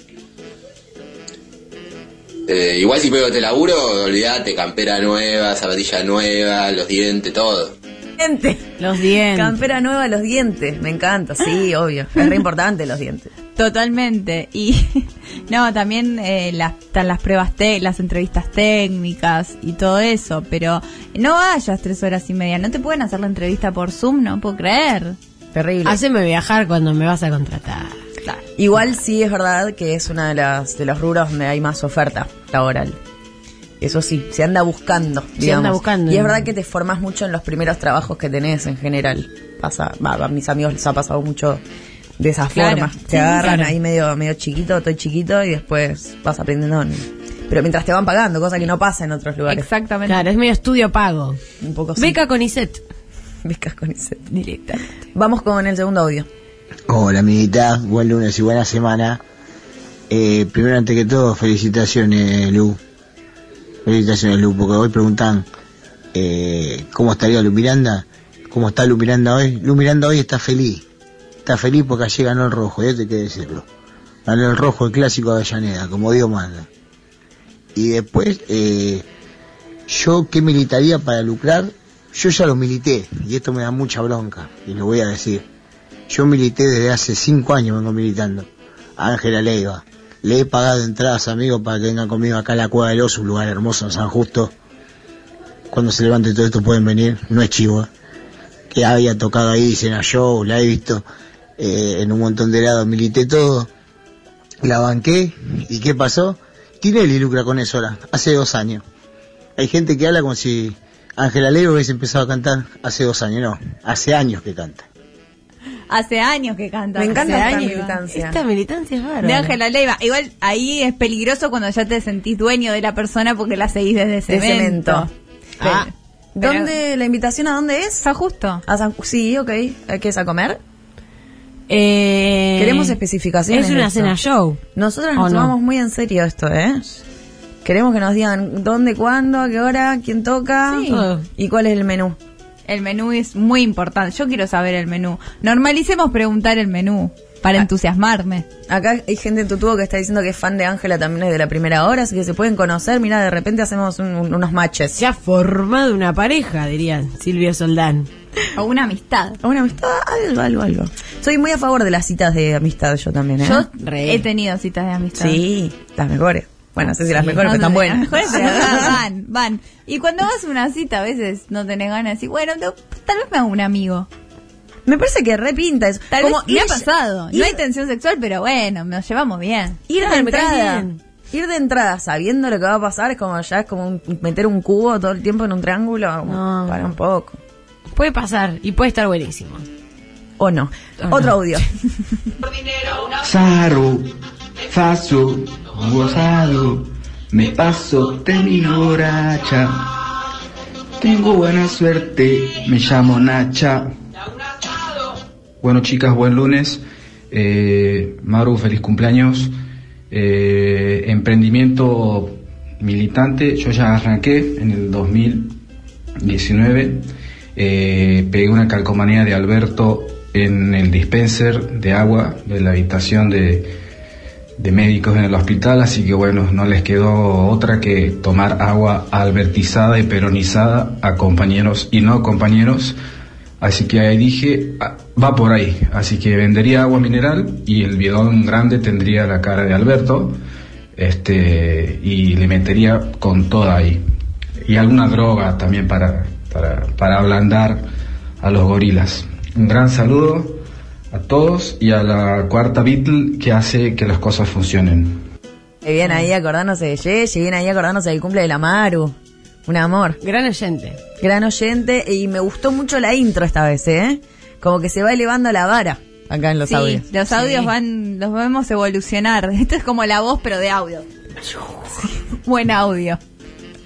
L: Eh, igual si pego te laburo, olvídate, campera nueva, zapatilla nueva, los dientes, todo.
D: Los dientes. Campera nueva, los dientes. Me encanta, sí, obvio. Es re importante los dientes.
C: Totalmente. Y no, también eh, las, están las pruebas, tec- las entrevistas técnicas y todo eso, pero no vayas tres horas y media, no te pueden hacer la entrevista por Zoom, no puedo creer.
D: Terrible.
B: Haceme viajar cuando me vas a contratar.
D: Igual sí es verdad que es una de las de los rubros donde hay más oferta laboral. Eso sí, se anda buscando, digamos.
B: anda buscando.
D: Y es verdad que te formas mucho en los primeros trabajos que tenés en general. Pasa, va, a mis amigos les ha pasado mucho de esa
B: Claro.
D: forma.
B: Sí,
D: Te agarran
B: claro.
D: ahí medio medio chiquito, estoy chiquito y después vas aprendiendo. en- Pero mientras te van pagando, cosa que no pasa en otros lugares.
C: Exactamente.
B: Claro, es medio estudio pago.
D: Un poco
B: Beca con E ISET.
D: Becas con ese. Directa. Vamos con el segundo audio.
M: Hola amiguita, buen lunes y buena semana. Eh, primero antes que todo, felicitaciones Lu. Felicitaciones Lu, porque hoy preguntan eh, cómo estaría Lu Miranda, cómo está Lu Miranda hoy. Lu Miranda hoy está feliz, está feliz porque allí ganó el rojo, y esto hay que decirlo. Ganó el rojo, el clásico de Avellaneda, como Dios manda. Y después, eh, yo qué militaría para lucrar, yo ya lo milité, y esto me da mucha bronca, y lo voy a decir. Yo milité desde hace cinco años, vengo militando. Ángela Leiva. Le he pagado entradas, amigos, para que vengan conmigo acá a la Cueva del Oso, un lugar hermoso en San Justo. Cuando se levante todo esto pueden venir, no es chivo. ¿eh? Que había tocado ahí, cena show, la he visto eh, en un montón de lados, milité todo. La banqué, ¿y qué pasó? Tinelli lucra con eso ahora, hace dos años. Hay gente que habla como si Ángela Leiva hubiese empezado a cantar hace dos años, no, hace años que canta.
C: Hace años que canta.
D: Me
C: hace
D: encanta esta
C: años.
D: militancia.
B: Esta militancia es
C: De
B: bárbara.
C: Ángela Leiva. Igual ahí es peligroso cuando ya te sentís dueño de la persona porque la seguís desde
D: De
C: cemento.
D: cemento. Ah.
C: Pero-
D: ¿Dónde la invitación a dónde es?
C: San Justo.
D: A San, sí, ok. ¿Qué es a comer?
B: Eh,
D: Queremos especificaciones.
B: Es una
D: de eso.
B: cena show.
D: Nosotros
B: ¿O
D: nos
B: no?
D: tomamos muy en serio esto, ¿eh? Queremos que nos digan dónde, cuándo, a qué hora, quién toca
C: Sí. Ah.
D: todo. y cuál es el menú.
C: El menú es muy importante. Yo quiero saber el menú. Normalicemos preguntar el menú para
D: Ah.
C: entusiasmarme.
D: Acá hay gente en Tutubo que está diciendo que es fan de Ángela también desde la primera hora, así que se pueden conocer. Mira, de repente hacemos un- un- unos matches.
B: Se ha formado una pareja, dirían Silvio Soldán.
C: O una amistad.
D: Una amistad, algo, algo, algo. Soy muy a favor de las citas de amistad yo también, ¿eh?
C: Yo he tenido citas de amistad.
D: Sí, las mejores. Bueno, no sé si las
C: Sí.
D: mejores, pero
C: Las
D: están buenas.
C: mejores, pero van, van. Y cuando vas a una cita, a veces no tenés ganas de decir, bueno, no, tal vez me hago un amigo.
D: Me parece que repinta eso.
C: Tal
D: Como
C: vez me
D: ir-
C: ha pasado.
D: ir-
C: no hay tensión sexual, pero bueno, nos llevamos bien.
D: Ir de
C: Claro, Ah, me caes
D: entrada.
C: bien.
D: Ir de entrada sabiendo lo que va a pasar es como ya es como un- meter un cubo todo el tiempo en un triángulo. como, Para un poco.
B: Puede pasar y puede estar buenísimo.
D: O no.
C: Ah,
D: Otro audio.
N: Saru, Fasu, Gozado, me paso de mi borracha. Tengo buena suerte, me llamo Nacha. Bueno chicas, buen lunes. Eh, Maru, feliz cumpleaños. Eh, emprendimiento militante, yo ya arranqué en el 2019. Eh, pegué una calcomanía de Alberto en el dispenser de agua de la habitación de, de médicos en el hospital, así que bueno, no les quedó otra que tomar agua albertizada y peronizada a compañeros y no compañeros. Así que ahí dije, "Ah, va por ahí. Así que vendería agua mineral y el bidón grande tendría la cara de Alberto este, y le metería con toda ahí. Y alguna droga también para, para, para ablandar a los gorilas. Un gran saludo a todos y a la cuarta Beatle que hace que las cosas funcionen.
D: Que viene ahí acordándose de Yeye, viene ahí acordándose del cumple de la Maru. Un amor.
B: Gran oyente.
D: Gran oyente y me gustó mucho la intro esta vez, ¿eh? Como que se va elevando la vara acá en los
C: Sí,
D: audios.
C: Los audios van, los vemos evolucionar. Esto es como la voz, pero de audio. Buen audio.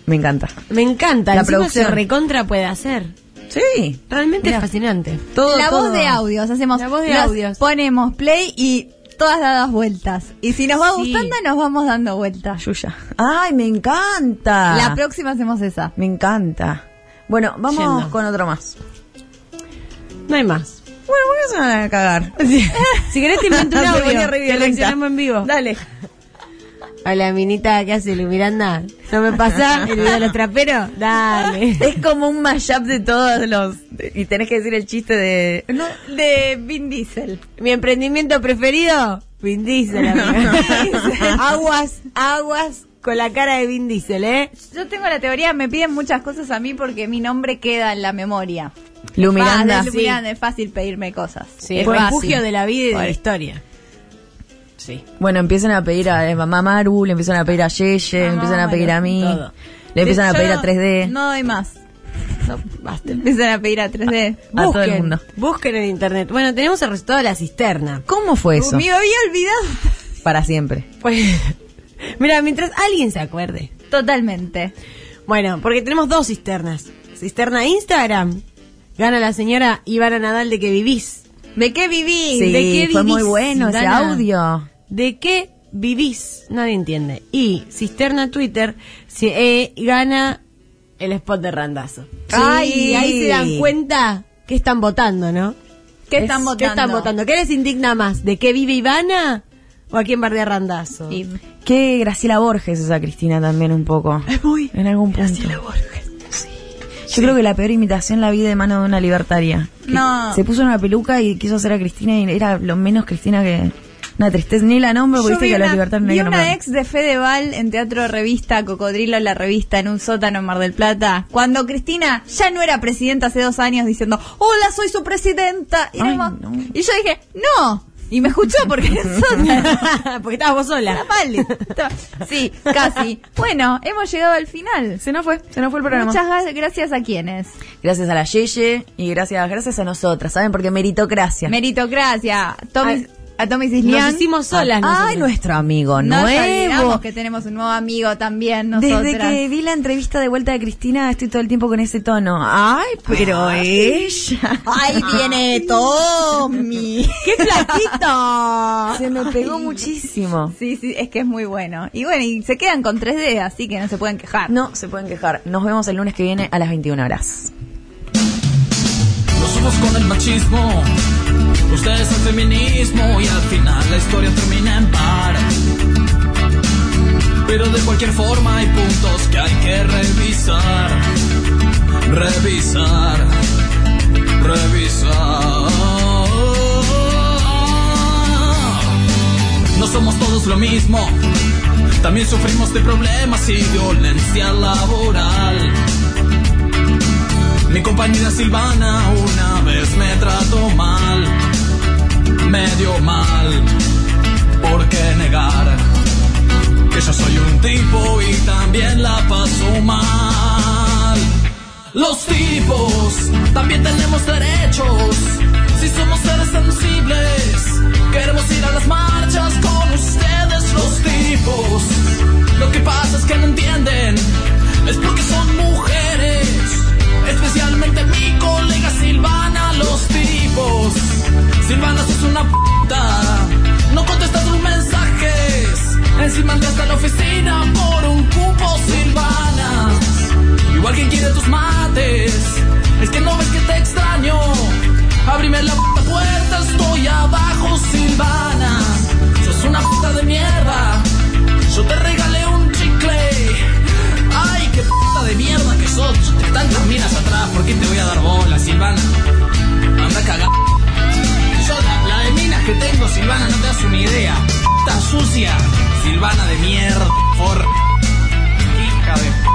D: Me encanta.
B: Me encanta.
C: La
B: La producción se
C: producción.
B: recontra puede hacer.
D: Sí.
B: Realmente es fascinante.
C: la voz de audios, hacemos
B: La voz de
C: los-
B: audios.
C: Ponemos play y todas dadas vueltas. Y si nos va
D: Sí.
C: gustando, nos vamos dando vueltas.
D: Yuya. Ay, me encanta.
C: La próxima hacemos esa.
D: Me encanta. Bueno, vamos
C: Yendo.
D: con otro más.
B: No hay más.
D: Bueno, porque se van a cagar.
B: Si querés te invento un
D: Me
B: audio.
D: voy a re
B: que
D: violenta.
B: reaccionamos en vivo.
D: Dale.
B: Hola, minita, ¿qué hace Lu Miranda? ¿No me pasa el video de los traperos? Dale.
D: Es como un mashup de todos los. Y tenés que decir el chiste de.
C: De Vin Diesel.
B: Mi emprendimiento preferido, Vin Diesel, amigo. aguas, aguas con la cara de Vin Diesel, ¿eh?
C: Yo tengo la teoría, me piden muchas cosas a mí porque mi nombre queda en la memoria.
D: Lu
C: Fácil,
D: Miranda.
C: Lu Miranda, es fácil pedirme cosas.
B: Sí,
C: es
B: fue
C: fácil.
B: refugio de la vida y de la
C: Pobre.
B: historia. Sí.
D: Bueno, empiezan a pedir a eh, Mamá Maru, le empiezan a pedir a Yeye,
B: Ah,
D: le empiezan a pedir a mí, le empiezan a
C: Yo
D: pedir
C: no-
D: a 3D.
C: No doy más. No, basta. Empiezan a pedir a 3D.
D: A todo el mundo.
B: Busquen en internet. Bueno, tenemos el resultado de la cisterna.
D: ¿Cómo fue eso?
B: Me había olvidado.
D: Para siempre.
B: Pues, mira, mientras alguien se acuerde.
C: Totalmente.
B: Bueno, porque tenemos dos cisternas. Cisterna Instagram. Gana la señora Ivana Nadal de que vivís.
C: ¿De qué vivís?
D: Sí,
B: ¿De qué
D: fue muy
B: vivís,
D: bueno ese
B: Dana?
D: audio.
B: ¿De qué vivís? Nadie entiende. Y Cisterna Twitter si, eh, gana el spot de Randazo. Ay, ahí se dan cuenta que están votando, ¿no?
C: ¿Qué están votando?
B: ¿Qué están votando? ¿Qué les indigna más? ¿De qué vive Ivana o a quién bardea Randazo?
D: Qué Graciela Borges esa Cristina también un poco. Es muy en algún punto. Yo creo que la peor imitación la vi de mano de una libertaria. Que
C: No.
D: Se puso una peluca y quiso hacer a Cristina y era lo menos Cristina que una tristeza ni la nombro porque
C: Yo
D: viste
C: vi
D: que a los
C: una-
D: libertarios
C: vi
D: no hay que
C: una
D: nombrar.
C: ex de Fedeval en Teatro Revista Cocodrilo, la revista en un sótano en Mar del Plata, cuando Cristina ya no era presidenta hace dos años diciendo, hola, soy su presidenta. Y, era como- y yo dije, no. Y me escuchó porque era un sótano.
B: porque estabas vos sola.
C: Sí, casi. Bueno, hemos llegado al final. Se nos fue,
D: se nos fue el programa.
C: Muchas gra- gracias a quienes.
D: Gracias a la Yeye y gracias gracias a nosotras, ¿saben? Porque meritocracia.
C: Meritocracia. Tommy- a Tommy Cislián.
B: Nos hicimos solas.
D: Ay,
B: nosotras.
D: nuestro amigo
C: No olvidamos
D: nuevo.
C: que tenemos un nuevo amigo también nosotras.
D: Desde que vi la entrevista de vuelta de Cristina estoy todo el tiempo con ese tono. Ay, pero ella.
C: Ahí viene Tommy.
B: ¡Qué flaquito!
D: Se me pegó muchísimo.
C: Sí, sí, es que es muy bueno. Y bueno, y se quedan con 3D, así que no se pueden quejar.
D: No se pueden quejar. Nos vemos el lunes que viene a las 21 horas.
A: Nos somos con el machismo, ustedes el feminismo y al final la historia termina en par. Pero de cualquier forma hay puntos que hay que revisar, revisar, revisar. No somos todos lo mismo, también sufrimos de problemas y violencia laboral. Mi compañera Silvana una vez me trató mal, medio mal. ¿Por qué negar que yo soy un tipo y también la paso mal? Los tipos también tenemos derechos. Si somos seres sensibles, queremos ir a las marchas con ustedes, los tipos. Lo que pasa es que no entienden, es porque son mujeres. Especialmente mi colega Silvana, los tipos. Silvana, sos una puta. No contestas tus mensajes. Encima andas a la oficina por un cupo, Silvana. Igual que quiere tus mates. Es que no ves que te extraño. Ábrime la puta puerta, estoy abajo, Silvana. Sos una puta de mierda. Yo te regalé un chicle. Ay, qué puta de mierda que sos. Tantas minas atrás, ¿por qué te voy a dar bola, Silvana? Anda a cagar. Yo la, la de minas que tengo, Silvana, no te das una idea. Tan sucia, Silvana de mierda, por. Hija de